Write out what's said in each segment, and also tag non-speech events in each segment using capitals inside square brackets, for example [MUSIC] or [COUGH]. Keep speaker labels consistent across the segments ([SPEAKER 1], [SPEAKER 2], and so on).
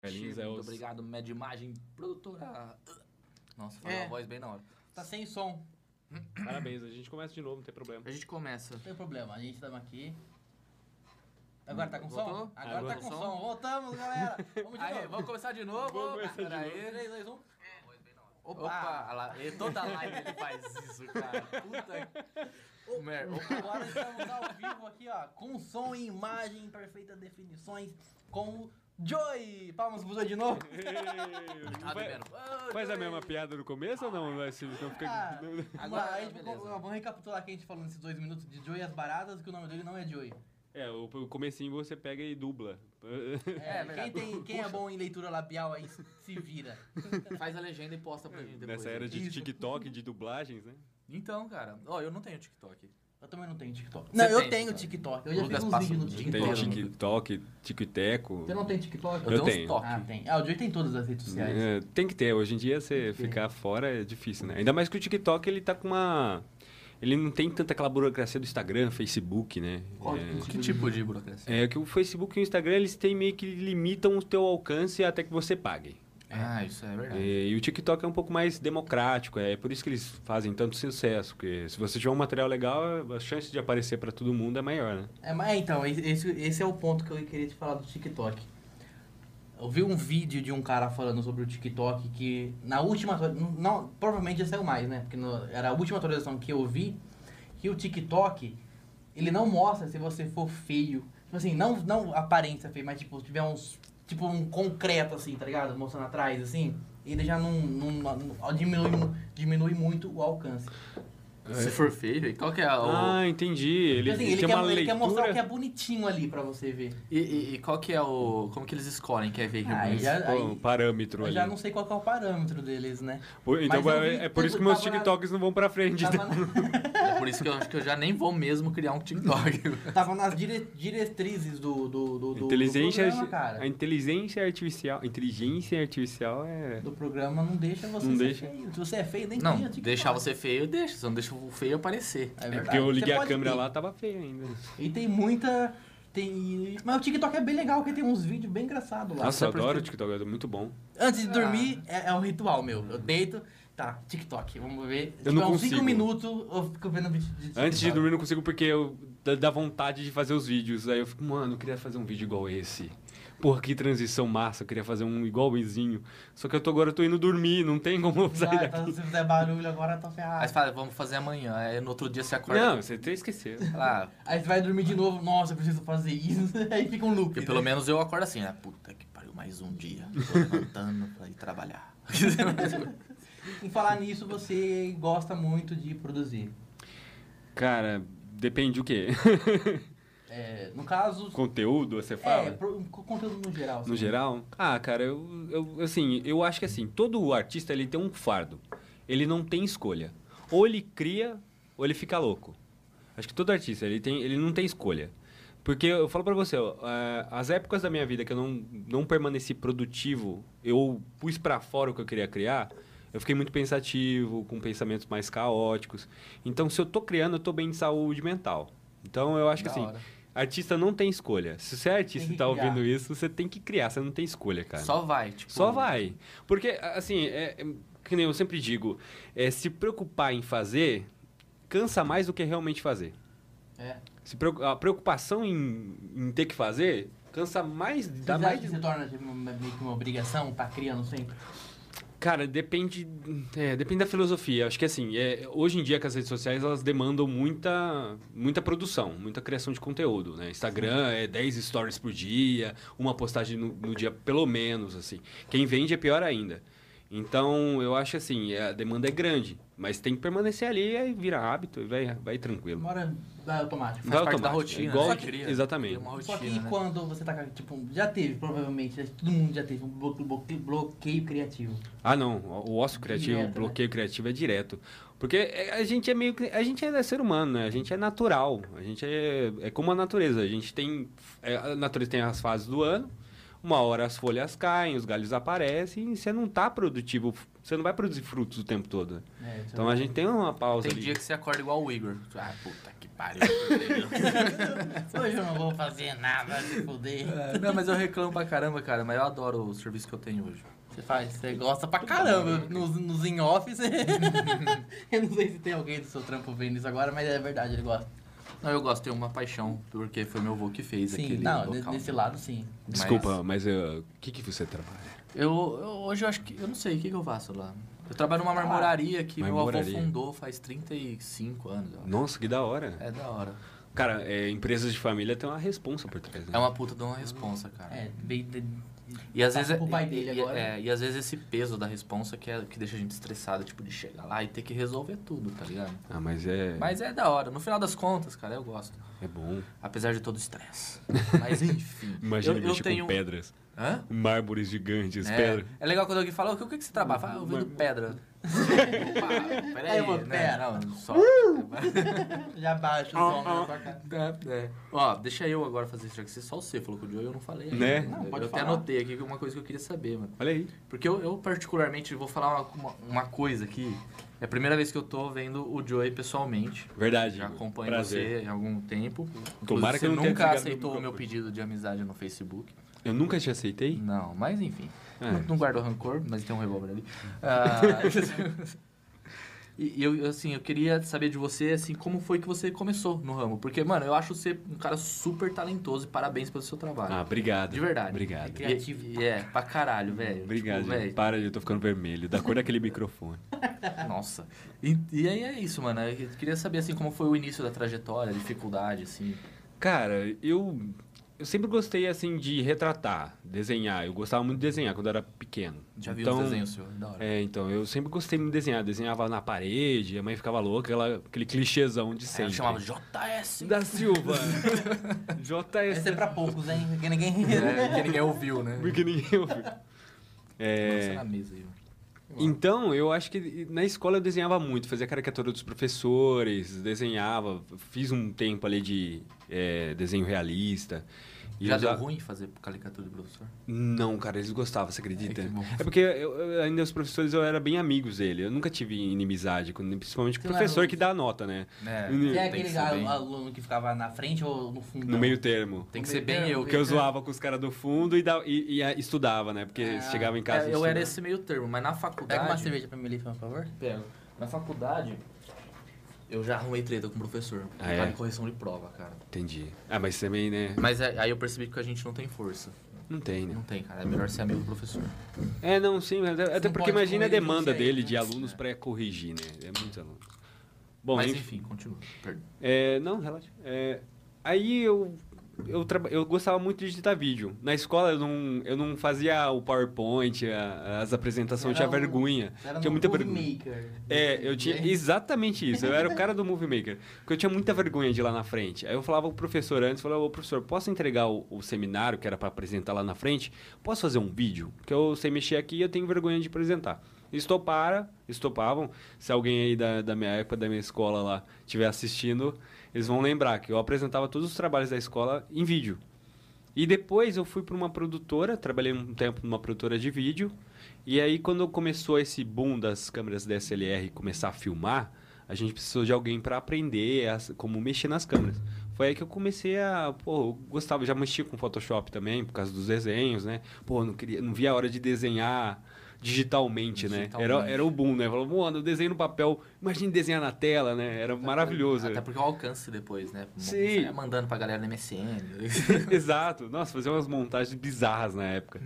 [SPEAKER 1] Carlinhos é
[SPEAKER 2] Muito
[SPEAKER 1] os-
[SPEAKER 2] obrigado, Mad Imagem, produtora. Nossa, falei
[SPEAKER 3] É.
[SPEAKER 2] a voz bem na hora. Tá sem som.
[SPEAKER 4] Parabéns, a gente começa de novo, não tem problema.
[SPEAKER 2] [LAUGHS]
[SPEAKER 3] A gente começa.
[SPEAKER 2] Não tem problema, a gente tá aqui. Agora tá com
[SPEAKER 3] Voltou?
[SPEAKER 2] som? Agora,
[SPEAKER 4] Agora
[SPEAKER 2] tá com
[SPEAKER 3] com
[SPEAKER 2] som.
[SPEAKER 3] som.
[SPEAKER 2] Voltamos, galera. Vamos de
[SPEAKER 3] Aí,
[SPEAKER 2] novo.
[SPEAKER 3] vamos começar de novo.
[SPEAKER 4] Vamos começar de
[SPEAKER 3] Peraí.
[SPEAKER 2] 3, 2, 1.
[SPEAKER 3] Opa! olha lá, ele- toda live ele faz isso, cara. Puta que... Merda.
[SPEAKER 2] Agora estamos ao vivo aqui, ó, com som e imagem, perfeitas definições, com o Joey. Palmas pro Joey de novo. tá
[SPEAKER 3] Ah, bebendo.
[SPEAKER 4] Faz a mesma piada no começo ou não? Vai, Silvio? Então fica.
[SPEAKER 2] Ah, agora,
[SPEAKER 3] Agora,
[SPEAKER 2] a gente,
[SPEAKER 3] beleza.
[SPEAKER 2] vamos recapitular que a gente falou nesses dois minutos de Joey e as baratas, que o nome dele não é Joey.
[SPEAKER 4] É, o, o comecinho você pega e dubla.
[SPEAKER 2] É,
[SPEAKER 3] É,
[SPEAKER 2] quem,
[SPEAKER 3] verdade.
[SPEAKER 2] tem, quem é bom em leitura labial aí se vira.
[SPEAKER 3] Faz a legenda e posta pra gente
[SPEAKER 4] [LAUGHS]
[SPEAKER 3] depois. né?
[SPEAKER 4] Nessa era de
[SPEAKER 2] Isso.
[SPEAKER 4] TikTok, de dublagens, né?
[SPEAKER 3] Então, cara. Ó, eu não tenho TikTok.
[SPEAKER 2] Eu também não tenho TikTok.
[SPEAKER 3] Você
[SPEAKER 2] Não, eu
[SPEAKER 3] tem
[SPEAKER 2] tenho
[SPEAKER 3] TikTok.
[SPEAKER 2] TikTok. Eu já
[SPEAKER 3] Lucas
[SPEAKER 2] fiz uns
[SPEAKER 3] passa
[SPEAKER 2] vídeos
[SPEAKER 3] o
[SPEAKER 2] no
[SPEAKER 3] dia
[SPEAKER 2] TikTok.
[SPEAKER 4] Tem
[SPEAKER 3] Todo
[SPEAKER 4] TikTok, TicoTeco.
[SPEAKER 2] Você não um tem um TikTok?
[SPEAKER 4] Eu
[SPEAKER 3] Eu, tenho
[SPEAKER 4] tenho.
[SPEAKER 3] uns toques.
[SPEAKER 2] Ah, tem. Ah, o Joey tem todas as redes sociais.
[SPEAKER 4] É, tem que ter. Hoje em dia você
[SPEAKER 2] Tem que ter.
[SPEAKER 4] ficar fora é difícil, né? Ainda mais que o TikTok ele tá com uma. Ele não tem tanta aquela burocracia do Instagram, Facebook, né? É.
[SPEAKER 3] Que tipo de burocracia?
[SPEAKER 4] É que o Facebook e o Instagram eles têm meio que limitam o teu alcance até que você pague.
[SPEAKER 3] Ah, isso é verdade.
[SPEAKER 4] E, e o TikTok é um pouco mais democrático, é por isso que eles fazem tanto sucesso, porque se você tiver um material legal, a chance de aparecer pra todo mundo é maior, né?
[SPEAKER 2] É, mas então, esse- esse, esse é o ponto que eu queria te falar do TikTok. Eu vi um vídeo de um cara falando sobre o TikTok que na última atua- não provavelmente já saiu mais, né? Porque no- era a última atualização que eu vi que o TikTok ele não mostra se você for feio. Tipo assim, não não aparência feia, mas tipo, se tiver uns tipo um concreto assim, tá ligado? Mostrando atrás assim, ele já não, não- não- diminui mu- diminui muito o alcance.
[SPEAKER 3] Se for feio, e qual que é a, o-
[SPEAKER 4] Ah, entendi. Ele,
[SPEAKER 2] Tipo assim,
[SPEAKER 4] tem
[SPEAKER 2] ele,
[SPEAKER 4] uma
[SPEAKER 2] quer, ele quer
[SPEAKER 4] leitura.
[SPEAKER 2] mostrar o que é bonitinho ali pra você ver.
[SPEAKER 3] e, e- e qual que é o... Como que eles escolhem quem é feio e quem é
[SPEAKER 2] Ah,
[SPEAKER 3] bonito?
[SPEAKER 2] já-
[SPEAKER 4] Pô, um parâmetro
[SPEAKER 2] Eu
[SPEAKER 4] ali.
[SPEAKER 2] já não sei qual que é o parâmetro deles, né?
[SPEAKER 4] [LAUGHS] Pô, Então
[SPEAKER 2] Mas eu
[SPEAKER 4] é,
[SPEAKER 2] vi
[SPEAKER 4] é por isso que meus TikToks não vão pra frente. né?
[SPEAKER 2] Tava, na-
[SPEAKER 3] É por isso que eu acho que eu já nem vou mesmo criar um
[SPEAKER 2] [LAUGHS]
[SPEAKER 3] TikTok.
[SPEAKER 2] tava nas dire- diretrizes do, do, do, do,
[SPEAKER 4] Inteligência,
[SPEAKER 2] do programa,
[SPEAKER 4] a
[SPEAKER 2] cara.
[SPEAKER 4] inteligência artificial, inteligência artificial é
[SPEAKER 2] Do programa não deixa você
[SPEAKER 4] Não
[SPEAKER 2] ser
[SPEAKER 4] deixa.
[SPEAKER 2] feio. Se você é feio, nem
[SPEAKER 3] Não,
[SPEAKER 2] cria TikTok.
[SPEAKER 3] deixar você feio, deixa. Só não deixa o feio aparecer.
[SPEAKER 2] É,
[SPEAKER 4] É
[SPEAKER 2] verdade.
[SPEAKER 4] porque eu
[SPEAKER 2] Você
[SPEAKER 4] liguei a
[SPEAKER 2] pode
[SPEAKER 4] câmera
[SPEAKER 2] ter.
[SPEAKER 4] lá, tava feio ainda.
[SPEAKER 2] E tem muita... Tem... Mas o TikTok é bem legal, porque tem uns vídeos bem engraçados lá.
[SPEAKER 4] Nossa, eu
[SPEAKER 3] por isso
[SPEAKER 4] adoro o
[SPEAKER 3] que-
[SPEAKER 4] TikTok, é muito bom.
[SPEAKER 2] Antes de dormir,
[SPEAKER 3] Ah.
[SPEAKER 2] é, é um ritual meu. Eu deito, tá, TikTok, vamos ver.
[SPEAKER 4] Eu não
[SPEAKER 2] Tipo, é uns cinco
[SPEAKER 4] consigo.
[SPEAKER 2] minutos, eu fico vendo vídeo de TikTok.
[SPEAKER 4] Antes de dormir eu não consigo porque eu dá- dá vontade de fazer os vídeos. Aí eu fico, mano, eu queria fazer um vídeo igual esse. Porra, que transição massa, eu queria fazer um igualzinho. Só que eu tô agora eu tô indo dormir, não tem como eu sair
[SPEAKER 2] Ah,
[SPEAKER 4] daqui.
[SPEAKER 2] então, se fizer barulho agora, tá
[SPEAKER 3] Aí
[SPEAKER 2] ferrado.
[SPEAKER 3] você fala, vamos fazer amanhã. Aí no outro dia você
[SPEAKER 2] tá.
[SPEAKER 3] acorda.
[SPEAKER 4] Não, você até esqueceu.
[SPEAKER 3] Ah,
[SPEAKER 2] Aí você vai dormir de novo, nossa, eu preciso fazer isso. [LAUGHS] Aí fica um loop.
[SPEAKER 3] porque
[SPEAKER 2] né?
[SPEAKER 3] pelo menos eu acordo assim, né? Puta que pariu, mais um
[SPEAKER 2] [LAUGHS]
[SPEAKER 3] dia. Tô levantando pra ir trabalhar.
[SPEAKER 2] Em falar nisso, você gosta muito de produzir.
[SPEAKER 4] Cara, depende o quê? [LAUGHS]
[SPEAKER 2] É, no caso,
[SPEAKER 4] Conteúdo, você
[SPEAKER 2] é,
[SPEAKER 4] fala?
[SPEAKER 2] pro- co- conteúdo no geral.
[SPEAKER 4] No
[SPEAKER 2] assim.
[SPEAKER 4] geral? Ah, cara, eu, eu assim, eu acho que assim, todo artista ele tem um fardo. Ele não tem escolha. Ou ele cria, ou ele fica louco. Acho que todo artista, ele, tem, ele não tem escolha. Porque eu falo pra você, ó, ah, as épocas da minha vida que eu não, não permaneci produtivo, eu pus pra fora o que eu queria criar, eu fiquei muito pensativo, com pensamentos mais caóticos. Então, se eu tô criando, eu tô bem de saúde mental. Então, eu acho que
[SPEAKER 2] Da
[SPEAKER 4] assim,
[SPEAKER 2] hora.
[SPEAKER 4] artista não tem escolha. Se você é artista
[SPEAKER 2] Tem
[SPEAKER 4] e
[SPEAKER 2] que
[SPEAKER 4] tá
[SPEAKER 2] criar.
[SPEAKER 4] ouvindo isso, você tem que criar, você não tem escolha, cara.
[SPEAKER 3] Só vai, tipo.
[SPEAKER 4] Só vai. Porque, assim, é, é- que nem eu sempre digo, é, se preocupar em fazer cansa mais do que realmente fazer.
[SPEAKER 2] É.
[SPEAKER 4] Se preo- a preocupação em, em ter que fazer cansa mais, dá
[SPEAKER 2] Você acha
[SPEAKER 4] mais.
[SPEAKER 2] que se torna tipo, uma- meio que uma obrigação, tá criando sempre.
[SPEAKER 4] Cara, depende, é, depende da filosofia. Acho que assim, é, hoje em dia que as redes sociais elas demandam muita, muita produção, muita criação de conteúdo, né? Instagram é 10 stories por dia, uma postagem no, no dia pelo menos, assim. Quem vende é pior ainda. Então, eu acho assim, a demanda é grande, mas tem que permanecer ali e vira hábito e vai, vai tranquilo.
[SPEAKER 2] Demora vai automático.
[SPEAKER 3] Faz
[SPEAKER 4] Vai
[SPEAKER 3] parte da
[SPEAKER 4] automático,
[SPEAKER 3] rotina.
[SPEAKER 4] é igual
[SPEAKER 3] né?
[SPEAKER 4] que-
[SPEAKER 3] Cria-
[SPEAKER 4] exatamente.
[SPEAKER 3] cria Uma
[SPEAKER 2] Só
[SPEAKER 3] rotina,
[SPEAKER 2] que
[SPEAKER 3] né?
[SPEAKER 2] quando você tá, tipo, já teve, provavelmente, já- todo mundo já teve um bloque- bloque- bloqueio criativo.
[SPEAKER 4] Ah, não. O o ócio criativo,
[SPEAKER 2] Direto,
[SPEAKER 4] o bloqueio criativo é direto. Porque é, a gente é meio que. A gente é ser humano, né? A gente é natural. A gente é. É como a natureza. A gente tem. é, a natureza tem as fases do ano. Uma hora as folhas caem, os galhos aparecem e você não tá produtivo. Você não vai produzir frutos o tempo todo. né?
[SPEAKER 2] É, isso
[SPEAKER 4] Então
[SPEAKER 2] é-
[SPEAKER 4] a gente tem uma pausa
[SPEAKER 3] Tem
[SPEAKER 4] ali.
[SPEAKER 3] dia que você acorda igual o Igor. Ah, puta que
[SPEAKER 2] [LAUGHS]
[SPEAKER 3] pariu.
[SPEAKER 4] é.
[SPEAKER 2] Hoje eu não vou fazer nada, se fuder.
[SPEAKER 3] É, não, mas eu reclamo pra caramba, cara. Mas eu adoro o serviço que eu tenho hoje.
[SPEAKER 2] Você faz, você gosta pra caramba. Nos, nos in-off, você... [LAUGHS] eu não sei se tem alguém do seu trampo vendo isso agora, mas é verdade, ele gosta.
[SPEAKER 3] Não, eu gosto, tenho uma paixão, porque foi meu avô que fez
[SPEAKER 2] Sim,
[SPEAKER 3] aquele
[SPEAKER 2] não,
[SPEAKER 3] local.
[SPEAKER 2] nesse lado sim.
[SPEAKER 3] Mas
[SPEAKER 4] Desculpa, mas uh, o que, que você trabalha?
[SPEAKER 3] Eu, eu- hoje eu acho que... Eu não sei, o que, que eu faço lá? Eu trabalho
[SPEAKER 2] Ah,
[SPEAKER 3] numa marmoraria que meu
[SPEAKER 4] Marmoraria.
[SPEAKER 3] avô fundou faz 35 anos. ó.
[SPEAKER 4] Nossa, que da hora.
[SPEAKER 3] É da hora.
[SPEAKER 4] Cara, é, empresas de família tem uma responsa por trás. Né?
[SPEAKER 3] É uma puta de uma responsa, cara.
[SPEAKER 2] É, veio de-
[SPEAKER 3] E às
[SPEAKER 2] Passa
[SPEAKER 3] vezes é-
[SPEAKER 2] pro pai
[SPEAKER 3] e-
[SPEAKER 2] dele
[SPEAKER 3] e-
[SPEAKER 2] agora.
[SPEAKER 3] é, e às vezes esse peso da responsa que, é, que deixa a gente estressado, tipo, de chegar lá e ter que resolver tudo, tá ligado?
[SPEAKER 4] Ah, mas é,
[SPEAKER 3] Mas é da hora. No final das contas, cara, eu gosto.
[SPEAKER 4] é bom.
[SPEAKER 3] Apesar de todo o estresse.
[SPEAKER 2] [LAUGHS]
[SPEAKER 3] Mas enfim.
[SPEAKER 4] Imagina
[SPEAKER 3] eu, eu
[SPEAKER 4] mexer
[SPEAKER 3] tenho...
[SPEAKER 4] com pedras.
[SPEAKER 3] Hã?
[SPEAKER 4] Mármores gigantes,
[SPEAKER 3] É,
[SPEAKER 4] pedras.
[SPEAKER 3] é legal quando alguém fala, o que, o que que você trabalha? Fala, "Ah, eu vendo [LAUGHS] pedra. Opa,
[SPEAKER 2] Aí
[SPEAKER 3] peraí,
[SPEAKER 2] eu vou,
[SPEAKER 3] né?
[SPEAKER 2] pera.
[SPEAKER 3] Não, só...
[SPEAKER 2] Já baixa o
[SPEAKER 4] Ah,
[SPEAKER 2] som. né, pra cá.
[SPEAKER 3] É. [LAUGHS] Ó, deixa eu agora fazer isso, já que você só você falou com o Joe, eu não falei ainda.
[SPEAKER 4] Né?
[SPEAKER 2] Não,
[SPEAKER 3] eu
[SPEAKER 2] pode
[SPEAKER 3] até
[SPEAKER 2] falar.
[SPEAKER 3] anotei aqui uma coisa que eu queria saber, mano.
[SPEAKER 4] Olha aí.
[SPEAKER 3] Porque eu, eu particularmente vou falar uma, uma, uma coisa aqui. É a primeira vez que eu tô vendo o Joey pessoalmente.
[SPEAKER 4] Verdade.
[SPEAKER 3] Já
[SPEAKER 4] Igor.
[SPEAKER 3] acompanho
[SPEAKER 4] Prazer.
[SPEAKER 3] você há algum tempo.
[SPEAKER 4] Tomara
[SPEAKER 3] Inclusive,
[SPEAKER 4] que eu não tenha
[SPEAKER 3] você nunca
[SPEAKER 4] desligado
[SPEAKER 3] aceitou
[SPEAKER 4] meu
[SPEAKER 3] o meu
[SPEAKER 4] microfone.
[SPEAKER 3] pedido de amizade no Facebook.
[SPEAKER 4] Eu nunca te aceitei?
[SPEAKER 3] Não, mas enfim.
[SPEAKER 4] É.
[SPEAKER 3] Não, não guardo rancor, mas tem um revólver [LAUGHS] ali. Ah, e e eu, eu, assim, eu queria saber de você, assim, como foi que você começou no ramo. Porque, mano, eu acho você um cara super talentoso e parabéns pelo seu trabalho.
[SPEAKER 4] Ah, obrigado.
[SPEAKER 3] De verdade.
[SPEAKER 4] Obrigado.
[SPEAKER 2] É criativo.
[SPEAKER 3] E, e é, pra caralho, velho.
[SPEAKER 4] Obrigado,
[SPEAKER 3] Tipo,
[SPEAKER 4] gente.
[SPEAKER 3] velho,
[SPEAKER 4] Para, eu tô ficando vermelho. Da cor daquele microfone.
[SPEAKER 3] Nossa. E, e aí é isso, mano. Eu queria saber, assim, como foi o início da trajetória, a dificuldade, assim.
[SPEAKER 4] Cara, eu, eu sempre gostei, assim, de retratar, desenhar. Eu gostava muito de desenhar quando eu era pequeno.
[SPEAKER 3] Já vi
[SPEAKER 4] então,
[SPEAKER 3] uns desenhos seus, da hora.
[SPEAKER 4] É, então, eu sempre gostei muito de desenhar. Desenhava na parede, a mãe ficava louca, aquela- aquele clichêzão de
[SPEAKER 3] Aí eu
[SPEAKER 4] sempre.
[SPEAKER 3] É, chamava [LAUGHS] JS.
[SPEAKER 4] Da Silva. [LAUGHS]
[SPEAKER 2] Essa é
[SPEAKER 4] JS.
[SPEAKER 2] pra poucos, hein? Porque ninguém... [LAUGHS]
[SPEAKER 3] É, que ninguém ouviu, né?
[SPEAKER 4] Porque ninguém ouviu.
[SPEAKER 3] Lança
[SPEAKER 4] É,
[SPEAKER 3] na mesa aí, mano.
[SPEAKER 4] Então, eu acho que na escola eu desenhava muito, fazia caricatura dos professores, desenhava, fiz um tempo ali de é, desenho realista. E
[SPEAKER 3] Já
[SPEAKER 4] eu
[SPEAKER 3] deu
[SPEAKER 4] usa-
[SPEAKER 3] ruim fazer caricatura de professor?
[SPEAKER 4] Não, cara, eles gostavam, você acredita?
[SPEAKER 3] Ai, que bom.
[SPEAKER 4] É porque eu- eu- ainda os professores eu era bem amigos dele, eu nunca tive inimizade, com- principalmente com
[SPEAKER 2] Você
[SPEAKER 4] o
[SPEAKER 2] não
[SPEAKER 4] professor
[SPEAKER 3] um
[SPEAKER 2] era-
[SPEAKER 4] que dá a nota, né?
[SPEAKER 3] É,
[SPEAKER 4] Hum.
[SPEAKER 2] Você
[SPEAKER 3] tem
[SPEAKER 2] é
[SPEAKER 3] que
[SPEAKER 2] aquele
[SPEAKER 3] ser bem-
[SPEAKER 2] aluno, aluno que ficava na frente ou no fundo?
[SPEAKER 4] No meio termo.
[SPEAKER 3] Tem que né? ser bem eu.
[SPEAKER 4] Porque eu zoava com os caras do fundo e, da- e- e a- estudava, né? Porque
[SPEAKER 2] Ah,
[SPEAKER 4] chegava em casa.
[SPEAKER 3] É, eu
[SPEAKER 4] estudava.
[SPEAKER 3] era esse meio termo, mas na faculdade...
[SPEAKER 2] Pega uma cerveja pra mim ali, por favor.
[SPEAKER 3] Pego. Na faculdade, eu já arrumei treta com o professor. por
[SPEAKER 4] Ah,
[SPEAKER 3] causa
[SPEAKER 4] é?
[SPEAKER 3] de correção de prova, cara.
[SPEAKER 4] Entendi. Ah, mas também, né?
[SPEAKER 3] Mas é- aí eu percebi que a gente não tem força.
[SPEAKER 4] Não tem, né?
[SPEAKER 3] Não tem, cara. É melhor ser amigo do professor.
[SPEAKER 4] É, não, sim, até, até
[SPEAKER 2] não
[SPEAKER 4] porque
[SPEAKER 2] pode
[SPEAKER 4] imagina a
[SPEAKER 2] correr
[SPEAKER 4] demanda
[SPEAKER 2] junto aí,
[SPEAKER 4] dele
[SPEAKER 2] né?
[SPEAKER 4] de alunos pra corrigir, né? É muito aluno. Bom,
[SPEAKER 3] mas
[SPEAKER 4] enfim.
[SPEAKER 3] enfim, continua. Perdão.
[SPEAKER 4] É, não, relaxa. É, aí eu, eu, traba- eu gostava muito de editar vídeo. Na escola eu não, eu não fazia o PowerPoint, a- as apresentações, tinha
[SPEAKER 2] Era um-
[SPEAKER 4] vergonha.
[SPEAKER 2] Era
[SPEAKER 4] Tinha
[SPEAKER 2] no
[SPEAKER 4] muita
[SPEAKER 2] Movie
[SPEAKER 4] vergonha.
[SPEAKER 2] Maker.
[SPEAKER 4] É, eu tinha
[SPEAKER 2] Né?
[SPEAKER 4] exatamente isso. Eu era o cara do Movie Maker. Porque eu tinha muita vergonha de ir lá na frente. Aí eu falava pro professor antes, falava, ô professor, posso entregar o, o seminário que era pra apresentar lá na frente? Posso fazer um vídeo? Porque eu sei mexer aqui e eu tenho vergonha de apresentar. Estopara, estopavam. Se alguém aí da, da minha época, da minha escola lá, estiver assistindo, eles vão lembrar que eu apresentava todos os trabalhos da escola em vídeo. E depois eu fui para uma produtora, trabalhei um tempo numa produtora de vídeo. E aí, quando começou esse boom das câmeras DSLR e começar a filmar, a gente precisou de alguém para aprender as- como mexer nas câmeras. Foi aí que eu comecei a. Pô, eu gostava, já mexia com Photoshop também, por causa dos desenhos, né? Pô, não, queria, não via a hora de desenhar digitalmente, né? Era,
[SPEAKER 3] Digitalmente.
[SPEAKER 4] era o boom, né? Falou, mano, eu desenho no papel, imagina desenhar na tela, né? Era maravilhoso.
[SPEAKER 3] Até porque o alcance depois, né?
[SPEAKER 4] Sim.
[SPEAKER 3] Saia mandando pra galera no MSN. [LAUGHS]
[SPEAKER 4] Exato. Nossa, fazia umas montagens bizarras na época.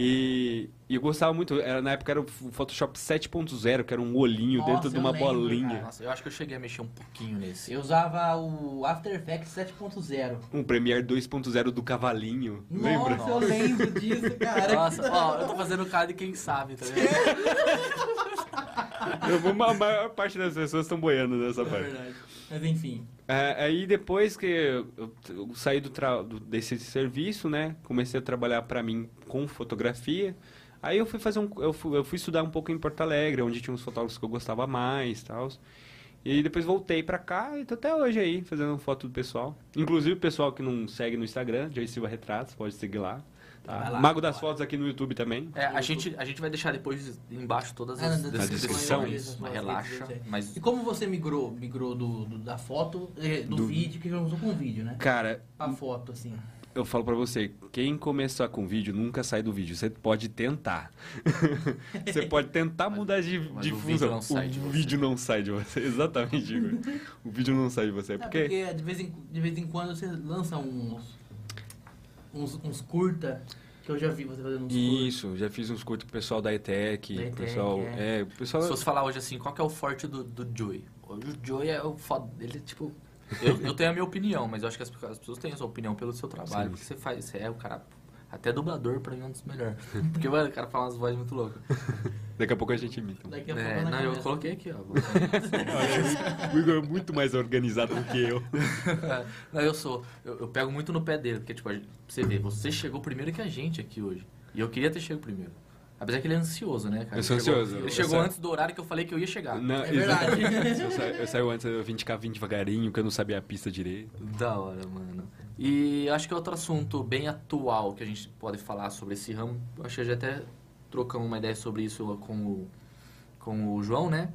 [SPEAKER 4] E, e eu gostava muito. Era, na época era o Photoshop 7.0, que era um olhinho
[SPEAKER 2] Nossa,
[SPEAKER 4] dentro de
[SPEAKER 2] eu
[SPEAKER 4] uma
[SPEAKER 2] lembro,
[SPEAKER 4] bolinha.
[SPEAKER 3] Nossa, eu acho que eu cheguei a mexer um pouquinho nesse.
[SPEAKER 2] Eu usava o After Effects 7.0.
[SPEAKER 4] Um Premiere 2.0 do cavalinho.
[SPEAKER 2] Nossa,
[SPEAKER 4] Lembra?
[SPEAKER 2] eu lembro disso,
[SPEAKER 4] [LAUGHS]
[SPEAKER 2] cara.
[SPEAKER 3] Nossa, ó, eu tô fazendo cara de quem sabe, tá ligado?
[SPEAKER 4] Eu vou, a maior parte das pessoas estão boiando nessa
[SPEAKER 2] É
[SPEAKER 4] parte.
[SPEAKER 2] verdade. Mas enfim.
[SPEAKER 4] É, aí depois que eu, eu saí do tra- do- desse serviço, né? Comecei a trabalhar pra mim com fotografia. Aí eu fui fazer um, eu fui, eu fui estudar um pouco em Porto Alegre, onde tinha uns fotógrafos que eu gostava mais, tal. E depois voltei pra cá e tô até hoje aí fazendo foto do pessoal. Inclusive o pessoal que não segue no Instagram, Joy Silva Retratos, pode seguir lá. tá?
[SPEAKER 2] Vai lá.
[SPEAKER 4] Mago das Fotos aqui no YouTube também.
[SPEAKER 3] É, a, gente, a gente vai deixar depois embaixo todas
[SPEAKER 2] Ah,
[SPEAKER 3] as
[SPEAKER 2] na
[SPEAKER 4] descrição.
[SPEAKER 3] descrições. Mas relaxa. Mas
[SPEAKER 2] E como você migrou, migrou do, do- da foto, eh, do,
[SPEAKER 4] Do-
[SPEAKER 2] vídeo, que já usou com vídeo, né?
[SPEAKER 4] Cara,
[SPEAKER 2] A foto, assim.
[SPEAKER 4] eu falo pra você, quem começar com vídeo nunca sai do vídeo. Você pode tentar. [LAUGHS] você pode tentar
[SPEAKER 3] Mas-
[SPEAKER 4] mudar de,
[SPEAKER 3] mas
[SPEAKER 4] de
[SPEAKER 3] o vídeo
[SPEAKER 4] função.
[SPEAKER 3] não sai de
[SPEAKER 4] o
[SPEAKER 3] você.
[SPEAKER 4] vídeo não sai de você. [LAUGHS] Exatamente, Igor. o vídeo não sai de você.
[SPEAKER 2] É porque, de, vez em, de vez em quando você lança uns, uns, uns curta, que eu já vi você fazendo uns curta.
[SPEAKER 4] Isso, já fiz uns curtos com o pessoal da ETEC,
[SPEAKER 2] Da
[SPEAKER 4] o
[SPEAKER 2] ETEC,
[SPEAKER 4] pessoal.
[SPEAKER 2] é.
[SPEAKER 4] É, o pessoal.
[SPEAKER 3] se fosse falar hoje assim, qual que é o forte do, do Joey? Hoje o Joey é o foda. Ele, tipo. Eu, eu tenho a minha opinião, mas eu acho que as, as pessoas têm a sua opinião pelo seu trabalho.
[SPEAKER 4] Sim.
[SPEAKER 3] O que você faz? Você é o cara. Até dublador, pra mim, é um dos melhores. Porque, mano, o cara fala umas vozes muito loucas.
[SPEAKER 4] Daqui a pouco a gente imita.
[SPEAKER 2] Daqui a pouco
[SPEAKER 3] É,
[SPEAKER 2] na
[SPEAKER 3] não, eu
[SPEAKER 2] cabeça.
[SPEAKER 3] coloquei aqui, ó.
[SPEAKER 4] Olha, o Igor é muito mais organizado do que eu.
[SPEAKER 3] É. Não, eu sou. Eu, eu pego muito no pé dele, porque, tipo, a gente- você vê, você chegou primeiro que a gente aqui hoje. E eu queria ter chego primeiro. Apesar que ele é ansioso, né, cara?
[SPEAKER 4] Eu sou
[SPEAKER 3] Ele chegou-
[SPEAKER 4] ansioso.
[SPEAKER 3] Ele
[SPEAKER 4] Eu
[SPEAKER 3] chegou
[SPEAKER 4] sou-
[SPEAKER 3] antes do horário que eu falei que eu ia chegar.
[SPEAKER 4] Não,
[SPEAKER 2] É verdade.
[SPEAKER 4] exatamente. Eu, sa- eu saio antes, eu vim de cá, vim devagarinho, que eu não sabia a pista direito.
[SPEAKER 3] Da hora, mano. E acho que é outro assunto bem atual que a gente pode falar sobre esse ramo, eu acho que já até trocamos uma ideia sobre isso com o, com o João, né?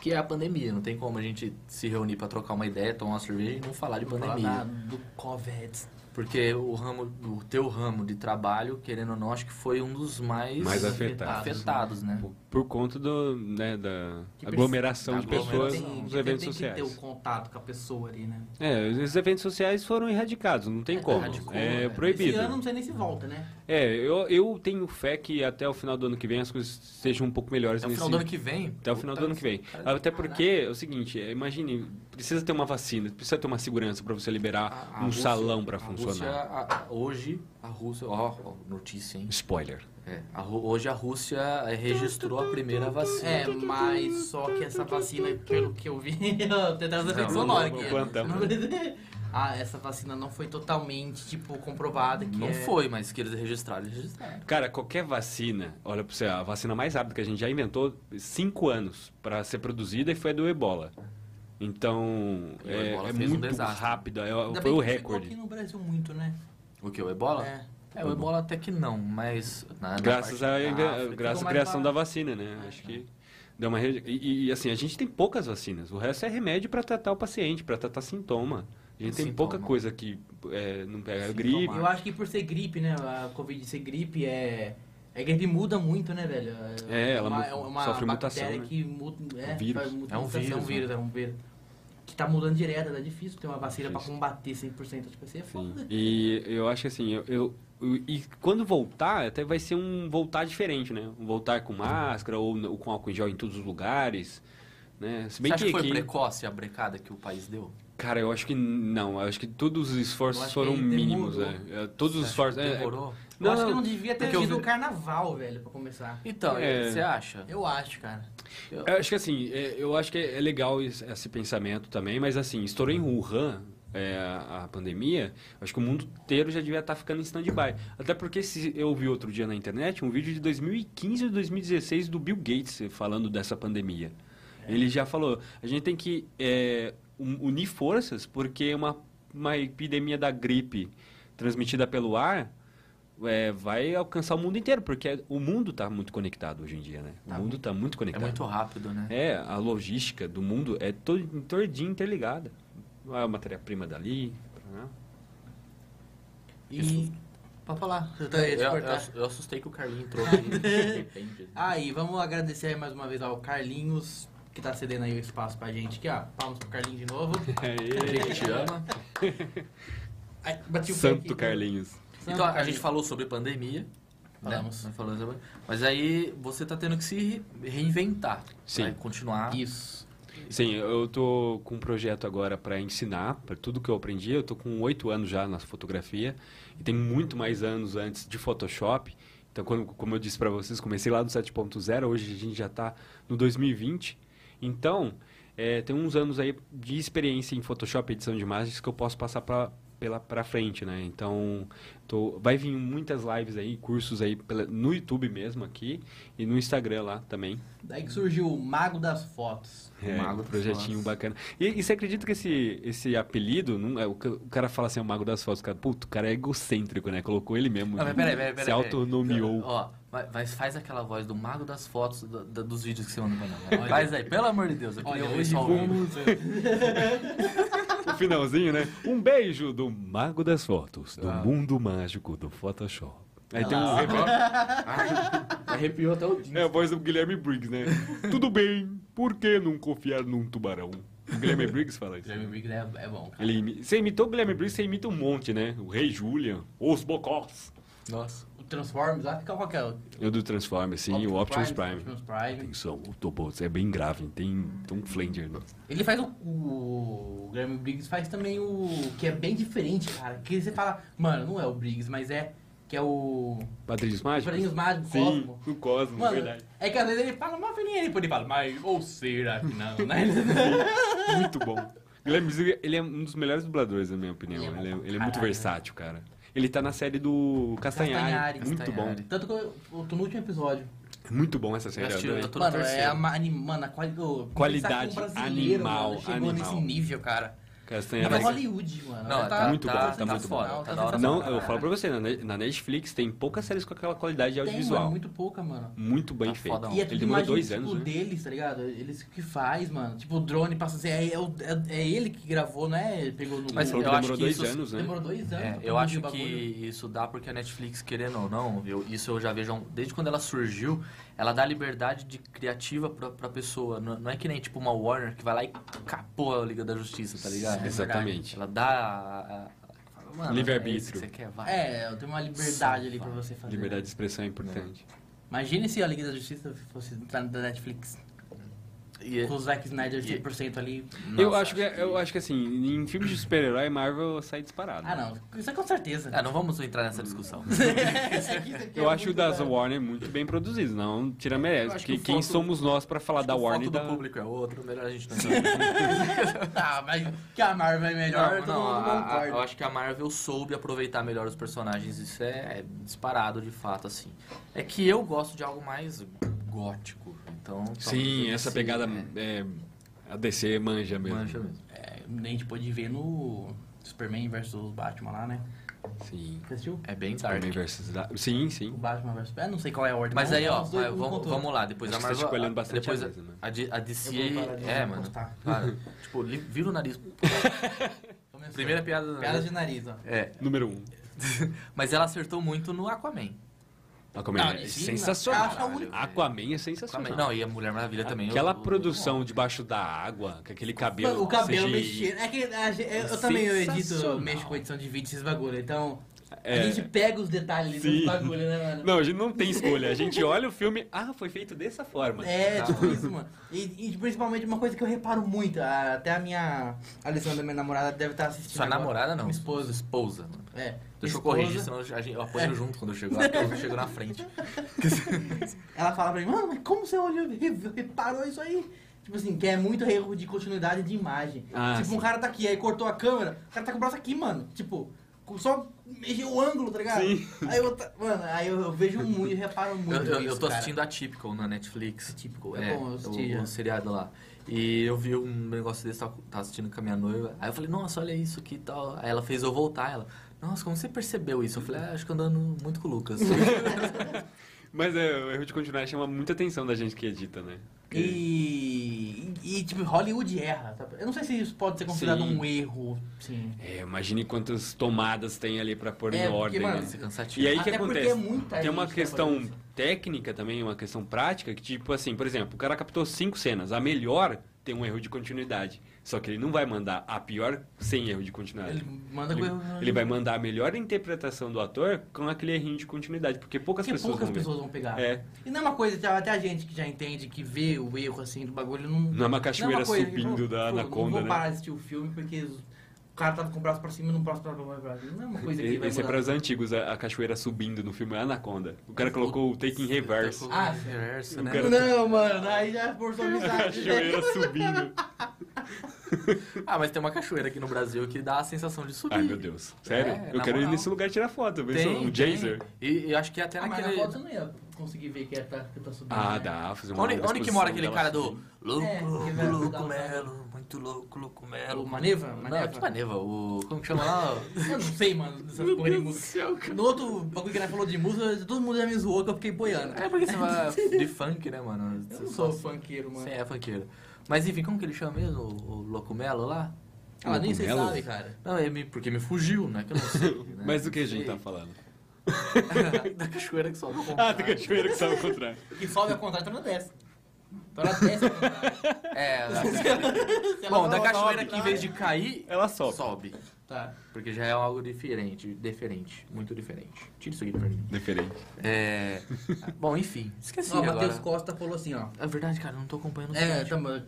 [SPEAKER 3] Que é a pandemia. Não tem como a gente se reunir pra trocar uma ideia, tomar uma cerveja e não falar de
[SPEAKER 2] Vamos falar
[SPEAKER 3] pandemia.
[SPEAKER 2] da- "Ah, do Covid.
[SPEAKER 3] Porque o ramo, o teu ramo de trabalho, querendo ou não, acho que foi um dos mais,
[SPEAKER 4] Mais afetado.
[SPEAKER 3] afetados, né?
[SPEAKER 4] Por- Tipo, Por conta do, né, da
[SPEAKER 2] Que
[SPEAKER 4] aglomeração de
[SPEAKER 3] precisa-
[SPEAKER 4] pessoas
[SPEAKER 3] aglomeração.
[SPEAKER 4] nos
[SPEAKER 2] você
[SPEAKER 4] eventos
[SPEAKER 2] tem
[SPEAKER 4] sociais.
[SPEAKER 2] que ter o contato com a pessoa ali, né? tá
[SPEAKER 4] É, os eventos sociais foram erradicados, não tem
[SPEAKER 3] É,
[SPEAKER 4] como.
[SPEAKER 3] erradicou,
[SPEAKER 4] é
[SPEAKER 3] né?
[SPEAKER 4] proibido.
[SPEAKER 2] Esse ano não sei nem se volta, né?
[SPEAKER 4] É, eu, eu tenho fé que até o final do ano que vem as coisas sejam um pouco melhores
[SPEAKER 3] Até o
[SPEAKER 4] nesse
[SPEAKER 3] final do ano que vem.
[SPEAKER 4] Até o final do ano que vem.
[SPEAKER 3] Cara,
[SPEAKER 4] Até porque é o seguinte, é, imagine, precisa ter uma vacina, precisa ter uma segurança pra você liberar
[SPEAKER 3] a- a
[SPEAKER 4] um
[SPEAKER 3] Rússia-
[SPEAKER 4] salão pra
[SPEAKER 3] a
[SPEAKER 4] funcionar.
[SPEAKER 3] Rússia, a- a- hoje, a Rússia. Ó, ó, notícia, hein?
[SPEAKER 4] Spoiler.
[SPEAKER 3] É, a Ru- hoje a Rússia eh, registrou a primeira vacina.
[SPEAKER 2] É, mas só que essa vacina, pelo que eu vi, [LAUGHS] tem até os efeitos
[SPEAKER 3] Não,
[SPEAKER 2] sonoros
[SPEAKER 4] não,
[SPEAKER 2] aqui.
[SPEAKER 4] quanta-
[SPEAKER 2] [LAUGHS] Ah, essa vacina não foi totalmente, tipo, comprovada que
[SPEAKER 3] Não
[SPEAKER 2] é-
[SPEAKER 3] foi, mas que eles registraram, eles registraram.
[SPEAKER 4] Cara, qualquer vacina, olha pra você, a vacina mais rápida que a gente já inventou, cinco anos pra ser produzida e foi a do Ebola. Então,
[SPEAKER 3] E o
[SPEAKER 4] é,
[SPEAKER 3] Ebola
[SPEAKER 4] é
[SPEAKER 3] fez um
[SPEAKER 4] muito
[SPEAKER 3] desastre.
[SPEAKER 4] rápida, é-
[SPEAKER 2] Ainda
[SPEAKER 4] foi
[SPEAKER 2] bem
[SPEAKER 4] o
[SPEAKER 2] que não chegou
[SPEAKER 4] recorde.
[SPEAKER 2] aqui no Brasil muito, né?
[SPEAKER 3] O que? O ebola?
[SPEAKER 2] É.
[SPEAKER 3] É, o ebola até que não, mas. na- na
[SPEAKER 4] Tá Graças,
[SPEAKER 3] parte
[SPEAKER 4] à
[SPEAKER 3] da
[SPEAKER 4] inve-
[SPEAKER 3] África,
[SPEAKER 4] graças à
[SPEAKER 2] mais É,
[SPEAKER 4] criação
[SPEAKER 2] barato.
[SPEAKER 4] da vacina, né? Acho que deu uma. re- E, e, assim, a gente tem poucas vacinas. O resto é remédio pra tratar o paciente, pra tratar sintoma. A gente tem
[SPEAKER 3] Sintoma.
[SPEAKER 4] pouca coisa que é, não pega
[SPEAKER 3] Sintoma.
[SPEAKER 4] gripe.
[SPEAKER 2] Eu acho que por ser gripe, né? A Covid ser gripe é. A gripe muda muito, né, velho?
[SPEAKER 4] É, ela
[SPEAKER 2] uma,
[SPEAKER 4] mu-
[SPEAKER 2] é uma
[SPEAKER 4] sofre
[SPEAKER 2] bactéria
[SPEAKER 4] mutação, né?
[SPEAKER 2] que muda. É,
[SPEAKER 4] Um vírus.
[SPEAKER 2] faz muita
[SPEAKER 3] É um
[SPEAKER 2] mutação,
[SPEAKER 3] vírus,
[SPEAKER 2] É um vírus, é um vírus. Que tá mudando direto, é difícil ter uma vacina pra
[SPEAKER 4] Difícil.
[SPEAKER 2] combater 100%. Tipo assim, é
[SPEAKER 4] Sim.
[SPEAKER 2] foda.
[SPEAKER 4] E eu acho que assim, eu, eu- eu- e quando voltar, até vai ser um voltar diferente, né? Um voltar com máscara ou, n- ou com álcool em gel em todos os lugares, né? Se bem
[SPEAKER 3] Você acha que foi
[SPEAKER 4] aqui-
[SPEAKER 3] precoce a brecada que o país deu?
[SPEAKER 4] cara, eu acho que não, eu acho que todos os
[SPEAKER 2] Eu
[SPEAKER 4] esforços
[SPEAKER 2] acho
[SPEAKER 4] foram
[SPEAKER 2] que demorou.
[SPEAKER 4] mínimos, né? É, Todos os
[SPEAKER 3] Você acha que
[SPEAKER 4] esforços, é, é-
[SPEAKER 3] Demorou?
[SPEAKER 2] Eu acho que não devia ter
[SPEAKER 3] porque eu
[SPEAKER 2] tido o
[SPEAKER 3] vi-
[SPEAKER 2] carnaval, velho, pra começar.
[SPEAKER 3] Então,
[SPEAKER 4] É.
[SPEAKER 3] você acha?
[SPEAKER 2] Eu acho, cara.
[SPEAKER 4] Eu acho que assim, é, eu acho que é é legal esse esse pensamento também, mas assim, estourou em Wuhan é, a a pandemia, acho que o mundo inteiro já devia estar ficando em stand-by. Até porque se eu vi outro dia na internet um vídeo de 2015 ou 2016 do Bill Gates falando dessa pandemia. Ele já falou, a gente tem que é, un- unir forças porque uma, uma epidemia da gripe transmitida pelo ar é, vai alcançar o mundo inteiro, porque o mundo está muito conectado hoje em dia, né? O
[SPEAKER 2] Tá
[SPEAKER 4] mundo está muito
[SPEAKER 3] É
[SPEAKER 4] conectado.
[SPEAKER 3] muito rápido, né?
[SPEAKER 4] É, a logística do mundo é to- todinha interligada. A matéria-prima dali. né?
[SPEAKER 2] E. Pode falar. Eu,
[SPEAKER 3] Eu, eu-
[SPEAKER 2] cortar.
[SPEAKER 3] eu assustei que o Carlinho entrou [LAUGHS] aqui. de repente.
[SPEAKER 2] Aí, vamos agradecer aí mais uma vez ao Carlinhos, que tá cedendo aí o espaço pra gente aqui, ó. Palmas pro Carlinhos de
[SPEAKER 4] [LAUGHS]
[SPEAKER 2] novo.
[SPEAKER 3] Ele é que te ama.
[SPEAKER 2] Ai, bati o pé aqui.
[SPEAKER 4] Santo Carlinhos.
[SPEAKER 2] Santo
[SPEAKER 3] Então, a
[SPEAKER 2] Carlinhos.
[SPEAKER 3] gente falou sobre pandemia. né?
[SPEAKER 2] Falamos.
[SPEAKER 3] Nós falamos sobre- Mas aí você tá tendo que se re- reinventar.
[SPEAKER 4] Sim.
[SPEAKER 3] Vai continuar.
[SPEAKER 2] Isso.
[SPEAKER 4] Sim, eu tô com um projeto agora para ensinar, para tudo que eu aprendi. Eu tô com oito anos já na fotografia e tem muito mais anos antes de Photoshop. Então, quando, como eu disse para vocês, comecei lá no 7.0, hoje a gente já está no 2020. Então, é, tem uns anos aí de experiência em Photoshop, edição de imagens, que eu posso passar para pela para frente, né? Então, tô- vai vir muitas lives aí, cursos aí pela- no YouTube mesmo aqui e no Instagram lá também.
[SPEAKER 2] Daí que surgiu o Mago das Fotos.
[SPEAKER 4] É,
[SPEAKER 3] Mago
[SPEAKER 4] um projetinho
[SPEAKER 3] das Fotos.
[SPEAKER 4] bacana. E, e você acredita que esse, esse apelido, não, é, o, ca- o cara fala assim, é o Mago das Fotos, o cara, puto, o cara é egocêntrico, né? Colocou ele mesmo.
[SPEAKER 3] Ah, mas
[SPEAKER 4] né?
[SPEAKER 3] peraí, peraí, peraí.
[SPEAKER 4] Se autonomeou.
[SPEAKER 3] Ó, vai- vai- faz aquela voz do mago das fotos do- do- dos vídeos que você manda pra nós. Faz aí, pelo amor de Deus. Eu queria
[SPEAKER 2] Olha,
[SPEAKER 3] ouvir
[SPEAKER 2] hoje
[SPEAKER 3] só o vídeo.
[SPEAKER 2] vamos...
[SPEAKER 4] No finalzinho, né? Um beijo do Mago das Fotos, do
[SPEAKER 3] Ah.
[SPEAKER 4] mundo mágico do Photoshop. Aí tem um
[SPEAKER 3] Ah.
[SPEAKER 4] revólver.
[SPEAKER 3] Arrepiou até o
[SPEAKER 4] É a voz do Guilherme Briggs, né? Tudo bem, por que não confiar num tubarão? O Guilherme Briggs fala isso.
[SPEAKER 2] Jeremy Briggs é, é bom, cara.
[SPEAKER 4] Ele imi- Você imitou o Guilherme Briggs, você imita um monte, né? O Rei Julian, os Bocós.
[SPEAKER 3] Nossa.
[SPEAKER 2] O Transformers lá fica qualquer...
[SPEAKER 4] Eu do Transformers, sim, o Optimus Prime.
[SPEAKER 2] Optimus Prime.
[SPEAKER 4] Atenção, o Tobots é bem grave, tem Tom Flanger. né?
[SPEAKER 2] Ele faz o. O Graham Briggs faz também o. Que é bem diferente, cara. Que você fala, mano, não é o Briggs, mas é. Que é o.
[SPEAKER 4] Padrinhos
[SPEAKER 2] Os
[SPEAKER 4] Mágicos?
[SPEAKER 2] Padrinhos Mágicos,
[SPEAKER 4] Sim,
[SPEAKER 2] Cosmo.
[SPEAKER 4] o Cosmo,
[SPEAKER 2] Mano, [LAUGHS]
[SPEAKER 4] verdade.
[SPEAKER 2] é que às vezes ele fala uma fininha, ele fala, mas ou será que não,
[SPEAKER 3] [LAUGHS]
[SPEAKER 2] né?
[SPEAKER 4] Muito bom. Guilherme Briggs, ele é um dos melhores dubladores, na minha opinião.
[SPEAKER 2] Ele é bom
[SPEAKER 4] Ele é,
[SPEAKER 2] pra
[SPEAKER 4] ele é muito
[SPEAKER 2] caralho.
[SPEAKER 4] versátil, cara. Ele tá na série do Castanhari.
[SPEAKER 2] Castanhari,
[SPEAKER 4] Muito
[SPEAKER 3] Castanhari.
[SPEAKER 2] Tanto que eu, eu tô no último episódio.
[SPEAKER 4] bom. Muito bom essa série.
[SPEAKER 3] Eu assisti,
[SPEAKER 4] eu adorei.
[SPEAKER 3] eu tô no
[SPEAKER 2] mano, é
[SPEAKER 3] terceiro.
[SPEAKER 2] a ma- anim, mano, a quali, o-
[SPEAKER 4] Qualidade
[SPEAKER 2] pensar que um brasileiro,
[SPEAKER 4] animal,
[SPEAKER 2] mano, chegou
[SPEAKER 4] animal.
[SPEAKER 2] nesse nível, cara. É
[SPEAKER 4] Castanhari.
[SPEAKER 3] mas-
[SPEAKER 2] Hollywood, mano.
[SPEAKER 3] Não,
[SPEAKER 2] Já
[SPEAKER 3] tá
[SPEAKER 4] muito bom, tá
[SPEAKER 2] sensacional,
[SPEAKER 4] muito bom.
[SPEAKER 3] Tá da hora.
[SPEAKER 4] Não,
[SPEAKER 2] sensacional,
[SPEAKER 4] eu falo pra
[SPEAKER 2] cara.
[SPEAKER 4] você, na Ne- na Netflix tem poucas séries com aquela qualidade
[SPEAKER 2] Tem,
[SPEAKER 4] audiovisual.
[SPEAKER 2] mano,
[SPEAKER 4] muito...
[SPEAKER 2] é muito pouca, mano.
[SPEAKER 4] bem
[SPEAKER 3] Tá
[SPEAKER 4] feito.
[SPEAKER 3] foda,
[SPEAKER 2] E é
[SPEAKER 4] Ele
[SPEAKER 2] tudo
[SPEAKER 4] demorou
[SPEAKER 2] imagem
[SPEAKER 4] dois
[SPEAKER 2] tipo,
[SPEAKER 4] anos, né?
[SPEAKER 2] deles, tá ligado? Eles que faz, mano. Tipo, o drone passa assim, é, é, o- é- é ele que gravou, não é? Ele pegou no
[SPEAKER 4] Mas
[SPEAKER 3] Mas
[SPEAKER 4] falou que
[SPEAKER 2] Google.
[SPEAKER 3] eu acho
[SPEAKER 4] demorou
[SPEAKER 3] que
[SPEAKER 4] dois
[SPEAKER 3] isso-
[SPEAKER 4] anos, né?
[SPEAKER 2] Demorou dois anos.
[SPEAKER 3] É,
[SPEAKER 2] pra
[SPEAKER 3] eu
[SPEAKER 2] produzir
[SPEAKER 3] acho
[SPEAKER 2] o
[SPEAKER 3] que
[SPEAKER 2] bagulho.
[SPEAKER 3] isso dá porque a Netflix, querendo ou não, eu- isso eu já vejo há um- desde quando ela surgiu, ela dá liberdade de criativa pra, pra pessoa. Não, não é que nem tipo uma Warner que vai lá e capou a Liga da Justiça, tá ligado?
[SPEAKER 4] Exatamente.
[SPEAKER 3] Ela dá a. a- a- mano,
[SPEAKER 4] Livre-arbítrio.
[SPEAKER 3] é isso que você quer, vai.
[SPEAKER 2] É, tem uma liberdade
[SPEAKER 3] Salva.
[SPEAKER 2] ali pra você fazer.
[SPEAKER 4] Liberdade de expressão é importante.
[SPEAKER 2] Imagina se a Liga da Justiça fosse da da Netflix.
[SPEAKER 3] E-
[SPEAKER 2] Com o Zack Snyder
[SPEAKER 3] E-
[SPEAKER 2] 100% ali.
[SPEAKER 4] eu,
[SPEAKER 3] Nossa,
[SPEAKER 4] acho que, eu acho que assim, em filmes de super-herói, Marvel sai disparado.
[SPEAKER 2] Ah, não. Isso é com certeza.
[SPEAKER 3] Ah, não vamos entrar nessa discussão.
[SPEAKER 2] Isso aqui- isso aqui
[SPEAKER 4] Eu
[SPEAKER 2] [LAUGHS] é
[SPEAKER 4] acho o
[SPEAKER 2] muito
[SPEAKER 4] das
[SPEAKER 2] da-
[SPEAKER 4] Warner muito bem produzido, não tira
[SPEAKER 3] Eu
[SPEAKER 4] merece.
[SPEAKER 3] acho
[SPEAKER 4] Porque
[SPEAKER 3] que o
[SPEAKER 4] quem
[SPEAKER 3] foco-
[SPEAKER 4] somos nós pra falar da
[SPEAKER 3] O foco
[SPEAKER 4] Warner e
[SPEAKER 3] do
[SPEAKER 4] da...
[SPEAKER 3] público é outro, melhor a gente
[SPEAKER 4] [LAUGHS]
[SPEAKER 3] não entrar.
[SPEAKER 2] Ah, mas que a Marvel é melhor,
[SPEAKER 3] não,
[SPEAKER 2] todo
[SPEAKER 3] não,
[SPEAKER 2] mundo
[SPEAKER 3] a- a-
[SPEAKER 2] concorda.
[SPEAKER 3] eu acho que a Marvel soube aproveitar melhor os personagens, isso é, é disparado de fato, assim. É que eu gosto de algo mais gótico, então... talvez
[SPEAKER 4] Sim,
[SPEAKER 3] eu
[SPEAKER 4] essa
[SPEAKER 3] decida,
[SPEAKER 4] pegada...
[SPEAKER 3] né?
[SPEAKER 4] É, a DC manja mesmo.
[SPEAKER 3] Mancha mesmo.
[SPEAKER 2] É, a gente pôde ver no Superman vs Batman lá, né?
[SPEAKER 4] Sim.
[SPEAKER 2] Você assistiu?
[SPEAKER 3] É bem dark.
[SPEAKER 4] Superman versus... da- Sim, sim.
[SPEAKER 2] O Batman vs. É, não sei qual é a ordem.
[SPEAKER 3] Mas aí, ó,
[SPEAKER 2] Os dois,
[SPEAKER 3] vai,
[SPEAKER 2] um
[SPEAKER 3] vamos,
[SPEAKER 2] contra o outro.
[SPEAKER 3] vamos lá, depois
[SPEAKER 4] Acho
[SPEAKER 3] a
[SPEAKER 4] que você tá
[SPEAKER 3] Marvel... ah,
[SPEAKER 4] escolhendo bastante
[SPEAKER 3] depois
[SPEAKER 4] a
[SPEAKER 3] a,
[SPEAKER 4] mesa, né?
[SPEAKER 3] a, D- a DC...
[SPEAKER 2] Eu vou parar de
[SPEAKER 3] É, mano.
[SPEAKER 2] encostar.
[SPEAKER 3] Para. [LAUGHS] tipo, li- vira o nariz.
[SPEAKER 2] Começou.
[SPEAKER 3] Primeira piada... do
[SPEAKER 2] Piada
[SPEAKER 3] nariz.
[SPEAKER 2] de nariz, ó.
[SPEAKER 3] É,
[SPEAKER 4] Número um.
[SPEAKER 3] mas ela acertou muito no Aquaman.
[SPEAKER 4] Aquaman
[SPEAKER 2] Ah,
[SPEAKER 4] é
[SPEAKER 2] sim,
[SPEAKER 4] sensacional.
[SPEAKER 2] acho a única-
[SPEAKER 4] Aquaman é
[SPEAKER 3] Aquaman.
[SPEAKER 4] sensacional.
[SPEAKER 3] Não, e a Mulher Maravilha também. eu-
[SPEAKER 4] Aquela
[SPEAKER 3] eu-
[SPEAKER 4] produção debaixo da água, com aquele cabelo. assim
[SPEAKER 2] Mano, o cabelo
[SPEAKER 4] CGI.
[SPEAKER 2] mexendo. É que a gente- eu, eu também eu edito, eu
[SPEAKER 4] Sensacional.
[SPEAKER 2] mexo com edição de vídeo esses bagulho. Então,
[SPEAKER 4] É.
[SPEAKER 2] a gente pega os detalhes
[SPEAKER 4] Sim.
[SPEAKER 2] dos bagulho, né, mano?
[SPEAKER 4] Não, a gente não tem escolha. A gente olha o filme, ah, foi feito dessa forma.
[SPEAKER 2] É,
[SPEAKER 3] Tá.
[SPEAKER 2] tipo isso, mano. E, e principalmente uma coisa que eu reparo muito, a- até a minha. A Alessandra, minha namorada, deve estar assistindo.
[SPEAKER 3] Sua
[SPEAKER 2] agora.
[SPEAKER 3] namorada não.
[SPEAKER 2] Minha esposa.
[SPEAKER 3] Esposa, mano.
[SPEAKER 2] É.
[SPEAKER 3] Deixa eu
[SPEAKER 2] Esposa. É.
[SPEAKER 3] corrigir, senão a gente- eu apanho junto quando eu chego lá, porque eu chego na
[SPEAKER 2] [LAUGHS]
[SPEAKER 3] frente.
[SPEAKER 2] Ela fala pra mim, mano, mas como você olhou, re- reparou isso aí? Tipo assim, que é muito erro de continuidade de imagem.
[SPEAKER 4] Ah,
[SPEAKER 2] tipo,
[SPEAKER 4] sim.
[SPEAKER 2] um cara tá aqui, aí cortou a câmera, o cara tá com o braço aqui, mano. Tipo, com- só mexeu o ângulo, tá ligado?
[SPEAKER 4] Sim.
[SPEAKER 2] Aí eu, ta- mano, aí eu, eu vejo muito e reparo
[SPEAKER 3] Eu,
[SPEAKER 2] muito
[SPEAKER 3] eu,
[SPEAKER 2] isso,
[SPEAKER 3] eu tô
[SPEAKER 2] cara.
[SPEAKER 3] assistindo a Typical na Netflix.
[SPEAKER 2] Atypical, é bom, eu assisti
[SPEAKER 3] o,
[SPEAKER 2] já.
[SPEAKER 3] o seriado lá. E eu vi um negócio desse, tava, tava assistindo com a minha noiva. Aí eu falei, nossa, olha isso aqui e tal. Aí ela fez eu voltar. Ela, nossa, como você percebeu isso? Eu falei, ah, acho que andando muito com o
[SPEAKER 2] [LAUGHS]
[SPEAKER 3] Lucas.
[SPEAKER 4] Mas é, o erro de continuar chama muita atenção da gente que edita, né?
[SPEAKER 2] E, e, tipo, Hollywood erra. sabe? Eu não sei se isso pode ser considerado
[SPEAKER 4] Sim.
[SPEAKER 2] um erro, sim.
[SPEAKER 4] É, imagine quantas tomadas tem ali pra pôr
[SPEAKER 2] É,
[SPEAKER 4] em
[SPEAKER 2] porque,
[SPEAKER 4] ordem.
[SPEAKER 2] mano,
[SPEAKER 4] né?
[SPEAKER 3] Isso é cansativo.
[SPEAKER 4] E aí o que
[SPEAKER 2] Até porque
[SPEAKER 4] acontece?
[SPEAKER 2] é muita
[SPEAKER 4] Tem
[SPEAKER 2] gente
[SPEAKER 4] uma
[SPEAKER 2] trabalhando
[SPEAKER 4] questão
[SPEAKER 2] nisso.
[SPEAKER 4] técnica também, uma questão prática, que tipo assim, por exemplo, o cara captou cinco cenas, a melhor tem um erro de continuidade. Só que ele não vai mandar a pior sem erro de continuidade.
[SPEAKER 2] Ele manda com
[SPEAKER 4] É. ele,
[SPEAKER 2] erro-
[SPEAKER 4] ele vai mandar a melhor interpretação do ator com aquele errinho de continuidade, porque poucas
[SPEAKER 2] Porque
[SPEAKER 4] pessoas
[SPEAKER 2] poucas
[SPEAKER 4] vão ver.
[SPEAKER 2] pessoas vão pegar.
[SPEAKER 4] É.
[SPEAKER 2] E não é uma coisa, já- até a gente que já entende, que vê o erro assim do bagulho, não.
[SPEAKER 4] Não é uma cachoeira
[SPEAKER 2] uma coisa que,
[SPEAKER 4] subindo
[SPEAKER 2] pô,
[SPEAKER 4] da
[SPEAKER 2] pô, Não
[SPEAKER 4] anaconda,
[SPEAKER 2] vou parar
[SPEAKER 4] né?
[SPEAKER 2] de assistir o filme porque os- o cara tá com o braço pra cima e não passa pra baixo. Não é uma coisa que vai
[SPEAKER 4] Esse é
[SPEAKER 2] mudar.
[SPEAKER 4] para os antigos, a, a cachoeira subindo no filme é Anaconda. O cara colocou o take in reverse.
[SPEAKER 2] Ah,
[SPEAKER 3] Ah, reverso, né?
[SPEAKER 4] cara- [LAUGHS]
[SPEAKER 2] Não, mano, aí já forçou a amizade. né?
[SPEAKER 4] cachoeira subindo.
[SPEAKER 3] Ah, mas tem uma cachoeira aqui no Brasil que dá a sensação de subir.
[SPEAKER 4] Ai, meu Deus. Sério?
[SPEAKER 3] É,
[SPEAKER 4] eu
[SPEAKER 3] na
[SPEAKER 4] quero ir
[SPEAKER 3] moral.
[SPEAKER 4] nesse lugar tirar foto. ver se eu-
[SPEAKER 3] Tem,
[SPEAKER 4] um
[SPEAKER 3] tem.
[SPEAKER 4] Jazer.
[SPEAKER 3] E eu acho que é até
[SPEAKER 2] Ah, mas na
[SPEAKER 3] naquele...
[SPEAKER 2] foto eu não ia conseguir ver que ia tá, que tá subindo.
[SPEAKER 4] Ah,
[SPEAKER 2] né?
[SPEAKER 4] dá. Fazer uma
[SPEAKER 3] Onde,
[SPEAKER 4] longa
[SPEAKER 3] onde que mora
[SPEAKER 4] exposição
[SPEAKER 3] aquele
[SPEAKER 4] dela assim.
[SPEAKER 3] cara do louco,
[SPEAKER 2] É, que vai
[SPEAKER 3] louco,
[SPEAKER 2] dar
[SPEAKER 3] louco
[SPEAKER 2] uma-
[SPEAKER 3] melo, muito louco, louco melo.
[SPEAKER 2] O Maneva? Maneva?
[SPEAKER 3] Não, que Maneva? O... Como que chama
[SPEAKER 2] [LAUGHS]
[SPEAKER 3] lá?
[SPEAKER 2] Eu não sei, mano, dessas porra de música. No outro bagulho que nós falou de música, todo mundo já me zoou que [LAUGHS] eu fiquei boiando.
[SPEAKER 3] É porque você vai de funk, né, mano?
[SPEAKER 2] Eu
[SPEAKER 3] Você
[SPEAKER 2] não
[SPEAKER 3] só-
[SPEAKER 2] sou funkeiro, mano.
[SPEAKER 3] Você é funkeiro. Mas enfim, como que ele chama mesmo? O, o Locumelo lá?
[SPEAKER 2] Ela nem sei
[SPEAKER 4] Cogumelo?
[SPEAKER 2] sabe, cara.
[SPEAKER 3] Não, é me- porque me fugiu, né? Que eu não
[SPEAKER 2] [LAUGHS]
[SPEAKER 3] sei. né?
[SPEAKER 4] Mas do que a
[SPEAKER 3] Não
[SPEAKER 4] gente
[SPEAKER 3] sei.
[SPEAKER 4] tá falando?
[SPEAKER 2] então?
[SPEAKER 3] [LAUGHS] da cachoeira que sobe.
[SPEAKER 4] Ah,
[SPEAKER 3] né?
[SPEAKER 4] do cachoeira que sabe o contrário.
[SPEAKER 2] Que sobe a contrário, então ela desce. Então ela desce [LAUGHS] ao contrário.
[SPEAKER 3] É, da-
[SPEAKER 2] Se ela
[SPEAKER 3] bom, da
[SPEAKER 2] não
[SPEAKER 3] cachoeira
[SPEAKER 2] sobe,
[SPEAKER 3] que em vez de cair,
[SPEAKER 4] Ela sobe.
[SPEAKER 3] sobe.
[SPEAKER 2] Tá.
[SPEAKER 3] Porque já é algo diferente, diferente, muito diferente. Tira isso aqui pra mim.
[SPEAKER 4] Diferente.
[SPEAKER 3] É. bom, enfim. Esqueci
[SPEAKER 2] Ó, o
[SPEAKER 3] agora.
[SPEAKER 2] Matheus Costa falou assim, ó.
[SPEAKER 3] É verdade, cara, eu não tô acompanhando o
[SPEAKER 2] É,
[SPEAKER 3] site.
[SPEAKER 2] tamo,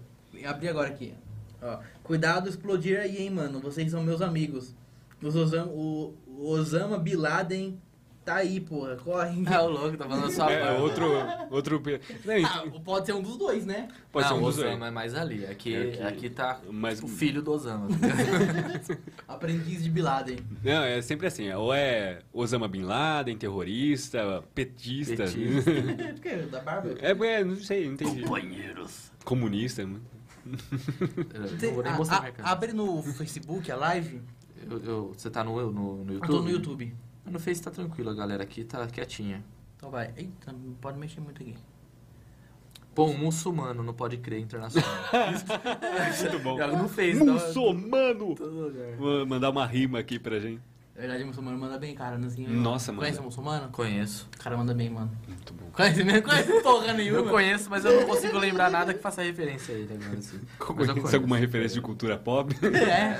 [SPEAKER 2] abri agora aqui. Ó, cuidado explodir aí, hein, mano. Vocês são meus amigos. Os Osama, o, o Osama Bin Laden tá aí, porra. Corre.
[SPEAKER 3] [LAUGHS] É o louco, tá falando só
[SPEAKER 4] É, outro. outro... Não,
[SPEAKER 2] [LAUGHS] Ah,
[SPEAKER 4] então,
[SPEAKER 2] pode ser um dos dois, né?
[SPEAKER 4] pode
[SPEAKER 3] não,
[SPEAKER 4] ser um
[SPEAKER 3] o
[SPEAKER 4] dos dois.
[SPEAKER 3] Osama é mais ali. Aqui,
[SPEAKER 4] É aqui.
[SPEAKER 3] aqui tá
[SPEAKER 4] Mas-
[SPEAKER 3] o filho do Osama. tá
[SPEAKER 4] [LAUGHS]
[SPEAKER 2] Aprendiz de Bin Laden. [LAUGHS]
[SPEAKER 4] Não, é sempre assim. Ou é Osama Bin Laden, terrorista, petista.
[SPEAKER 3] Petista.
[SPEAKER 2] Porque da barba.
[SPEAKER 4] É, é, não sei, não entendi.
[SPEAKER 3] Companheiros.
[SPEAKER 4] Comunista, é mano.
[SPEAKER 3] Eu
[SPEAKER 2] Cê-
[SPEAKER 3] não vou nem
[SPEAKER 2] Ah, a-
[SPEAKER 3] mostrar
[SPEAKER 2] a-
[SPEAKER 3] minha cara.
[SPEAKER 2] abre no Facebook a live.
[SPEAKER 3] Eu- eu- você tá no, no, no
[SPEAKER 2] Eu
[SPEAKER 3] YouTube?
[SPEAKER 2] tô no YouTube.
[SPEAKER 3] No Face tá tranquilo, a galera aqui tá quietinha.
[SPEAKER 2] Então vai. Eita, não pode mexer muito aqui.
[SPEAKER 3] Pô, um muçulmano não pode crer internacional.
[SPEAKER 4] Muito [LAUGHS] bom.
[SPEAKER 3] Ela não fez, então não.
[SPEAKER 4] Muçulmano!
[SPEAKER 3] Todo lugar.
[SPEAKER 4] Vou mandar uma rima aqui pra gente.
[SPEAKER 2] Na verdade, o muçulmano manda bem, cara. Assim,
[SPEAKER 4] Nossa, mano.
[SPEAKER 2] Conhece o muçulmano?
[SPEAKER 3] Conheço.
[SPEAKER 2] O cara manda bem, mano.
[SPEAKER 4] Muito bom.
[SPEAKER 2] Conhece
[SPEAKER 4] [LAUGHS]
[SPEAKER 2] mesmo? Conhece porra né?
[SPEAKER 3] Eu
[SPEAKER 2] nenhuma.
[SPEAKER 3] conheço, mas eu não consigo lembrar nada que faça referência a ele agora, assim. Mas eu
[SPEAKER 4] Conhece é alguma referência de cultura
[SPEAKER 3] [LAUGHS]
[SPEAKER 4] pop?
[SPEAKER 2] É.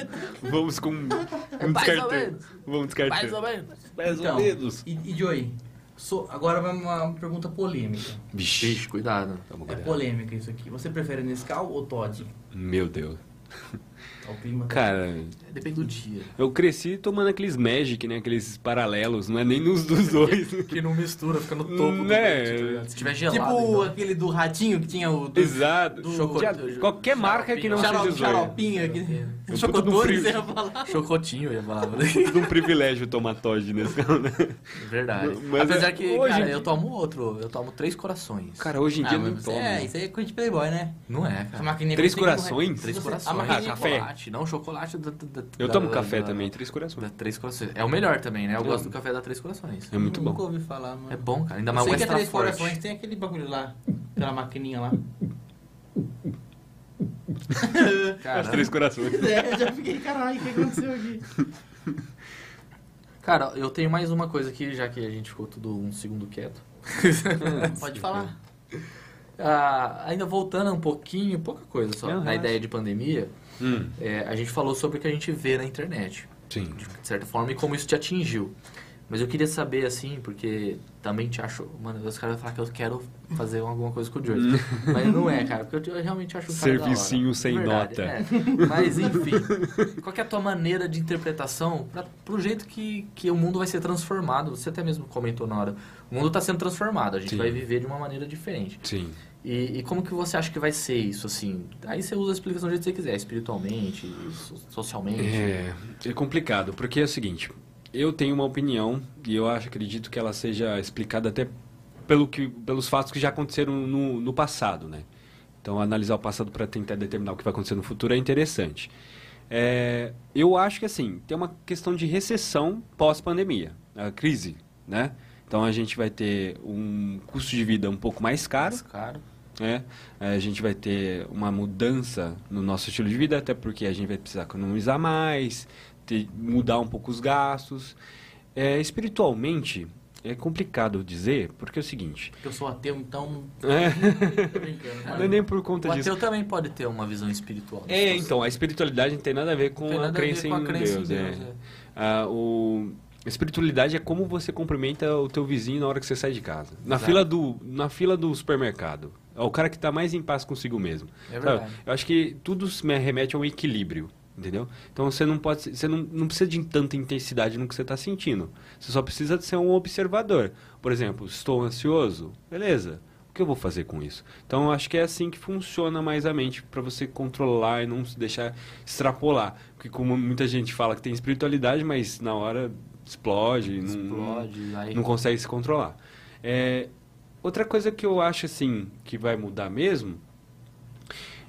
[SPEAKER 4] [LAUGHS] Vamos com um descartando.
[SPEAKER 3] É menos.
[SPEAKER 4] Vamos descartando.
[SPEAKER 3] Mais ou menos.
[SPEAKER 4] Mais
[SPEAKER 2] Então, E, e Joey, sou- agora vai uma pergunta polêmica.
[SPEAKER 4] Vixe.
[SPEAKER 3] Vixe, cuidado.
[SPEAKER 4] Vamos
[SPEAKER 2] É
[SPEAKER 4] cuidar.
[SPEAKER 2] polêmica isso aqui. Você prefere Nescau ou Todd?
[SPEAKER 4] Meu Deus.
[SPEAKER 2] Tá, O clima tá-
[SPEAKER 4] Cara,
[SPEAKER 3] Depende do dia.
[SPEAKER 4] eu cresci tomando aqueles Magic, né? Aqueles paralelos, não é nem nos dos
[SPEAKER 3] [LAUGHS]
[SPEAKER 4] dois. [LAUGHS]
[SPEAKER 3] Que não mistura, fica no
[SPEAKER 4] topo do
[SPEAKER 3] né?
[SPEAKER 4] leite, tá ligado?
[SPEAKER 3] Se tiver
[SPEAKER 2] Tipo
[SPEAKER 3] gelado. então.
[SPEAKER 2] aquele do ratinho que tinha o... Do,
[SPEAKER 4] Exato.
[SPEAKER 2] do-
[SPEAKER 3] Chocolate.
[SPEAKER 4] Qualquer marca que não
[SPEAKER 3] Xarope,
[SPEAKER 4] seja
[SPEAKER 2] xarop,
[SPEAKER 4] os dois.
[SPEAKER 2] xaropinho aqui.
[SPEAKER 4] É.
[SPEAKER 2] [LAUGHS]
[SPEAKER 4] Eu tô todo
[SPEAKER 2] Chocotone,
[SPEAKER 4] frio.
[SPEAKER 2] você ia falar.
[SPEAKER 3] Chocotinho, eu ia falar. né?
[SPEAKER 4] Tudo um privilégio tomar Todd nesse canal,
[SPEAKER 3] [LAUGHS]
[SPEAKER 4] né?
[SPEAKER 3] Verdade.
[SPEAKER 4] Mas
[SPEAKER 3] Apesar
[SPEAKER 4] é-
[SPEAKER 3] que,
[SPEAKER 4] hoje-
[SPEAKER 3] cara, eu tomo outro. Eu tomo três corações.
[SPEAKER 4] Cara, hoje em dia
[SPEAKER 2] Ah, mas
[SPEAKER 4] não
[SPEAKER 2] você-
[SPEAKER 4] toma.
[SPEAKER 2] É, isso aí é coisa de playboy, né?
[SPEAKER 3] Não é,
[SPEAKER 2] Essa
[SPEAKER 3] cara.
[SPEAKER 2] maquininha
[SPEAKER 4] Tá. Três
[SPEAKER 2] você tem que correr.
[SPEAKER 4] corações?
[SPEAKER 3] Três
[SPEAKER 2] Você-
[SPEAKER 3] corações.
[SPEAKER 2] a maquininha-
[SPEAKER 4] Ah, café.
[SPEAKER 3] Chocolate, não chocolate da, da- da-
[SPEAKER 4] Eu
[SPEAKER 3] da-
[SPEAKER 4] tomo
[SPEAKER 3] da-
[SPEAKER 4] café
[SPEAKER 3] da-
[SPEAKER 4] também, três corações.
[SPEAKER 3] Da Três Corações. É o melhor também, né? Eu
[SPEAKER 4] Sim.
[SPEAKER 3] gosto do café da Três Corações.
[SPEAKER 2] Tá.
[SPEAKER 4] É muito
[SPEAKER 2] Nunca
[SPEAKER 4] bom.
[SPEAKER 2] ouvi falar, mano.
[SPEAKER 3] É bom, cara. Ainda
[SPEAKER 2] Eu
[SPEAKER 3] mais o
[SPEAKER 2] sei que é
[SPEAKER 3] extra
[SPEAKER 2] três
[SPEAKER 3] forte.
[SPEAKER 2] corações, tem aquele bagulho lá, aquela maquininha lá.
[SPEAKER 4] As
[SPEAKER 3] Cara,
[SPEAKER 4] né? três corações.
[SPEAKER 2] [LAUGHS] é, eu já fiquei, caralho, o que aconteceu aqui?
[SPEAKER 3] cara, eu tenho mais uma coisa aqui, já que a gente ficou tudo um segundo
[SPEAKER 4] [LAUGHS]
[SPEAKER 3] quieto.
[SPEAKER 2] Pode falar.
[SPEAKER 3] Ah, ainda voltando um pouquinho, pouca coisa só,
[SPEAKER 4] Não,
[SPEAKER 3] na
[SPEAKER 4] relaxa.
[SPEAKER 3] ideia de pandemia,
[SPEAKER 4] Hum,
[SPEAKER 3] é, a gente falou sobre o que a gente vê na internet,
[SPEAKER 4] sim.
[SPEAKER 3] de certa forma, e como isso te atingiu. Mas eu queria saber, assim, porque também te acho... Mano, os caras vão falar que eu quero fazer alguma coisa com o Joey.
[SPEAKER 4] [LAUGHS]
[SPEAKER 3] Mas não é, cara, porque eu, eu realmente acho um cara da hora.
[SPEAKER 4] Servicinho sem
[SPEAKER 3] Verdade,
[SPEAKER 4] nota.
[SPEAKER 3] é. Mas, enfim, qual que é a tua maneira de interpretação pra, pro jeito que, que o mundo vai ser transformado? Você até mesmo comentou na hora. O mundo tá sendo transformado, a gente
[SPEAKER 4] Sim.
[SPEAKER 3] vai viver de uma maneira diferente.
[SPEAKER 4] Sim.
[SPEAKER 3] E, e como que você acha que vai ser isso, assim? Aí você usa a explicação do jeito que você quiser, espiritualmente, so- socialmente.
[SPEAKER 4] É, é complicado, porque é o seguinte, eu tenho uma opinião e eu acho, acredito que ela seja explicada até pelo que, pelos fatos que já aconteceram no, no passado, né? Então, analisar o passado para tentar determinar o que vai acontecer no futuro é interessante. É, eu acho que, assim, tem uma questão de recessão pós-pandemia, a crise, né? Então, a gente vai ter um custo de vida um pouco mais caro,
[SPEAKER 3] Caro.
[SPEAKER 4] né? A gente vai ter uma mudança no nosso estilo de vida, até porque a gente vai precisar economizar mais, ter- mudar um pouco os gastos. É, espiritualmente, é complicado dizer, porque é o seguinte.
[SPEAKER 2] Porque eu sou ateu, então.
[SPEAKER 4] É,
[SPEAKER 3] [LAUGHS]
[SPEAKER 2] Tô brincando.
[SPEAKER 4] não é nem por conta
[SPEAKER 3] O
[SPEAKER 4] disso.
[SPEAKER 3] ateu também pode ter uma visão espiritual. da
[SPEAKER 4] É,
[SPEAKER 3] situação.
[SPEAKER 4] então, a espiritualidade não tem nada a ver com
[SPEAKER 3] um Tem nada
[SPEAKER 4] a
[SPEAKER 3] a ver
[SPEAKER 4] crença,
[SPEAKER 3] com a
[SPEAKER 4] em,
[SPEAKER 3] crença em
[SPEAKER 4] Deus,
[SPEAKER 3] Deus,
[SPEAKER 4] é.
[SPEAKER 3] é.
[SPEAKER 4] Ah, o- A espiritualidade é como você cumprimenta o teu vizinho na hora que você sai de casa. Na,
[SPEAKER 3] Exato.
[SPEAKER 4] fila do, na fila do supermercado. É o cara que está mais em paz consigo mesmo.
[SPEAKER 3] É
[SPEAKER 4] Sabe?
[SPEAKER 3] verdade.
[SPEAKER 4] Eu acho que tudo se me remete a um equilíbrio, entendeu? Então você não pode, ser- você não, não precisa de tanta intensidade no que você tá está sentindo. Você só precisa de ser um observador. Por exemplo, estou ansioso, beleza? que eu vou fazer com isso? Então, eu acho que é assim que funciona mais a mente, para você controlar e não se deixar extrapolar. Porque como muita gente fala que tem espiritualidade, mas na hora explode, É, não-
[SPEAKER 3] Explode, aí...
[SPEAKER 4] não consegue se controlar. É, outra coisa que eu acho assim que vai mudar mesmo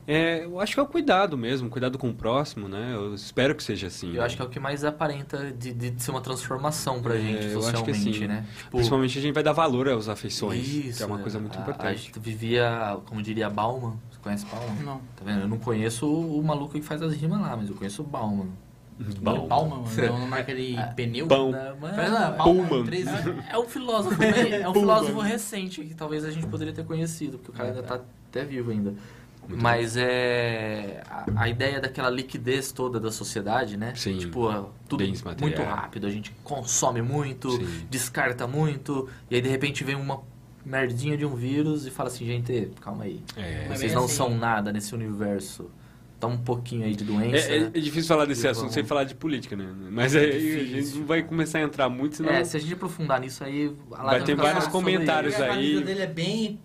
[SPEAKER 4] é, eu acho que é o cuidado mesmo, cuidado com o próximo, né? Eu espero que seja assim.
[SPEAKER 3] Eu acho que é o que mais aparenta de, de ser uma transformação pra
[SPEAKER 4] É,
[SPEAKER 3] gente
[SPEAKER 4] eu acho que
[SPEAKER 3] socialmente,
[SPEAKER 4] sim.
[SPEAKER 3] né? Tipo,
[SPEAKER 4] Principalmente a gente vai dar valor às afeições, que é uma
[SPEAKER 3] né?
[SPEAKER 4] coisa muito
[SPEAKER 3] A- A
[SPEAKER 4] importante.
[SPEAKER 3] gente vivia, como diria Bauman. Você conhece Bauman?
[SPEAKER 2] Não.
[SPEAKER 3] Tá vendo? Eu não conheço o maluco que faz as rimas lá, mas eu conheço o Bauman.
[SPEAKER 4] Bom.
[SPEAKER 2] Palma, mano. É uma
[SPEAKER 4] [LAUGHS]
[SPEAKER 2] marca de pneu.
[SPEAKER 4] Bom.
[SPEAKER 3] [LAUGHS] Da- mas-
[SPEAKER 2] Faz uma
[SPEAKER 4] Pullman.
[SPEAKER 2] palma, 13.
[SPEAKER 3] É um filósofo, né? é um filósofo recente que talvez a gente poderia ter conhecido, porque o cara ainda tá até vivo ainda. Mas é a, a ideia daquela liquidez toda da sociedade, né?
[SPEAKER 4] Sim.
[SPEAKER 3] Tipo, é tudo
[SPEAKER 4] Bens
[SPEAKER 3] muito
[SPEAKER 4] materiais.
[SPEAKER 3] rápido, a gente consome muito,
[SPEAKER 4] Sim.
[SPEAKER 3] descarta muito, e aí de repente vem uma merdinha de um vírus e fala assim, gente, calma aí.
[SPEAKER 4] É.
[SPEAKER 2] Mas
[SPEAKER 3] Vocês
[SPEAKER 2] bem
[SPEAKER 3] não
[SPEAKER 2] assim.
[SPEAKER 3] são nada nesse universo. Tá um pouquinho aí de doença.
[SPEAKER 4] É, é-
[SPEAKER 3] né?
[SPEAKER 4] é difícil falar desse
[SPEAKER 3] E
[SPEAKER 4] assunto
[SPEAKER 3] vamos-
[SPEAKER 4] sem falar de política, né? Mas aí a gente
[SPEAKER 3] difícil.
[SPEAKER 4] não vai começar a entrar muito, senão.
[SPEAKER 3] É, se a gente aprofundar nisso aí, a
[SPEAKER 4] Vai ter
[SPEAKER 3] Latam
[SPEAKER 4] vários
[SPEAKER 3] falar sobre
[SPEAKER 4] comentários
[SPEAKER 2] Porque a camisa
[SPEAKER 4] aí.
[SPEAKER 2] dele é bem.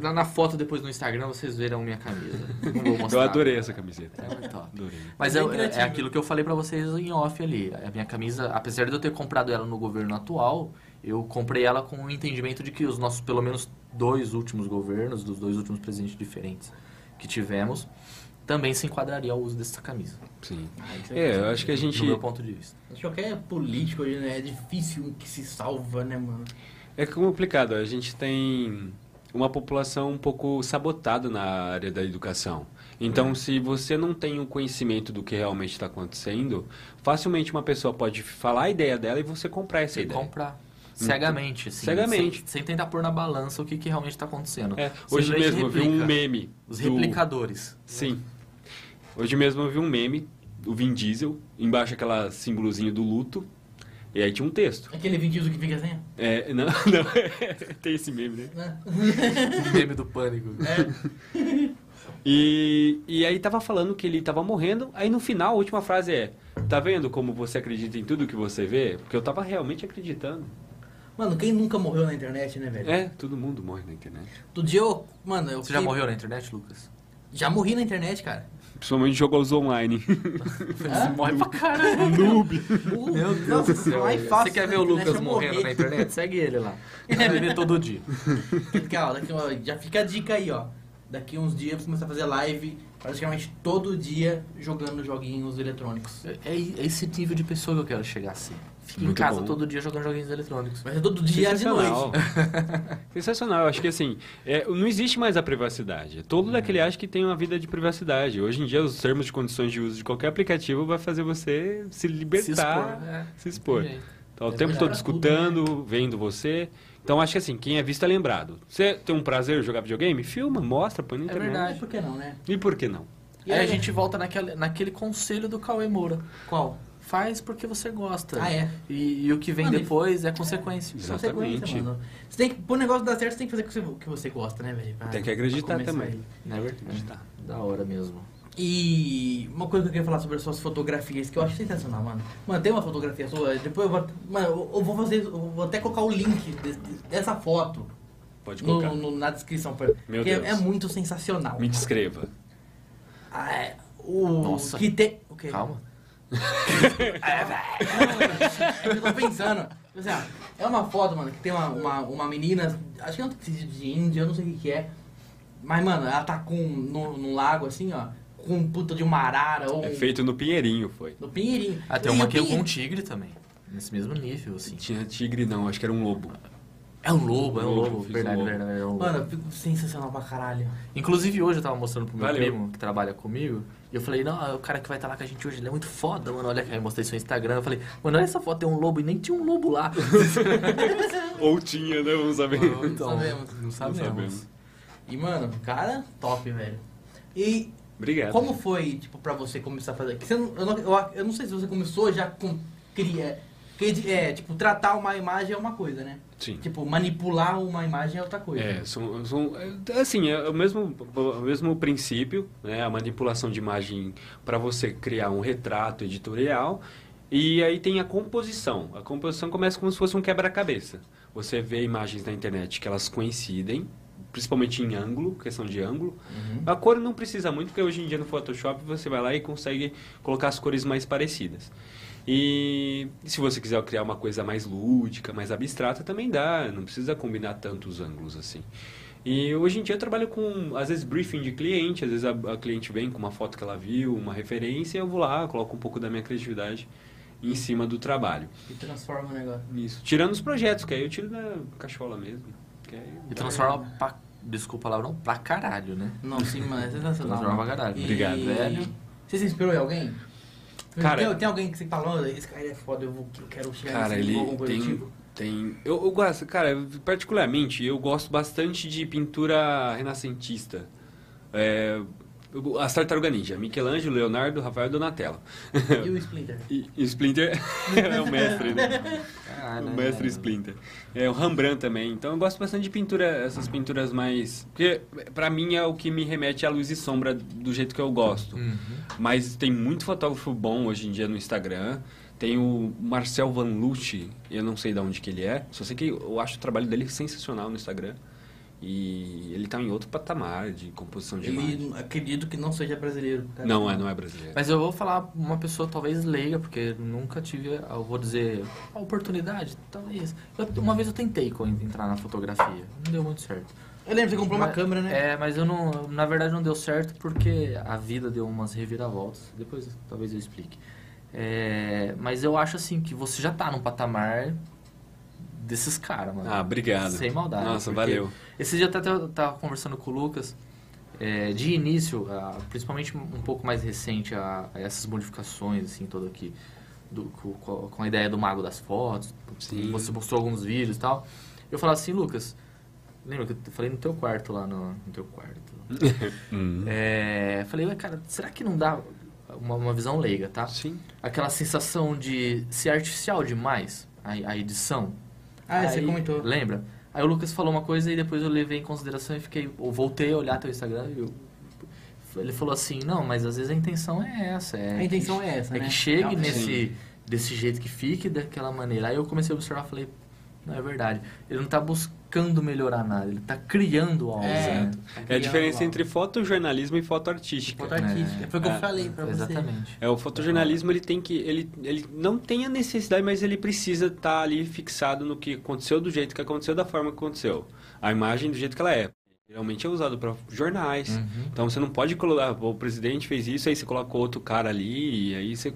[SPEAKER 3] Na, na foto depois no Instagram vocês verão minha camisa.
[SPEAKER 4] [LAUGHS]
[SPEAKER 3] Não vou
[SPEAKER 4] eu
[SPEAKER 3] mostrar.
[SPEAKER 4] adorei essa camiseta.
[SPEAKER 3] Ela é top.
[SPEAKER 4] Adorei.
[SPEAKER 3] Mas é,
[SPEAKER 2] Bem
[SPEAKER 3] é- é
[SPEAKER 2] criativo.
[SPEAKER 3] aquilo que eu falei pra vocês em off ali. A minha camisa, apesar de eu ter comprado ela no governo atual, eu comprei ela com o entendimento de que os nossos, pelo menos, dois últimos governos, dos dois últimos presidentes diferentes que tivemos, também se enquadraria ao uso dessa camisa.
[SPEAKER 4] Sim.
[SPEAKER 2] Ah, isso aí-
[SPEAKER 4] É, eu acho que a gente.
[SPEAKER 3] Do meu ponto de vista.
[SPEAKER 2] Acho que qualquer político hoje, né? É difícil um que se salva, né, mano?
[SPEAKER 4] É complicado. A gente tem uma população um pouco sabotada na área da educação.
[SPEAKER 3] É.
[SPEAKER 4] Então, se você não tem o conhecimento do que realmente está acontecendo, facilmente uma pessoa pode falar a ideia dela e você comprar essa
[SPEAKER 3] E
[SPEAKER 4] ideia. Hum.
[SPEAKER 3] comprar. Cegamente, assim.
[SPEAKER 4] Cegamente.
[SPEAKER 3] Sem, sem tentar pôr na balança o que, que realmente tá acontecendo.
[SPEAKER 4] É, hoje
[SPEAKER 3] Simplesmente
[SPEAKER 4] mesmo eu vi um
[SPEAKER 3] replica.
[SPEAKER 4] meme.
[SPEAKER 3] Os
[SPEAKER 4] do-
[SPEAKER 3] replicadores.
[SPEAKER 4] Sim. Hoje mesmo eu vi um meme do Vin Diesel, embaixo aquela símbolozinho do luto, e aí tinha um texto.
[SPEAKER 2] Aquele 20 que fica assim, ó.
[SPEAKER 4] É, [LAUGHS] não, não, [LAUGHS] tem esse meme, né?
[SPEAKER 2] né?
[SPEAKER 3] O meme do pânico.
[SPEAKER 4] E, e aí tava falando que ele tava morrendo, aí no final a última frase é: Tá vendo como você acredita em tudo que você vê? Porque eu tava realmente acreditando.
[SPEAKER 2] Mano, quem nunca morreu na internet, né, velho?
[SPEAKER 4] É, todo mundo morre na internet.
[SPEAKER 2] Outro dia eu. Mano, eu.
[SPEAKER 3] Então Você já
[SPEAKER 2] fiquei-
[SPEAKER 3] morreu na internet, Lucas?
[SPEAKER 2] Já morri na internet, cara.
[SPEAKER 4] Principalmente jogos online.
[SPEAKER 3] Você morre pra
[SPEAKER 2] [LAUGHS]
[SPEAKER 3] caralho.
[SPEAKER 4] Noob.
[SPEAKER 3] Meu Deus
[SPEAKER 2] Nossa,
[SPEAKER 3] do céu.
[SPEAKER 2] mais é fácil
[SPEAKER 3] Você quer
[SPEAKER 2] na
[SPEAKER 3] ver o
[SPEAKER 2] internet
[SPEAKER 3] Lucas
[SPEAKER 2] é
[SPEAKER 3] morrendo
[SPEAKER 2] morrer.
[SPEAKER 3] na internet? Segue ele lá. Ele vai ver todo dia.
[SPEAKER 2] Fica, ó, daqui, ó, já fica a dica aí, ó. Daqui uns dias eu preciso começar a fazer live praticamente todo dia jogando joguinhos eletrônicos.
[SPEAKER 3] É, é esse nível de pessoa que eu quero chegar assim. Fica em
[SPEAKER 4] Muito
[SPEAKER 3] casa
[SPEAKER 4] bom.
[SPEAKER 3] todo dia jogando joguinhos eletrônicos.
[SPEAKER 2] Vai ser todo dia de noite.
[SPEAKER 4] [LAUGHS] Sensacional, eu acho que assim, é, não existe mais a privacidade. Todo daquele acha que tem uma vida de privacidade. Hoje em dia, os termos de condições de uso de qualquer aplicativo vai fazer você se
[SPEAKER 3] Se expor,
[SPEAKER 4] libertar,
[SPEAKER 3] né?
[SPEAKER 4] se expor.
[SPEAKER 3] Tem jeito.
[SPEAKER 4] Tá o
[SPEAKER 2] É
[SPEAKER 4] tempo
[SPEAKER 2] verdade.
[SPEAKER 4] todo escutando, vendo você. Então acho que assim, quem é visto é lembrado. Você tem um prazer em jogar videogame? Filma, mostra,
[SPEAKER 2] É
[SPEAKER 4] põe na internet.
[SPEAKER 3] verdade.
[SPEAKER 2] Mas por que não, né?
[SPEAKER 4] E por que não?
[SPEAKER 3] E aí a gente volta naquele, naquele conselho do Cauê Moura.
[SPEAKER 2] Qual?
[SPEAKER 3] Faz porque você
[SPEAKER 4] Tá.
[SPEAKER 3] gosta.
[SPEAKER 2] Ah, é.
[SPEAKER 3] E, e o que vem
[SPEAKER 2] Mano,
[SPEAKER 3] depois é consequência.
[SPEAKER 4] Exatamente.
[SPEAKER 2] Consequência, mano. Você tem que, pro negócio dar certo, você tem que fazer o que você, o que você gosta, né, velho? Pra-
[SPEAKER 4] Tem que acreditar
[SPEAKER 2] pra começar
[SPEAKER 4] também.
[SPEAKER 2] aí. né?
[SPEAKER 3] Na verdade.
[SPEAKER 4] Tá.
[SPEAKER 3] Da hora mesmo.
[SPEAKER 2] E uma coisa que eu queria falar sobre as suas fotografias, que eu acho sensacional, mano. Mano, tem uma fotografia sua, depois eu vou, mano, eu- eu vou fazer, eu vou até colocar o link de- dessa foto
[SPEAKER 4] Pode
[SPEAKER 2] no-
[SPEAKER 4] colocar.
[SPEAKER 2] no- na descrição, pra-
[SPEAKER 4] Meu
[SPEAKER 2] que é-
[SPEAKER 4] Deus.
[SPEAKER 2] É, muito sensacional.
[SPEAKER 4] Me descreva.
[SPEAKER 2] Ah, é, o
[SPEAKER 3] Nossa.
[SPEAKER 2] que tem... o quê?
[SPEAKER 3] Calma.
[SPEAKER 2] É que [LAUGHS] eu tô pensando. Tipo assim, ó, é uma foto, mano, que tem uma, uma, uma menina, acho que é um de índia, eu não sei o que, que é. Mas, mano, ela tá com num, num lago assim, ó, com um puta de uma arara ou
[SPEAKER 4] É
[SPEAKER 2] um-
[SPEAKER 4] feito no Pinheirinho, foi.
[SPEAKER 2] no pinheirinho.
[SPEAKER 3] Ah, tem
[SPEAKER 2] E
[SPEAKER 3] uma
[SPEAKER 2] o
[SPEAKER 3] que é com
[SPEAKER 2] pinhe-
[SPEAKER 3] um tigre também. Nesse mesmo nível, assim.
[SPEAKER 4] Tinha tigre não, acho que era um lobo.
[SPEAKER 2] Ah.
[SPEAKER 3] É um lobo, é um
[SPEAKER 4] Lobo,
[SPEAKER 3] lobo.
[SPEAKER 4] fiz um
[SPEAKER 3] Verdade,
[SPEAKER 4] lobo.
[SPEAKER 3] verdade, é um lobo.
[SPEAKER 2] Mano, eu fico sensacional pra caralho.
[SPEAKER 3] Inclusive hoje eu tava mostrando pro meu
[SPEAKER 4] Valeu.
[SPEAKER 3] primo que trabalha comigo. E eu falei, não, é o cara que vai estar lá com a gente hoje, ele é muito foda, mano. Olha, aí eu mostrei seu Instagram. Eu falei, mano, olha essa foto, tem um lobo e nem tinha um lobo lá.
[SPEAKER 4] Ou tinha, né? Vamos saber.
[SPEAKER 3] Então,
[SPEAKER 2] sabemos.
[SPEAKER 3] Não sabemos.
[SPEAKER 4] sabemos.
[SPEAKER 2] E, mano, cara, top, velho. E
[SPEAKER 4] [LAUGHS] Obrigado.
[SPEAKER 2] como foi, tipo, pra você começar a fazer? Que você não- eu, não, eu, ac- eu não sei se você começou já com. Cria, cri- é, tipo, tratar uma imagem é uma coisa, né?
[SPEAKER 4] Sim.
[SPEAKER 2] Tipo, manipular uma imagem é outra coisa.
[SPEAKER 4] É, são, são- é, assim, é o mesmo, o mesmo princípio, né? A manipulação de imagem para você criar um retrato editorial. E aí tem a composição. A composição começa como se fosse um quebra-cabeça. Você vê imagens na internet que elas coincidem, principalmente em ângulo, questão de ângulo.
[SPEAKER 2] Uhum.
[SPEAKER 4] A cor não precisa muito, porque hoje em dia no Photoshop você vai lá e consegue colocar as cores mais parecidas. E se você quiser criar uma coisa mais lúdica, mais abstrata, também dá, não precisa combinar tantos ângulos assim. E hoje em dia eu trabalho com, às vezes, briefing de cliente, às vezes a, a cliente vem com uma foto que ela viu, uma referência, eu vou lá, coloco um pouco da minha criatividade em cima do trabalho.
[SPEAKER 2] E transforma o negócio.
[SPEAKER 4] Isso. Tirando os projetos, que aí eu tiro da cachola mesmo. que aí- é
[SPEAKER 3] E transforma pra... Desculpa, Laurão, pra caralho, né?
[SPEAKER 2] Não, sim, mano,
[SPEAKER 4] [LAUGHS]
[SPEAKER 2] é sensacional.
[SPEAKER 3] Transforma
[SPEAKER 2] mano.
[SPEAKER 3] pra caralho. É, né?
[SPEAKER 2] E-
[SPEAKER 4] Obrigado,
[SPEAKER 3] velho.
[SPEAKER 2] Você se inspirou em alguém?
[SPEAKER 4] Cara-
[SPEAKER 2] tem, tem alguém que você falou, esse cara é foda, eu, vou, eu quero chegar
[SPEAKER 4] Cara,
[SPEAKER 2] nesse
[SPEAKER 4] ele
[SPEAKER 2] nível, algum
[SPEAKER 4] tem. [LAUGHS]
[SPEAKER 2] um coletivo"?
[SPEAKER 4] tem eu, eu gosto, cara, particularmente eu gosto bastante de pintura renascentista. É, eu- as Tartaruga Ninja, Michelangelo, Leonardo, Rafael e Donatello.
[SPEAKER 2] E o Splinter?
[SPEAKER 4] [LAUGHS] E, e
[SPEAKER 2] [LAUGHS]
[SPEAKER 4] Splinter é o mestre, né?
[SPEAKER 2] Ah,
[SPEAKER 3] Caralho.
[SPEAKER 4] O mestre Splinter. É o Rembrandt também. Então eu gosto bastante de pintura, essas pinturas mais. Porque pra mim é o que me remete à luz e sombra do jeito que eu gosto.
[SPEAKER 3] Uhum.
[SPEAKER 4] Mas tem muito fotógrafo bom hoje em dia no Instagram. Tem o Marcel Vanlucci, eu não sei de onde que ele é, só sei que eu acho o trabalho dele sensacional no Instagram. E ele tá em outro patamar de composição de imagem.
[SPEAKER 2] Ele acredito que não seja brasileiro. cara.
[SPEAKER 4] Não, é, não é brasileiro.
[SPEAKER 3] Mas eu vou falar uma pessoa talvez leiga, porque nunca tive, eu vou dizer, a oportunidade, talvez. Eu- uma vez eu tentei co- entrar na fotografia, não deu muito certo.
[SPEAKER 2] Eu lembro, você comprou uma
[SPEAKER 3] Mas-
[SPEAKER 2] câmera, né?
[SPEAKER 3] É, mas eu não, na verdade não deu certo porque a vida deu umas reviravoltas. Depois talvez eu explique. É, mas eu acho assim que você já tá num patamar desses caras, mano.
[SPEAKER 4] Ah, obrigado.
[SPEAKER 3] Sem maldade.
[SPEAKER 4] Nossa,
[SPEAKER 3] porque
[SPEAKER 4] valeu.
[SPEAKER 3] Esse dia eu até eu tava conversando com o Lucas. é, de início, a- principalmente um pouco mais recente, a, a essas modificações, assim, todo aqui, do- co- co- com, a ideia do mago das fotos,
[SPEAKER 4] Sim.
[SPEAKER 3] você mostrou alguns vídeos e tal. Eu falava assim, Lucas, lembra que eu te falei no teu quarto lá, no, no teu quarto.
[SPEAKER 4] Hum.
[SPEAKER 3] É, falei, ué, cara, será que não dá uma, uma visão leiga, tá?
[SPEAKER 4] Sim.
[SPEAKER 3] Aquela sensação de ser artificial demais, a, a edição.
[SPEAKER 2] Ah, você
[SPEAKER 3] Aí,
[SPEAKER 2] comentou.
[SPEAKER 3] Lembra? Aí o Lucas falou uma coisa e depois eu levei em consideração e fiquei. Eu voltei a olhar teu Instagram e eu- ele falou assim: não, mas às vezes a intenção é essa. É
[SPEAKER 2] A
[SPEAKER 3] que-
[SPEAKER 2] intenção é essa,
[SPEAKER 3] É
[SPEAKER 2] né?
[SPEAKER 3] que chegue
[SPEAKER 2] Realmente.
[SPEAKER 4] É
[SPEAKER 3] nesse, desse jeito que fique, daquela maneira. Aí eu comecei a observar e falei: não, é verdade. Ele não tá buscando melhorar nada, ele tá criando algo.
[SPEAKER 2] É,
[SPEAKER 3] né?
[SPEAKER 4] É a diferença entre fotojornalismo e foto artística.
[SPEAKER 2] Foto artística. Foi o que eu
[SPEAKER 4] É.
[SPEAKER 2] falei pra você.
[SPEAKER 3] né? Exatamente.
[SPEAKER 4] É, o fotojornalismo ele tem que. Ele, ele não tem a necessidade, mas ele precisa estar ali fixado no que aconteceu, do jeito que aconteceu, da forma que aconteceu. A imagem do jeito que ela é. Geralmente é usado para jornais. Então você não pode colocar, "Pô, o presidente fez isso, aí você coloca outro cara ali, e aí você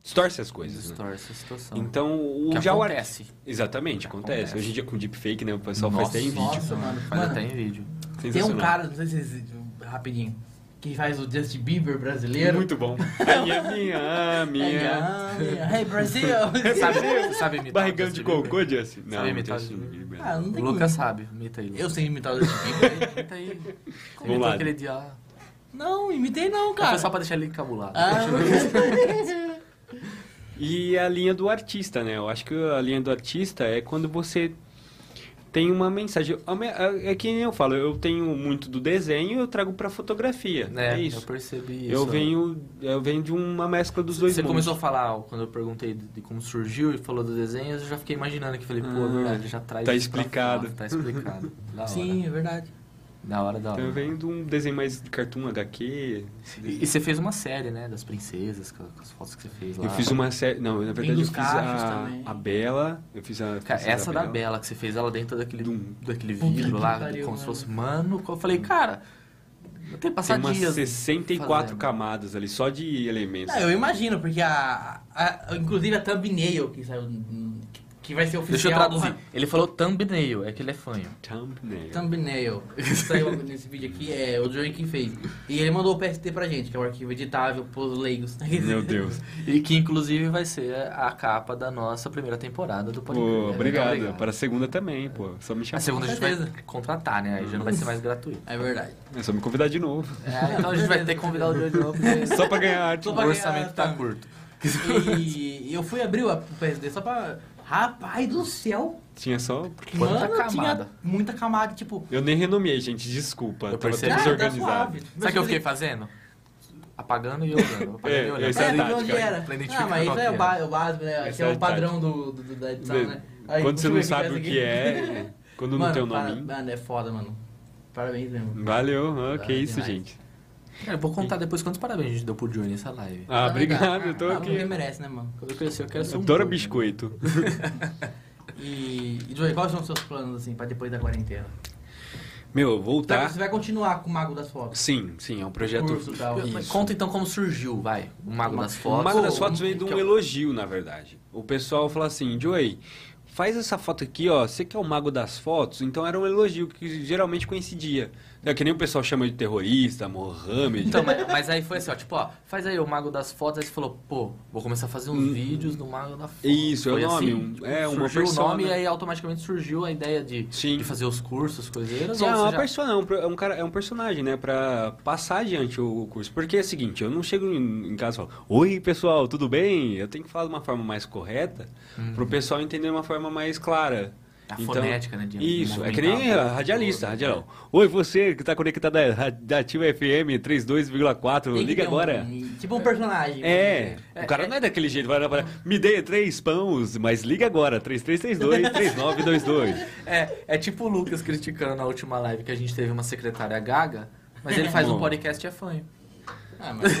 [SPEAKER 4] distorce as coisas. Né?
[SPEAKER 3] Distorce a situação.
[SPEAKER 4] Então, o
[SPEAKER 3] que
[SPEAKER 4] já o ar-
[SPEAKER 3] acontece.
[SPEAKER 4] Exatamente, acontece.
[SPEAKER 3] Acontece.
[SPEAKER 4] Hoje em dia com deepfake, né? O pessoal
[SPEAKER 3] Nossa,
[SPEAKER 4] faz até em vídeo.
[SPEAKER 2] Nossa, mano.
[SPEAKER 3] Faz
[SPEAKER 2] Mano,
[SPEAKER 3] até em vídeo.
[SPEAKER 2] Tem um
[SPEAKER 4] Sensacional.
[SPEAKER 2] cara, não sei se vocês. rapidinho, que faz o Justin Bieber brasileiro.
[SPEAKER 4] Muito bom. Aí é minha,
[SPEAKER 2] É,
[SPEAKER 4] minha. [LAUGHS]
[SPEAKER 2] Hey, Brasil!
[SPEAKER 3] Sabe, sabe imitar o
[SPEAKER 4] Barrigão de
[SPEAKER 3] Justin Bieber?
[SPEAKER 4] cocô, Jesse? Não,
[SPEAKER 3] Sabe imitar o
[SPEAKER 4] Justin
[SPEAKER 3] Justin
[SPEAKER 4] Bieber.
[SPEAKER 2] Ah, não
[SPEAKER 3] O
[SPEAKER 2] tem
[SPEAKER 3] Lucas sabe, imita aí.
[SPEAKER 2] como.
[SPEAKER 3] Lucas.
[SPEAKER 2] Eu sei imitar o Justin Bieber.
[SPEAKER 3] Imita aí.
[SPEAKER 4] Vamos
[SPEAKER 3] Imita
[SPEAKER 4] lá.
[SPEAKER 3] aquele dia.
[SPEAKER 2] Não, imitei não,
[SPEAKER 3] Cara,
[SPEAKER 2] cara.
[SPEAKER 3] só pra deixar ele encabulado. [LAUGHS]
[SPEAKER 2] Ah, [LAUGHS]
[SPEAKER 4] E a linha do artista, né? Eu acho que a linha do artista é quando você tem uma mensagem. A me- a- É que nem eu falo, eu tenho muito do desenho e eu trago pra fotografia. É,
[SPEAKER 3] né? Eu
[SPEAKER 4] isso.
[SPEAKER 3] percebi isso.
[SPEAKER 4] Eu venho, eu venho de uma mescla dos dois
[SPEAKER 3] Você
[SPEAKER 4] mundos.
[SPEAKER 3] começou a falar, ó, quando eu perguntei de de como surgiu e falou do desenho, eu já fiquei imaginando que falei, pô, é
[SPEAKER 4] Ah,
[SPEAKER 3] verdade, já traz
[SPEAKER 4] tá
[SPEAKER 3] isso pra
[SPEAKER 4] explicado.
[SPEAKER 3] fora, Tá
[SPEAKER 2] [LAUGHS]
[SPEAKER 3] explicado. Da hora.
[SPEAKER 2] Sim, é verdade.
[SPEAKER 3] Da hora, da hora.
[SPEAKER 4] Eu venho de um desenho mais de cartoon HQ. esse
[SPEAKER 3] E,
[SPEAKER 4] desenho.
[SPEAKER 3] e você fez uma série, né? Das princesas, com com as fotos que você fez lá.
[SPEAKER 4] Eu fiz uma série. Não, na verdade eu
[SPEAKER 2] dos
[SPEAKER 4] fiz
[SPEAKER 2] cachos
[SPEAKER 4] a,
[SPEAKER 2] também.
[SPEAKER 4] a Bela. Eu fiz a.
[SPEAKER 3] Cara,
[SPEAKER 4] Princesa
[SPEAKER 3] essa da Bela que você fez, ela dentro daquele,
[SPEAKER 4] Dum.
[SPEAKER 3] daquele
[SPEAKER 2] Puta
[SPEAKER 3] vidro
[SPEAKER 2] que
[SPEAKER 3] lá,
[SPEAKER 2] pariu,
[SPEAKER 3] como se
[SPEAKER 2] mano.
[SPEAKER 3] fosse mano. Eu falei, cara, tem
[SPEAKER 4] Tem
[SPEAKER 3] passado
[SPEAKER 4] umas
[SPEAKER 3] dias.
[SPEAKER 4] 64
[SPEAKER 3] fazendo.
[SPEAKER 4] camadas ali, só de elementos.
[SPEAKER 2] Não, eu imagino, porque a, a- a- Inclusive a thumbnail que saiu. Que vai ser
[SPEAKER 3] Deixa eu
[SPEAKER 2] oficial.
[SPEAKER 3] traduzir. Ele falou thumbnail, é que ele é fanho.
[SPEAKER 4] Thumbnail.
[SPEAKER 2] Thumbnail. que Saiu [LAUGHS] nesse vídeo aqui, é o Joey que fez. E ele mandou o PST pra gente, que é o arquivo editável pros leigos.
[SPEAKER 4] Meu
[SPEAKER 2] [LAUGHS]
[SPEAKER 4] Deus.
[SPEAKER 3] E que inclusive vai ser a capa da nossa primeira temporada do podcast.
[SPEAKER 4] Pô,
[SPEAKER 2] é
[SPEAKER 3] Muito
[SPEAKER 4] obrigado. Para a segunda também, pô. Só me
[SPEAKER 3] A
[SPEAKER 2] Ah,
[SPEAKER 4] chamar.
[SPEAKER 3] segunda a gente vai
[SPEAKER 2] Certeza.
[SPEAKER 3] contratar, né? Aí já não vai ser mais gratuito.
[SPEAKER 2] É verdade. [LAUGHS]
[SPEAKER 4] É só me convidar de novo.
[SPEAKER 3] É, então [LAUGHS] a gente vai ter que convidar o Joe de novo,
[SPEAKER 2] né?
[SPEAKER 3] [LAUGHS] porque
[SPEAKER 4] Só pra ganhar arte.
[SPEAKER 2] Só
[SPEAKER 3] o
[SPEAKER 2] pra
[SPEAKER 3] orçamento
[SPEAKER 2] ganhar
[SPEAKER 3] tá
[SPEAKER 2] thumb.
[SPEAKER 3] curto.
[SPEAKER 2] E eu fui abrir o PSD só pra. Rapaz do céu!
[SPEAKER 4] Tinha só.
[SPEAKER 3] Quanta
[SPEAKER 2] mano,
[SPEAKER 3] camada.
[SPEAKER 2] tinha muita camada, tipo.
[SPEAKER 4] Eu nem renomeei, gente. Desculpa.
[SPEAKER 3] Eu
[SPEAKER 4] Eu tava
[SPEAKER 3] percebi.
[SPEAKER 4] tão
[SPEAKER 3] Ah,
[SPEAKER 2] Cara, tá
[SPEAKER 4] é desorganizado.
[SPEAKER 2] suave.
[SPEAKER 3] Sabe o que eu fiquei fazendo? Apagando
[SPEAKER 4] [LAUGHS]
[SPEAKER 3] e olhando. Apagando
[SPEAKER 4] É,
[SPEAKER 3] e olhando.
[SPEAKER 4] essa
[SPEAKER 2] É,
[SPEAKER 4] é a
[SPEAKER 2] pra ver
[SPEAKER 4] tática,
[SPEAKER 2] onde
[SPEAKER 4] né?
[SPEAKER 2] era.
[SPEAKER 3] Pra
[SPEAKER 2] Ah,
[SPEAKER 3] identificar
[SPEAKER 2] mas isso
[SPEAKER 3] qual
[SPEAKER 2] é
[SPEAKER 3] que
[SPEAKER 2] o, ba- o básico, né?
[SPEAKER 4] Essa
[SPEAKER 2] Que
[SPEAKER 4] é
[SPEAKER 2] é
[SPEAKER 4] a
[SPEAKER 2] o padrão do, do- da edição, né? Aí,
[SPEAKER 4] Quando você não
[SPEAKER 2] deixa eu ver
[SPEAKER 4] sabe
[SPEAKER 2] o
[SPEAKER 4] o
[SPEAKER 2] que [LAUGHS]
[SPEAKER 4] que é, quando não
[SPEAKER 2] Mano,
[SPEAKER 4] tem o
[SPEAKER 2] para-
[SPEAKER 4] nome.
[SPEAKER 2] Mano, é foda, mano. Parabéns mesmo.
[SPEAKER 4] Valeu, ah, que
[SPEAKER 2] Valeu
[SPEAKER 4] isso,
[SPEAKER 2] demais.
[SPEAKER 4] gente.
[SPEAKER 3] Cara, eu vou contar depois quantos parabéns a gente deu pro Johnny nessa live.
[SPEAKER 4] Ah, obrigado, eu tô
[SPEAKER 2] Ah, Ninguém
[SPEAKER 4] aqui.
[SPEAKER 2] merece, né, mano?
[SPEAKER 3] Quando eu crescer, eu quero ser um
[SPEAKER 4] Adoro
[SPEAKER 3] Johnny.
[SPEAKER 2] [LAUGHS]
[SPEAKER 4] biscoito.
[SPEAKER 2] E, e Joey, quais são os seus planos, assim, pra depois da quarentena?
[SPEAKER 4] Meu,
[SPEAKER 2] Tá,
[SPEAKER 4] voltar.
[SPEAKER 2] Você vai continuar com o Mago das Fotos?
[SPEAKER 4] Sim, sim, é um projeto.
[SPEAKER 2] Curso tá, e tal.
[SPEAKER 4] Isso.
[SPEAKER 3] Conta então como surgiu, vai. O Mago
[SPEAKER 2] O
[SPEAKER 3] das
[SPEAKER 4] O
[SPEAKER 3] Fotos.
[SPEAKER 4] Mago das Fotos veio de um
[SPEAKER 3] que é o-
[SPEAKER 4] elogio, na verdade. O pessoal fala assim, Joey, faz essa foto aqui, ó. Você que é o Mago das Fotos, então era um elogio que geralmente coincidia. É que nem o pessoal chama de terrorista, Mohammed.
[SPEAKER 3] Então, mas, mas aí foi assim, ó, tipo, ó, faz aí o Mago das Fotos, aí você falou, pô, vou começar a fazer uns vídeos do Mago da Foto.
[SPEAKER 4] Uhum. Isso, é o
[SPEAKER 3] Foi
[SPEAKER 4] nome,
[SPEAKER 3] assim,
[SPEAKER 4] um-
[SPEAKER 3] tipo,
[SPEAKER 4] é, uma
[SPEAKER 3] surgiu o
[SPEAKER 4] persona.
[SPEAKER 3] nome e aí automaticamente surgiu a ideia de,
[SPEAKER 4] Sim.
[SPEAKER 3] de fazer os cursos, coiseiras,
[SPEAKER 4] Não,
[SPEAKER 3] ou
[SPEAKER 4] é
[SPEAKER 3] você
[SPEAKER 4] uma
[SPEAKER 3] já...
[SPEAKER 4] persona, é um, pro- é um cara, é um personagem, né? Pra passar adiante o o curso. Porque é o seguinte, eu não chego em, em casa e falo, oi pessoal, tudo bem? Eu tenho que falar de uma forma mais correta pro pessoal entender de uma forma mais clara.
[SPEAKER 3] Uhum.
[SPEAKER 4] Então,
[SPEAKER 3] A fonética, né, de
[SPEAKER 4] isso, é que
[SPEAKER 3] movimentar né?
[SPEAKER 4] nem
[SPEAKER 3] o
[SPEAKER 4] a
[SPEAKER 3] corpo
[SPEAKER 4] radialista,
[SPEAKER 3] todo,
[SPEAKER 4] radialão. Oi, você que tá conectado à ra- da Ativa FM 32,4,
[SPEAKER 2] Tem que
[SPEAKER 4] liga
[SPEAKER 2] ter um-
[SPEAKER 4] agora.
[SPEAKER 2] tipo um personagem.
[SPEAKER 4] É,
[SPEAKER 3] É,
[SPEAKER 4] o cara não é daquele jeito, vai, vai, me dê três pãos, mas liga agora, 3332-3922.
[SPEAKER 3] É, é tipo o Lucas criticando na última live que a gente teve uma secretária gaga, mas ele faz
[SPEAKER 4] [LAUGHS]
[SPEAKER 3] um
[SPEAKER 4] Bom.
[SPEAKER 3] podcast e é fã.
[SPEAKER 2] Ah, mas,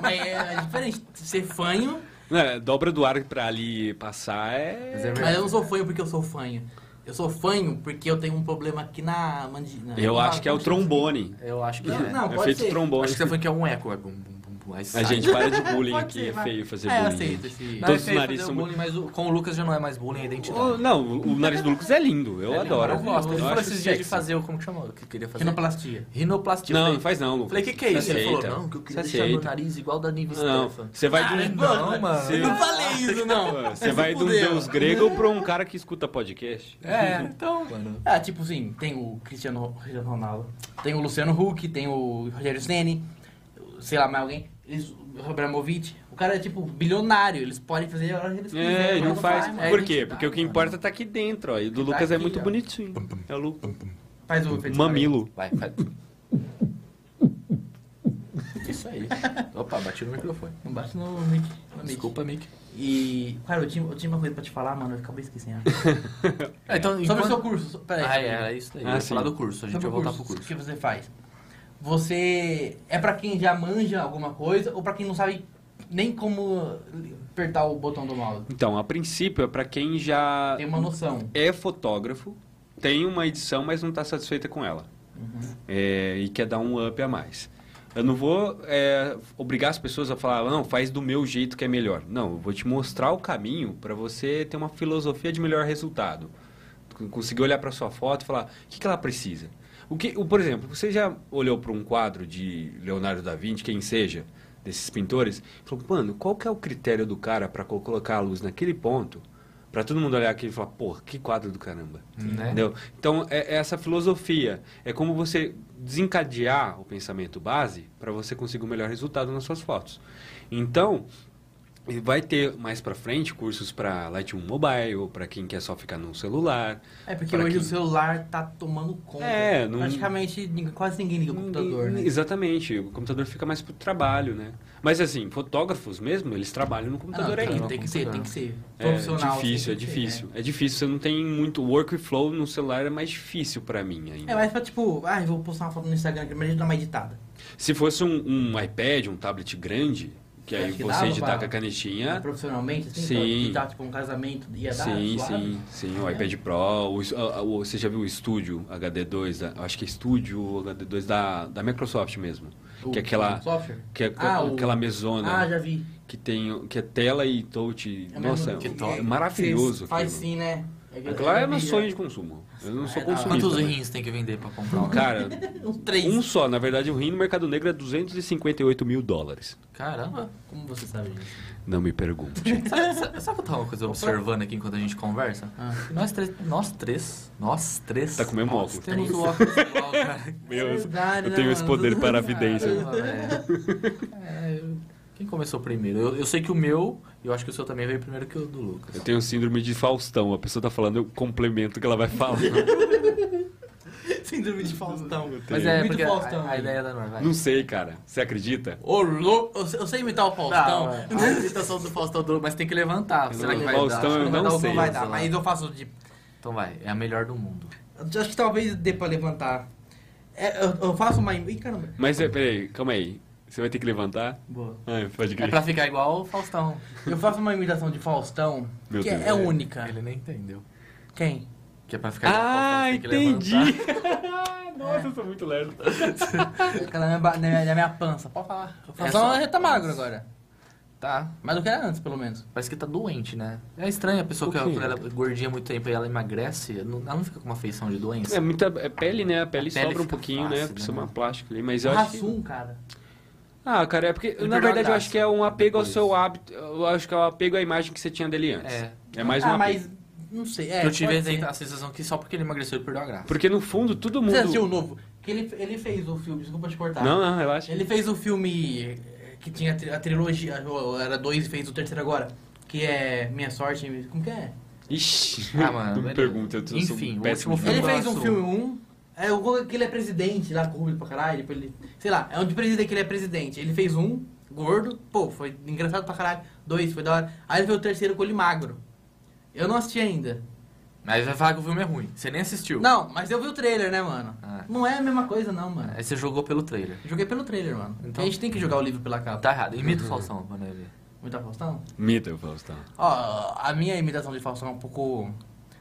[SPEAKER 2] mas é diferente ser fanho,
[SPEAKER 4] É, dobra do ar pra ali passar é.
[SPEAKER 3] Mas é
[SPEAKER 2] mas eu não sou fanho porque eu sou fanho. Eu sou fanho porque eu tenho um problema aqui na mandíbula.
[SPEAKER 4] Eu acho que é o trombone.
[SPEAKER 3] Eu acho que
[SPEAKER 2] Não,
[SPEAKER 3] é.
[SPEAKER 2] não,
[SPEAKER 4] É
[SPEAKER 2] pode
[SPEAKER 4] feito
[SPEAKER 2] ser.
[SPEAKER 4] trombone.
[SPEAKER 3] Acho que você foi que é um eco, é bum, bum, bum, bum, aí
[SPEAKER 4] A
[SPEAKER 3] sai.
[SPEAKER 4] gente para de bullying
[SPEAKER 2] Pode
[SPEAKER 4] aqui,
[SPEAKER 2] ser,
[SPEAKER 4] é
[SPEAKER 2] vai.
[SPEAKER 4] feio fazer
[SPEAKER 2] É, eu
[SPEAKER 4] bullying.
[SPEAKER 2] aceito esse-
[SPEAKER 3] Não,
[SPEAKER 4] Todos
[SPEAKER 3] é
[SPEAKER 4] os
[SPEAKER 3] feio
[SPEAKER 4] narizes são
[SPEAKER 3] fazer o bullying, mas o- com o Lucas já não é mais bullying, é identidade.
[SPEAKER 4] Oh, não, o o nariz do Lucas é lindo, eu
[SPEAKER 3] É,
[SPEAKER 4] adoro.
[SPEAKER 3] Eu gosto. Ele
[SPEAKER 4] Eu
[SPEAKER 3] falou
[SPEAKER 4] acho
[SPEAKER 3] esses dias de
[SPEAKER 4] sexy.
[SPEAKER 3] fazer o. Como que chamou? Que queria fazer?
[SPEAKER 2] Rinoplastia.
[SPEAKER 3] Rinoplastia.
[SPEAKER 4] Não,
[SPEAKER 3] Falei-
[SPEAKER 4] não faz não, Lucas.
[SPEAKER 3] Falei, o que, que é isso?
[SPEAKER 4] Você
[SPEAKER 3] Ele falou,
[SPEAKER 4] aceita.
[SPEAKER 3] não, que eu queria
[SPEAKER 4] Você
[SPEAKER 3] deixar meu
[SPEAKER 4] aceita.
[SPEAKER 3] nariz igual da Nive
[SPEAKER 4] então. Não,
[SPEAKER 3] Stefan.
[SPEAKER 4] você vai de um.
[SPEAKER 3] Não, mano.
[SPEAKER 4] Você-
[SPEAKER 2] Eu não falei
[SPEAKER 4] [LAUGHS]
[SPEAKER 2] isso, não.
[SPEAKER 4] Você vai de um
[SPEAKER 2] fudeu.
[SPEAKER 4] deus grego pra um cara que escuta podcast?
[SPEAKER 3] É, então, mano.
[SPEAKER 2] Ah, tipo assim, tem o Cristiano Cristiano Ronaldo, tem o Luciano Huck, tem o Rogério Ceni, sei lá mais alguém, eles, o Abramovich. O cara é tipo bilionário, eles podem fazer a hora que eles quiserem.
[SPEAKER 4] É,
[SPEAKER 2] mas
[SPEAKER 4] ele não faz.
[SPEAKER 2] mano.
[SPEAKER 4] Por
[SPEAKER 3] É
[SPEAKER 4] quê?
[SPEAKER 3] identidade,
[SPEAKER 4] Porque o que
[SPEAKER 3] mano.
[SPEAKER 4] importa tá aqui dentro, ó. E o do
[SPEAKER 2] Tá
[SPEAKER 4] Lucas é
[SPEAKER 2] aqui,
[SPEAKER 4] muito
[SPEAKER 2] ó.
[SPEAKER 4] bonitinho. É o Lu-
[SPEAKER 2] Faz o efeito
[SPEAKER 4] mamilo.
[SPEAKER 3] Vai, vai. Isso aí. Opa, bati no microfone.
[SPEAKER 2] Não bate no mic. No mic.
[SPEAKER 3] Desculpa, Mick.
[SPEAKER 2] E, cara, eu tinha, eu tinha uma coisa pra te falar, mano, eu acabei
[SPEAKER 4] [LAUGHS]
[SPEAKER 2] esquecendo.
[SPEAKER 3] É, então,
[SPEAKER 2] Sobre o
[SPEAKER 3] enquanto-
[SPEAKER 2] seu curso. so- Peraí.
[SPEAKER 3] Ah, é, era isso daí.
[SPEAKER 4] Ah,
[SPEAKER 3] eu ia
[SPEAKER 4] sim.
[SPEAKER 3] falar do curso, a gente
[SPEAKER 2] Sobre
[SPEAKER 3] vai
[SPEAKER 2] o
[SPEAKER 3] voltar
[SPEAKER 2] curso,
[SPEAKER 3] pro
[SPEAKER 2] O
[SPEAKER 3] curso.
[SPEAKER 2] que você faz? Você é pra quem já manja alguma coisa ou pra quem não sabe nem como apertar o botão do mouse?
[SPEAKER 4] Então, a princípio é pra quem já
[SPEAKER 2] Tem uma noção.
[SPEAKER 4] é fotógrafo, tem uma edição, mas não está satisfeita com ela. É, e quer dar um up a mais. Eu não vou é, obrigar as pessoas a falar, não, faz do meu jeito que é melhor. Não, eu vou te mostrar o caminho para você ter uma filosofia de melhor resultado. C- Conseguir olhar para sua foto e falar, o que, que ela precisa? O que, o, por exemplo, você já olhou para um quadro de Leonardo da Vinci, quem seja, desses pintores, e falou, mano, qual que é o critério do cara para colocar a luz naquele ponto, para todo mundo olhar aqui e falar, pô, que quadro do caramba.
[SPEAKER 3] Né?
[SPEAKER 4] Entendeu? Então, é, é essa filosofia. É como você desencadear o pensamento base para você conseguir o melhor resultado nas suas fotos. Então, e vai ter mais para frente cursos para Lightroom Mobile, para quem quer só ficar no celular.
[SPEAKER 2] É, porque
[SPEAKER 4] pra
[SPEAKER 2] hoje
[SPEAKER 4] quem-
[SPEAKER 2] o celular tá tomando conta.
[SPEAKER 4] É, não-
[SPEAKER 2] Praticamente ninguém- quase ninguém liga o computador, né?
[SPEAKER 4] Exatamente. O computador fica mais pro trabalho, né? Mas assim, fotógrafos mesmo, eles trabalham no
[SPEAKER 2] Ah, não,
[SPEAKER 4] computador
[SPEAKER 2] tem,
[SPEAKER 4] ainda.
[SPEAKER 2] tem que ser, tem que ser
[SPEAKER 4] É
[SPEAKER 2] profissional.
[SPEAKER 4] difícil, é
[SPEAKER 2] tem que ser,
[SPEAKER 4] difícil.
[SPEAKER 2] né?
[SPEAKER 4] É difícil, você não tem muito workflow no celular, é mais difícil para mim ainda.
[SPEAKER 2] É mais pra tipo, ah, eu vou postar uma foto no Instagram aqui, mas a gente dá uma editada.
[SPEAKER 4] Se fosse um, um iPad, um tablet grande, que aí
[SPEAKER 2] Acho É, que
[SPEAKER 4] você
[SPEAKER 2] dava
[SPEAKER 4] editar
[SPEAKER 2] pra-
[SPEAKER 4] com a canetinha.
[SPEAKER 2] Profissionalmente, assim,
[SPEAKER 4] Sim.
[SPEAKER 2] pra editar tipo um casamento, ia dar tipo,
[SPEAKER 4] Sim,
[SPEAKER 2] suave.
[SPEAKER 4] sim, sim,
[SPEAKER 2] É.
[SPEAKER 4] o iPad Pro, o, es- a- a- o- você já viu o Studio HD2, da- acho que é Studio HD2 da, da Microsoft mesmo,
[SPEAKER 2] ah, O-
[SPEAKER 4] que é aquela,
[SPEAKER 2] o software.
[SPEAKER 4] que é
[SPEAKER 2] Ah, o-
[SPEAKER 4] aquela mesona
[SPEAKER 2] Ah, já vi.
[SPEAKER 4] que tem, que é tela e touch,
[SPEAKER 2] É
[SPEAKER 4] nossa,
[SPEAKER 2] mesmo-
[SPEAKER 4] é
[SPEAKER 2] que-
[SPEAKER 4] é maravilhoso
[SPEAKER 2] Faz
[SPEAKER 4] aquilo.
[SPEAKER 2] sim, né? É que-
[SPEAKER 4] Aquilo lá é
[SPEAKER 2] que-
[SPEAKER 4] meu sonho de consumo, eu não sou
[SPEAKER 2] É da hora.
[SPEAKER 4] consumidor.
[SPEAKER 3] Ah, Quantos
[SPEAKER 4] né?
[SPEAKER 3] rins tem que vender pra comprar
[SPEAKER 4] [LAUGHS] Cara,
[SPEAKER 3] um? [LAUGHS]
[SPEAKER 2] Um três.
[SPEAKER 4] um só, na verdade o rim no mercado negro é 258 mil dólares,
[SPEAKER 3] Caramba.
[SPEAKER 2] Como você sabe disso?
[SPEAKER 4] não me pergunte.
[SPEAKER 3] Sabe, sabe, sabe que eu tava uma coisa observando aqui enquanto a gente conversa?
[SPEAKER 2] Ah.
[SPEAKER 3] Que Nós três, nós três, nós três.
[SPEAKER 4] Tá com o mesmo
[SPEAKER 3] nós
[SPEAKER 4] óculos.
[SPEAKER 3] Temos o óculos igual, cara.
[SPEAKER 4] Meu,
[SPEAKER 2] Verdade,
[SPEAKER 4] eu
[SPEAKER 2] né,
[SPEAKER 4] tenho esse
[SPEAKER 2] mano?
[SPEAKER 4] poder para a vidência.
[SPEAKER 3] Caramba, velho. É, eu- Quem começou primeiro? Eu, eu sei que o meu, e eu acho que o seu também veio primeiro que o do Lucas.
[SPEAKER 4] Eu tenho síndrome de Faustão, a pessoa tá falando, eu complemento o que ela vai falar.
[SPEAKER 2] [LAUGHS] Síndrome de Faustão.
[SPEAKER 3] Mas é,
[SPEAKER 2] Muito
[SPEAKER 3] porque
[SPEAKER 2] Faustão,
[SPEAKER 3] a, a
[SPEAKER 2] aí.
[SPEAKER 3] ideia da Nor, vai.
[SPEAKER 4] Não sei, cara. Você acredita?
[SPEAKER 2] Ô, louco, eu sei- eu sei imitar o Faustão.
[SPEAKER 4] é.
[SPEAKER 2] [LAUGHS]
[SPEAKER 3] Não, a imitação do Faustão do mas tem que levantar. Será que vai
[SPEAKER 4] Faustão,
[SPEAKER 3] dar?
[SPEAKER 4] eu
[SPEAKER 3] Acho que
[SPEAKER 4] não
[SPEAKER 3] vai dar algum-
[SPEAKER 4] sei.
[SPEAKER 2] vai dar, mas eu faço de.
[SPEAKER 3] Então vai, é a melhor do mundo.
[SPEAKER 2] eu Acho que talvez dê pra levantar. É, eu, eu faço uma. im- Ih, caramba.
[SPEAKER 4] Mas é, peraí, calma aí. Você vai ter que levantar?
[SPEAKER 2] Boa.
[SPEAKER 4] Ai, pode
[SPEAKER 3] É
[SPEAKER 4] crer.
[SPEAKER 3] pra ficar igual o Faustão.
[SPEAKER 2] Eu faço uma imitação de Faustão
[SPEAKER 4] Meu
[SPEAKER 2] que
[SPEAKER 4] Deus,
[SPEAKER 2] é,
[SPEAKER 4] é.
[SPEAKER 2] única.
[SPEAKER 3] Ele nem entendeu.
[SPEAKER 2] Quem?
[SPEAKER 3] Que é pra ficar igual o Faustão,
[SPEAKER 4] Ah,
[SPEAKER 3] tem que
[SPEAKER 4] entendi.
[SPEAKER 3] levantar.
[SPEAKER 4] Nossa, eu sou muito lerdo.
[SPEAKER 2] Aquela na minha, ba- na minha- na minha pança. Pode falar.
[SPEAKER 4] É
[SPEAKER 2] O Faustão
[SPEAKER 3] só-
[SPEAKER 2] já tá magro agora.
[SPEAKER 3] Tá.
[SPEAKER 2] Mais do que era antes, pelo menos.
[SPEAKER 3] Parece que tá doente, né? É estranho a pessoa
[SPEAKER 4] O
[SPEAKER 3] que
[SPEAKER 4] quê?
[SPEAKER 3] quando ela é gordinha há muito tempo e ela emagrece, não- ela não fica com uma feição de doença.
[SPEAKER 4] É muita é pele, né? A pele,
[SPEAKER 3] A pele
[SPEAKER 4] sobra um
[SPEAKER 3] fica
[SPEAKER 4] pouquinho,
[SPEAKER 3] fácil,
[SPEAKER 4] né?
[SPEAKER 3] né?
[SPEAKER 4] Precisa uma plástica ali, mas eu acho que...
[SPEAKER 2] Rassum, cara.
[SPEAKER 4] Ah, cara, é porque,
[SPEAKER 3] Ele
[SPEAKER 4] na
[SPEAKER 3] perdeu a
[SPEAKER 4] verdade, eu acho
[SPEAKER 3] graça
[SPEAKER 4] que é um apego ao
[SPEAKER 3] depois.
[SPEAKER 4] seu hábito, eu acho que é um apego à imagem que você tinha dele antes.
[SPEAKER 3] É.
[SPEAKER 4] É mais um
[SPEAKER 2] ah,
[SPEAKER 4] apego.
[SPEAKER 2] mas. Não sei. É,
[SPEAKER 3] eu tive
[SPEAKER 2] pode
[SPEAKER 3] a-
[SPEAKER 2] ser.
[SPEAKER 3] a sensação que só porque ele emagreceu ele perdeu a graça.
[SPEAKER 4] Porque, no fundo, todo mundo...
[SPEAKER 2] Você assistiu o novo? Que ele, ele fez o filme, desculpa te cortar.
[SPEAKER 4] Não, não, relaxa.
[SPEAKER 2] Ele fez o filme eh, que tinha a tri- a trilogia, ou era dois e fez o terceiro agora, que é Minha Sorte. Minha- Como que é?
[SPEAKER 4] Ixi,
[SPEAKER 3] Ah, mano,
[SPEAKER 4] [LAUGHS] não me
[SPEAKER 3] ele-
[SPEAKER 4] pergunta, eu sou um
[SPEAKER 3] Enfim, o
[SPEAKER 4] péssimo.
[SPEAKER 3] último filme
[SPEAKER 2] Ele
[SPEAKER 3] do
[SPEAKER 2] fez um
[SPEAKER 3] Sul.
[SPEAKER 2] filme um, é, o Goga que ele é presidente lá, corrupto pra caralho, depois ele, sei lá, é um de presidente que ele é presidente. Ele fez um, gordo, pô, foi engraçado pra caralho, dois, foi da hora. Aí ele fez o terceiro com ele magro. Eu não assisti ainda.
[SPEAKER 3] Mas vai falar que o filme é ruim. Você nem assistiu.
[SPEAKER 2] Não, mas eu vi o trailer, né, mano?
[SPEAKER 3] Ah.
[SPEAKER 2] Não é a mesma coisa, não, mano.
[SPEAKER 3] Aí você jogou pelo trailer.
[SPEAKER 2] Joguei pelo trailer, mano.
[SPEAKER 3] Então-
[SPEAKER 2] A gente tem que jogar o livro pela capa.
[SPEAKER 3] Tá errado. Imita
[SPEAKER 4] Uhum.
[SPEAKER 3] o Faustão quando ele...
[SPEAKER 2] Muita Faustão?
[SPEAKER 4] Mita, Faustão.
[SPEAKER 2] Ó, a minha imitação de Faustão é um pouco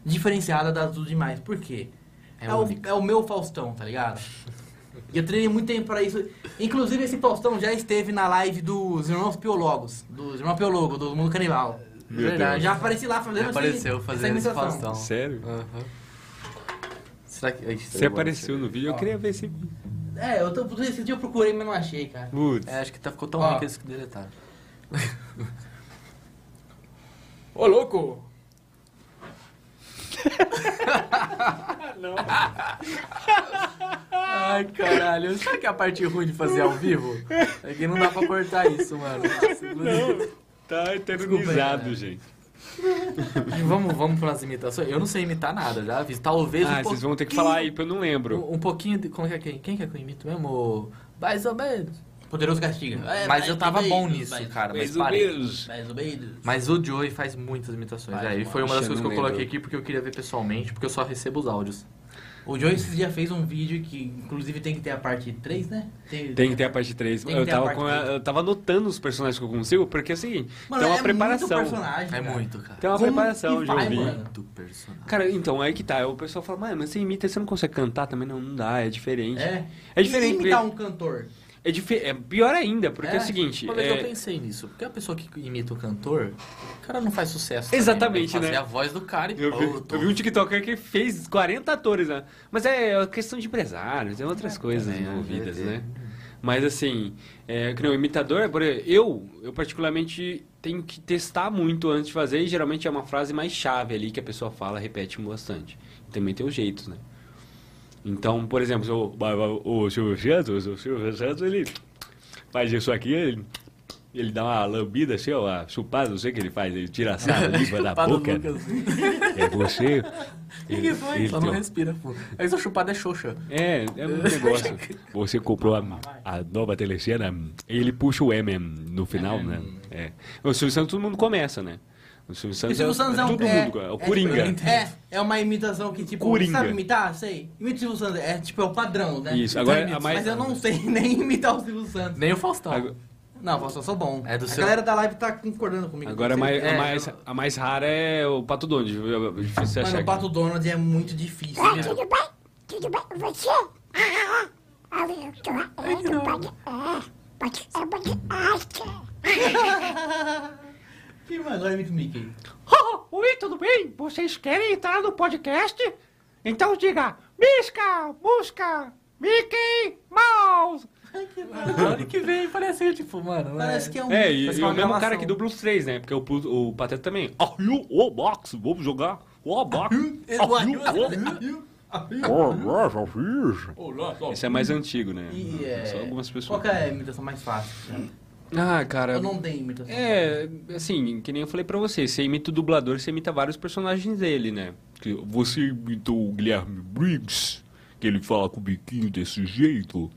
[SPEAKER 2] diferenciada das dos demais. Por quê?
[SPEAKER 3] É
[SPEAKER 2] É, o,
[SPEAKER 3] única.
[SPEAKER 2] é o meu Faustão, tá ligado? E eu treinei muito tempo pra isso. Inclusive, esse Faustão já esteve na live dos Irmãos Piologos, dos Irmãos Piologo, do Mundo Canibal.
[SPEAKER 4] Meu
[SPEAKER 3] Verdade.
[SPEAKER 4] Deus.
[SPEAKER 2] Já apareci lá fazendo
[SPEAKER 3] Ele
[SPEAKER 2] esse-
[SPEAKER 3] É, apareceu fazendo esse
[SPEAKER 2] imitação.
[SPEAKER 3] Faustão.
[SPEAKER 4] Sério?
[SPEAKER 2] Ah,
[SPEAKER 3] Aham. Será que... Ixi,
[SPEAKER 4] Você
[SPEAKER 3] estragou,
[SPEAKER 4] apareceu no vídeo, eu
[SPEAKER 2] Ó.
[SPEAKER 4] queria ver se...
[SPEAKER 2] É, eu tô, esse dia eu procurei, mas não achei, cara.
[SPEAKER 4] Putz.
[SPEAKER 3] É, acho que tá, ficou tão
[SPEAKER 2] Ó.
[SPEAKER 3] ruim que eles deletaram.
[SPEAKER 2] Ô, louco!
[SPEAKER 3] Ai, caralho. Sabe que é a parte ruim de fazer ao vivo? É que não dá pra cortar isso, mano.
[SPEAKER 4] Tá
[SPEAKER 3] Desculpa aí,
[SPEAKER 4] eternizado,
[SPEAKER 3] né?
[SPEAKER 4] gente.
[SPEAKER 3] Vamos, vamos para as imitações. Eu não sei imitar nada, já fiz. Talvez
[SPEAKER 4] Ah,
[SPEAKER 3] um,
[SPEAKER 4] vocês
[SPEAKER 3] pouquinho,
[SPEAKER 4] vão ter que falar aí, porque eu não lembro.
[SPEAKER 3] um, um pouquinho de. Como é que é quem? Quem que é que eu imito mesmo? Mais ou menos.
[SPEAKER 2] Poderoso Castiga. É,
[SPEAKER 3] mas eu tava bom
[SPEAKER 2] menos,
[SPEAKER 3] nisso,
[SPEAKER 2] mais-
[SPEAKER 3] cara.
[SPEAKER 4] Mais
[SPEAKER 3] Mas
[SPEAKER 4] ou
[SPEAKER 3] parei.
[SPEAKER 4] menos.
[SPEAKER 2] Mais ou menos.
[SPEAKER 3] Mas o Joey faz muitas imitações.
[SPEAKER 2] Faz,
[SPEAKER 3] é, e
[SPEAKER 2] mano.
[SPEAKER 3] foi uma das
[SPEAKER 4] Ixi, eu
[SPEAKER 3] coisas que eu
[SPEAKER 4] não
[SPEAKER 3] coloquei
[SPEAKER 4] lembro.
[SPEAKER 3] aqui porque eu queria ver pessoalmente, porque eu só recebo os áudios.
[SPEAKER 2] O Joyce já fez um vídeo que, inclusive, tem que ter a parte 3, né?
[SPEAKER 4] Tem que ter a parte 3.
[SPEAKER 2] Tem que
[SPEAKER 4] Eu
[SPEAKER 2] ter a
[SPEAKER 4] tava,
[SPEAKER 2] parte
[SPEAKER 4] com a-
[SPEAKER 2] três.
[SPEAKER 4] eu tava anotando os personagens que eu consigo, porque é o seguinte,
[SPEAKER 2] Mano,
[SPEAKER 4] tem uma
[SPEAKER 2] é
[SPEAKER 4] preparação.
[SPEAKER 2] Muito personagem,
[SPEAKER 3] É
[SPEAKER 2] cara.
[SPEAKER 3] muito, cara.
[SPEAKER 4] Tem uma
[SPEAKER 2] Como
[SPEAKER 4] preparação,
[SPEAKER 2] que
[SPEAKER 4] já
[SPEAKER 2] vai,
[SPEAKER 4] ouvi.
[SPEAKER 2] mano?
[SPEAKER 3] Muito personagem.
[SPEAKER 4] Então, Cara, então, aí que tá. aí O pessoal fala, "Mas, mas você imita, você não consegue cantar também? Não, não dá, é diferente.
[SPEAKER 2] É.
[SPEAKER 4] É diferente.
[SPEAKER 2] E imitar um cantor.
[SPEAKER 4] É, dife- é pior ainda, porque é,
[SPEAKER 2] É,
[SPEAKER 4] o seguinte...
[SPEAKER 3] Uma vez
[SPEAKER 4] é-
[SPEAKER 3] eu pensei nisso, porque a pessoa que imita o cantor, o cara não faz sucesso. também,
[SPEAKER 4] Exatamente,
[SPEAKER 3] né? Fazer
[SPEAKER 4] né?
[SPEAKER 3] a voz do cara e
[SPEAKER 4] Eu vi,
[SPEAKER 3] pô, tô
[SPEAKER 4] eu vi um TikToker que fez 40 atores, né? Mas é uma questão de empresários, tem outras coisas
[SPEAKER 3] É, também,
[SPEAKER 4] envolvidas,
[SPEAKER 3] é.
[SPEAKER 4] né? Mas assim, é, que nem o imitador, por exemplo, eu, eu particularmente tenho que testar muito antes de fazer, e geralmente é uma frase mais chave ali que a pessoa fala, repete bastante. Também tem os jeitos, né? Então, por exemplo, se o, o Silvio Santos, o Silvio Santos, ele faz isso aqui, ele, ele dá uma lambida, sei lá, chupada, não sei o que ele faz, ele tira a
[SPEAKER 3] [LAUGHS]
[SPEAKER 4] saliva da
[SPEAKER 3] Chupada
[SPEAKER 4] boca.
[SPEAKER 3] nunca-
[SPEAKER 4] É
[SPEAKER 2] [LAUGHS]
[SPEAKER 4] você.
[SPEAKER 3] Que que foi?
[SPEAKER 4] Ele-
[SPEAKER 3] [LAUGHS]
[SPEAKER 2] um
[SPEAKER 3] Só não
[SPEAKER 4] ele-
[SPEAKER 3] respira, pô. Aí sua chupada é xoxa.
[SPEAKER 4] É, é
[SPEAKER 2] [LAUGHS]
[SPEAKER 4] um negócio. Você comprou a, a nova telecena, ele puxa o M no final, né? É. O Silvio Santos todo mundo começa, né? O Silvio
[SPEAKER 2] E o
[SPEAKER 4] Santos,
[SPEAKER 2] Silvio Santos é um...
[SPEAKER 4] todo
[SPEAKER 2] é,
[SPEAKER 4] mundo, é, o Coringa.
[SPEAKER 2] tipo, É, é uma imitação que, tipo,
[SPEAKER 4] Coringa.
[SPEAKER 2] sabe imitar? Sei. Imita o Silvio Santos. É, tipo, é o padrão, né?
[SPEAKER 4] Isso, agora é
[SPEAKER 2] Então,
[SPEAKER 4] a mais-
[SPEAKER 2] Mas eu não sei [LAUGHS] nem imitar o Silvio Santos.
[SPEAKER 3] Nem o Faustão.
[SPEAKER 4] Agora-
[SPEAKER 2] Não, Faustão, eu sou bom.
[SPEAKER 3] É do
[SPEAKER 2] a
[SPEAKER 3] seu-
[SPEAKER 2] galera da live tá concordando comigo.
[SPEAKER 4] Agora a
[SPEAKER 2] Não sei.
[SPEAKER 4] mais, a,
[SPEAKER 3] É,
[SPEAKER 4] mais,
[SPEAKER 3] eu-
[SPEAKER 4] a mais rara é o Pato Donde. é Difícil você
[SPEAKER 2] Mano,
[SPEAKER 4] achar.
[SPEAKER 2] o Pato Donald é muito difícil.
[SPEAKER 1] Ah,
[SPEAKER 2] né?
[SPEAKER 1] tudo bem? Tudo bem com você? Ah, ah, ah, eu tô, é, tu pode, é, pode, é, pode, acha.
[SPEAKER 2] Ih, mano, agora imita o Mickey.
[SPEAKER 5] Oh, oi, tudo bem? Vocês querem entrar no podcast? Então diga, Misca, Musca, Mickey Mouse.
[SPEAKER 2] Ai, que maravilha.
[SPEAKER 3] Ano que vem, parece que, tipo, mano. [LAUGHS]
[SPEAKER 2] Parece que é um...
[SPEAKER 4] É, e,
[SPEAKER 3] Faz
[SPEAKER 4] e
[SPEAKER 3] uma
[SPEAKER 4] o mesmo cara
[SPEAKER 3] gravação.
[SPEAKER 4] que dubla os três, né? Porque o, Pu- o Pateta também. Ah, you, oh, box, vamos jogar. Oh, box. Ah, you,
[SPEAKER 2] né?
[SPEAKER 4] oh. Esse é mais antigo, né?
[SPEAKER 2] E é...
[SPEAKER 4] Só algumas
[SPEAKER 2] Qual
[SPEAKER 4] pessoas.
[SPEAKER 2] que é a imitação mais fácil?
[SPEAKER 4] Ah, cara.
[SPEAKER 2] Eu não tenho imitação.
[SPEAKER 4] É, assim, que nem eu falei pra você, você imita o dublador, você imita vários personagens dele, né? Que Você imitou o Guilherme Briggs, que ele fala com o biquinho desse jeito.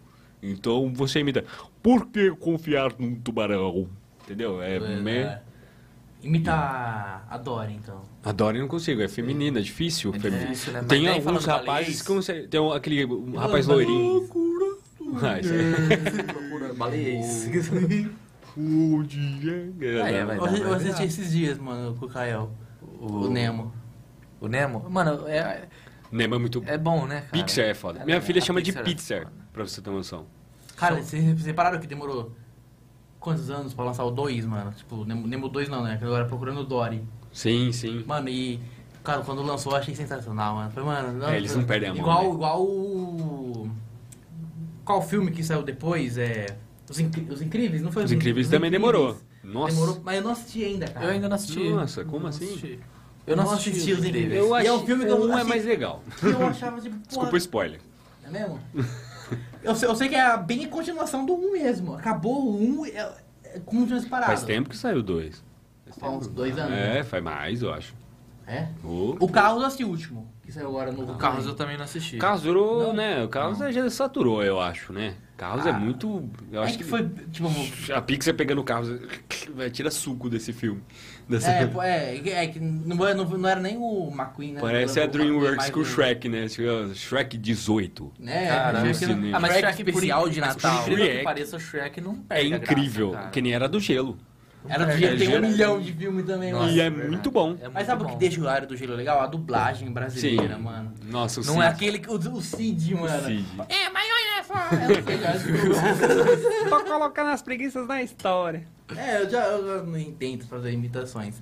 [SPEAKER 4] Então você imita. Por que confiar num tubarão? Entendeu? É,
[SPEAKER 2] É,
[SPEAKER 4] me-
[SPEAKER 2] é. Imita a- a Dory, então.
[SPEAKER 4] Adoro e não consigo, é feminina, é difícil.
[SPEAKER 3] É
[SPEAKER 4] feminina.
[SPEAKER 3] difícil, né? Mas
[SPEAKER 4] Tem
[SPEAKER 3] nem
[SPEAKER 4] alguns
[SPEAKER 3] falando
[SPEAKER 4] rapazes
[SPEAKER 3] galês.
[SPEAKER 4] que conseguem. Tem um- aquele um rapaz loirinho. [LAUGHS] Ah, isso é.
[SPEAKER 3] Procura baleias.
[SPEAKER 4] né?
[SPEAKER 3] Ah, é, vai
[SPEAKER 2] Eu
[SPEAKER 3] dar,
[SPEAKER 2] assisti-
[SPEAKER 3] vai
[SPEAKER 2] eu assisti
[SPEAKER 3] dar.
[SPEAKER 2] esses dias, mano, com o Kael. O, Nemo.
[SPEAKER 3] O Nemo? Mano, é,
[SPEAKER 4] Nemo é muito.
[SPEAKER 3] é bom, né, cara?
[SPEAKER 4] Pixar é foda.
[SPEAKER 3] É,
[SPEAKER 4] Minha
[SPEAKER 3] é,
[SPEAKER 4] filha
[SPEAKER 3] a
[SPEAKER 4] chama de
[SPEAKER 3] Pixar é
[SPEAKER 4] Pixar, pra você ter uma noção.
[SPEAKER 2] Cara, vocês separaram que demorou quantos anos pra lançar o 2, mano? Tipo, Nemo, Nemo 2 não, né? Que agora procurando o Dory.
[SPEAKER 4] Sim, sim.
[SPEAKER 2] Mano, e. Cara, quando lançou eu achei sensacional, mano. Falei, mano,
[SPEAKER 4] É, eles não perdem a mão,
[SPEAKER 2] Igual,
[SPEAKER 4] né?
[SPEAKER 2] igual o. Qual filme que saiu depois? É. Os, Incri- Os Incríveis? Não foi
[SPEAKER 4] Os Incríveis também demorou. Nossa.
[SPEAKER 2] Demorou, mas eu não assisti ainda, cara.
[SPEAKER 3] Eu ainda não assisti.
[SPEAKER 4] Nossa, como
[SPEAKER 3] Não
[SPEAKER 4] assim?
[SPEAKER 3] assisti.
[SPEAKER 2] Eu não assisti os Incríveis. Eu
[SPEAKER 4] acho
[SPEAKER 2] E é um filme que eu
[SPEAKER 4] um é
[SPEAKER 2] achei-
[SPEAKER 4] mais legal.
[SPEAKER 2] [LAUGHS] Eu achava tipo. porra,
[SPEAKER 4] Desculpa o spoiler.
[SPEAKER 2] É mesmo? [LAUGHS] eu, sei, eu sei que é bem a continuação do 1 mesmo. Acabou o 1 é, é, com um separado.
[SPEAKER 4] Faz tempo que saiu dois.
[SPEAKER 2] Faz uns dois anos.
[SPEAKER 4] É, faz mais, eu acho.
[SPEAKER 2] É?
[SPEAKER 4] O,
[SPEAKER 2] O Carros é o último. Que saiu agora no
[SPEAKER 4] Ah,
[SPEAKER 3] O Carros eu também não assisti.
[SPEAKER 4] Carros durou,
[SPEAKER 2] Não.
[SPEAKER 4] né? O Carros já saturou, eu acho, né? Carros é
[SPEAKER 2] Ah.
[SPEAKER 4] muito. Eu
[SPEAKER 2] Acho
[SPEAKER 4] acho
[SPEAKER 2] é que foi,
[SPEAKER 4] [LAUGHS]
[SPEAKER 2] tipo...
[SPEAKER 4] A Pixar pegando o Carros. [LAUGHS] vai, Tira suco desse filme. Dessa- [LAUGHS]
[SPEAKER 2] É, pô, é, é que não, não, não era nem o McQueen, né?
[SPEAKER 4] Parece a
[SPEAKER 2] Não era o
[SPEAKER 4] Dreamworks
[SPEAKER 2] McQueen,
[SPEAKER 4] com o
[SPEAKER 2] mas-
[SPEAKER 4] Shrek, né? Tipo, Shrek 18.
[SPEAKER 2] Né?
[SPEAKER 3] Caramba,
[SPEAKER 2] Shrek-
[SPEAKER 4] sim, né?
[SPEAKER 2] Ah, mas Shrek, tipo, especial de
[SPEAKER 3] mas
[SPEAKER 2] Natal.
[SPEAKER 3] Tá, Por incrível que
[SPEAKER 4] Shrek.
[SPEAKER 3] pareça, o Shrek não
[SPEAKER 4] É
[SPEAKER 3] perde a graça,
[SPEAKER 4] incrível.
[SPEAKER 3] cara.
[SPEAKER 4] que nem era do gelo.
[SPEAKER 2] Era do
[SPEAKER 3] É,
[SPEAKER 2] jeito tem um
[SPEAKER 4] Shrek.
[SPEAKER 2] milhão de filme também,
[SPEAKER 3] Nossa,
[SPEAKER 4] e
[SPEAKER 2] mano.
[SPEAKER 4] é
[SPEAKER 3] verdade.
[SPEAKER 4] muito bom.
[SPEAKER 3] É muito
[SPEAKER 2] Mas sabe o
[SPEAKER 3] bom.
[SPEAKER 2] que deixa o área do Gelo legal? A dublagem brasileira,
[SPEAKER 4] Sim.
[SPEAKER 2] mano.
[SPEAKER 4] Nossa, o
[SPEAKER 3] Não
[SPEAKER 4] Cid.
[SPEAKER 3] é
[SPEAKER 2] Aquele, que- o, o Cid, mano.
[SPEAKER 4] Cid.
[SPEAKER 5] É, mas olha só.
[SPEAKER 2] É, eu sei, cara,
[SPEAKER 4] [LAUGHS]
[SPEAKER 2] tipo,
[SPEAKER 5] Tô colocando as preguiças na história.
[SPEAKER 2] É, eu já, eu já não entendo fazer imitações.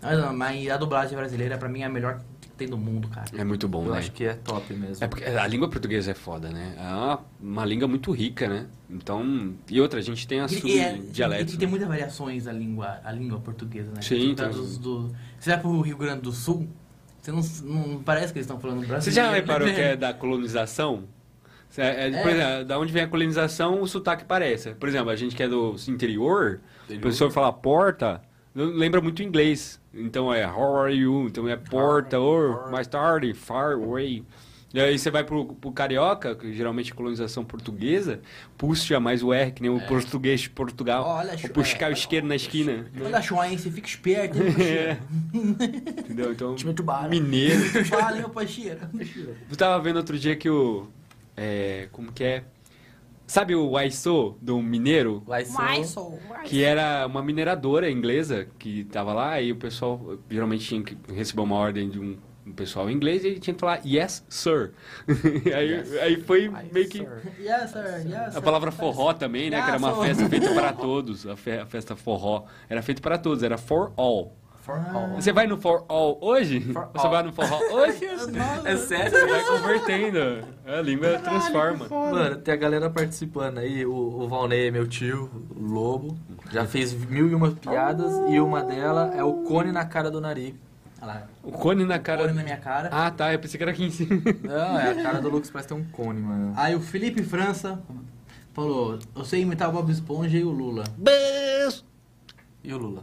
[SPEAKER 2] Mas, não, mas a dublagem brasileira, pra mim, é a melhor que tem do mundo, cara.
[SPEAKER 4] É muito bom,
[SPEAKER 3] Eu
[SPEAKER 4] né?
[SPEAKER 3] acho que é top mesmo.
[SPEAKER 4] É porque a língua portuguesa é foda, né? É uma, uma língua muito rica, né? Então. E outra, a né? gente tem as
[SPEAKER 2] E, e é-
[SPEAKER 4] subdialetos.
[SPEAKER 2] e tem muitas variações a língua, a língua portuguesa, né?
[SPEAKER 4] Sim,
[SPEAKER 2] Tipo,
[SPEAKER 4] tem. um
[SPEAKER 2] dos- do- você vai pro Rio Grande do Sul, você não, não parece que eles estão falando brasileiro.
[SPEAKER 4] Você já reparou
[SPEAKER 2] né?
[SPEAKER 4] que
[SPEAKER 2] [LAUGHS]
[SPEAKER 4] é da colonização? Cê- é de- por
[SPEAKER 2] É.
[SPEAKER 4] exemplo, da onde vem a colonização, o sotaque parece. Por exemplo, a gente que é do interior, o pessoal fala porta, não- lembra muito inglês. Então é how are you, então é porta, or mais tarde, far away. E aí você vai pro, pro carioca, que geralmente é colonização portuguesa, puxa mais o R, que nem o português de Portugal.
[SPEAKER 2] É. Olha,
[SPEAKER 4] Ou puxar o
[SPEAKER 2] é,
[SPEAKER 4] isqueiro na
[SPEAKER 2] [LAUGHS]
[SPEAKER 4] esquina.
[SPEAKER 2] Olha a Joense, fica esperto,
[SPEAKER 4] [LAUGHS]
[SPEAKER 2] hein,
[SPEAKER 4] É.
[SPEAKER 2] Pacheiro.
[SPEAKER 4] Entendeu? Então,
[SPEAKER 2] Time do Bara.
[SPEAKER 4] mineiro.
[SPEAKER 2] [LAUGHS] Fala, hein, ô Pacheiro.
[SPEAKER 4] Eu tava vendo outro dia que o. É, como que é? Sabe o Aiso do Mineiro?
[SPEAKER 3] Vai ser-
[SPEAKER 4] Que era uma mineradora inglesa que tava lá e o pessoal geralmente tinha que receber uma ordem de um, um pessoal inglês e ele tinha que falar yes, sir. [LAUGHS] aí, aí foi meio que.
[SPEAKER 2] Yes, sir, yes,
[SPEAKER 4] A
[SPEAKER 2] sir.
[SPEAKER 4] palavra forró também, né? Que era uma
[SPEAKER 2] Yes,
[SPEAKER 4] festa feita para todos. A, fe- a festa forró. Era feita para todos, era for all.
[SPEAKER 3] For all.
[SPEAKER 4] Você vai no for all hoje?
[SPEAKER 3] For
[SPEAKER 4] Você
[SPEAKER 3] all.
[SPEAKER 4] vai no forró hoje?
[SPEAKER 2] Nossa.
[SPEAKER 3] É
[SPEAKER 4] [LAUGHS]
[SPEAKER 3] sério?
[SPEAKER 4] Vai convertendo. A língua transforma.
[SPEAKER 3] Mano, tem a galera participando aí, o, o Valnei é meu tio, o Lobo, já fez mil e uma piadas e uma dela é o cone na cara do nariz.
[SPEAKER 2] Olha lá,
[SPEAKER 4] O cone na cara.
[SPEAKER 2] olho na minha cara.
[SPEAKER 4] Ah, tá. Eu pensei que era aqui em cima.
[SPEAKER 3] Não, é a cara do Lucas parece ter um cone, mano.
[SPEAKER 2] Aí o Felipe França falou: Eu sei imitar o Bob Esponja e o Lula.
[SPEAKER 3] E o Lula?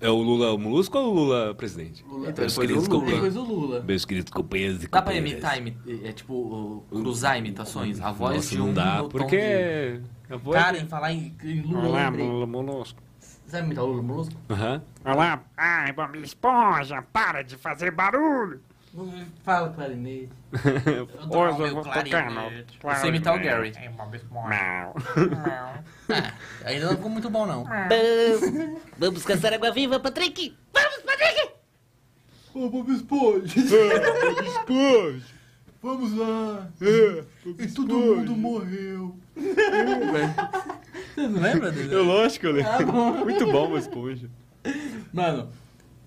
[SPEAKER 4] É o Lula o molusco ou o Lula presidente?
[SPEAKER 2] Lula.
[SPEAKER 3] Então,
[SPEAKER 4] Meus
[SPEAKER 3] depois
[SPEAKER 4] queridos
[SPEAKER 3] o Lula.
[SPEAKER 2] Depois o Lula.
[SPEAKER 4] Meus queridos companheiros e
[SPEAKER 3] Dá pra
[SPEAKER 4] companheiras.
[SPEAKER 3] imitar, imi- é tipo, o- cruzar imitações? tá A voz
[SPEAKER 4] Nossa,
[SPEAKER 3] de um
[SPEAKER 4] não dá,
[SPEAKER 3] no tom
[SPEAKER 4] porque...
[SPEAKER 3] de-
[SPEAKER 4] Eu vou...
[SPEAKER 2] Cara, em falar em, em Lula.
[SPEAKER 6] Olá,
[SPEAKER 2] lembrei.
[SPEAKER 6] Lula Molusco.
[SPEAKER 2] Sabe imitar o Lula Molusco?
[SPEAKER 4] Aham.
[SPEAKER 6] Olá. Ai, Bob Esponja, para de fazer barulho.
[SPEAKER 2] Fala [LAUGHS] clarinete. Eu toco
[SPEAKER 6] Hoje
[SPEAKER 2] meu
[SPEAKER 6] eu vou tocar no...
[SPEAKER 2] clarinete.
[SPEAKER 6] claro,
[SPEAKER 3] Você imitar o
[SPEAKER 6] né?
[SPEAKER 3] Gary.
[SPEAKER 6] Não.
[SPEAKER 2] Ainda não ficou muito bom, não.
[SPEAKER 7] Vamos caçar água viva, Patrick! Vamos, Patrick!
[SPEAKER 2] Ô, Bob Esponja. Vamos lá. e todo mundo morreu. Você não lembra dele?
[SPEAKER 4] É lógico que eu
[SPEAKER 2] É
[SPEAKER 4] lembro. Muito bom, meu esponja.
[SPEAKER 2] Mano,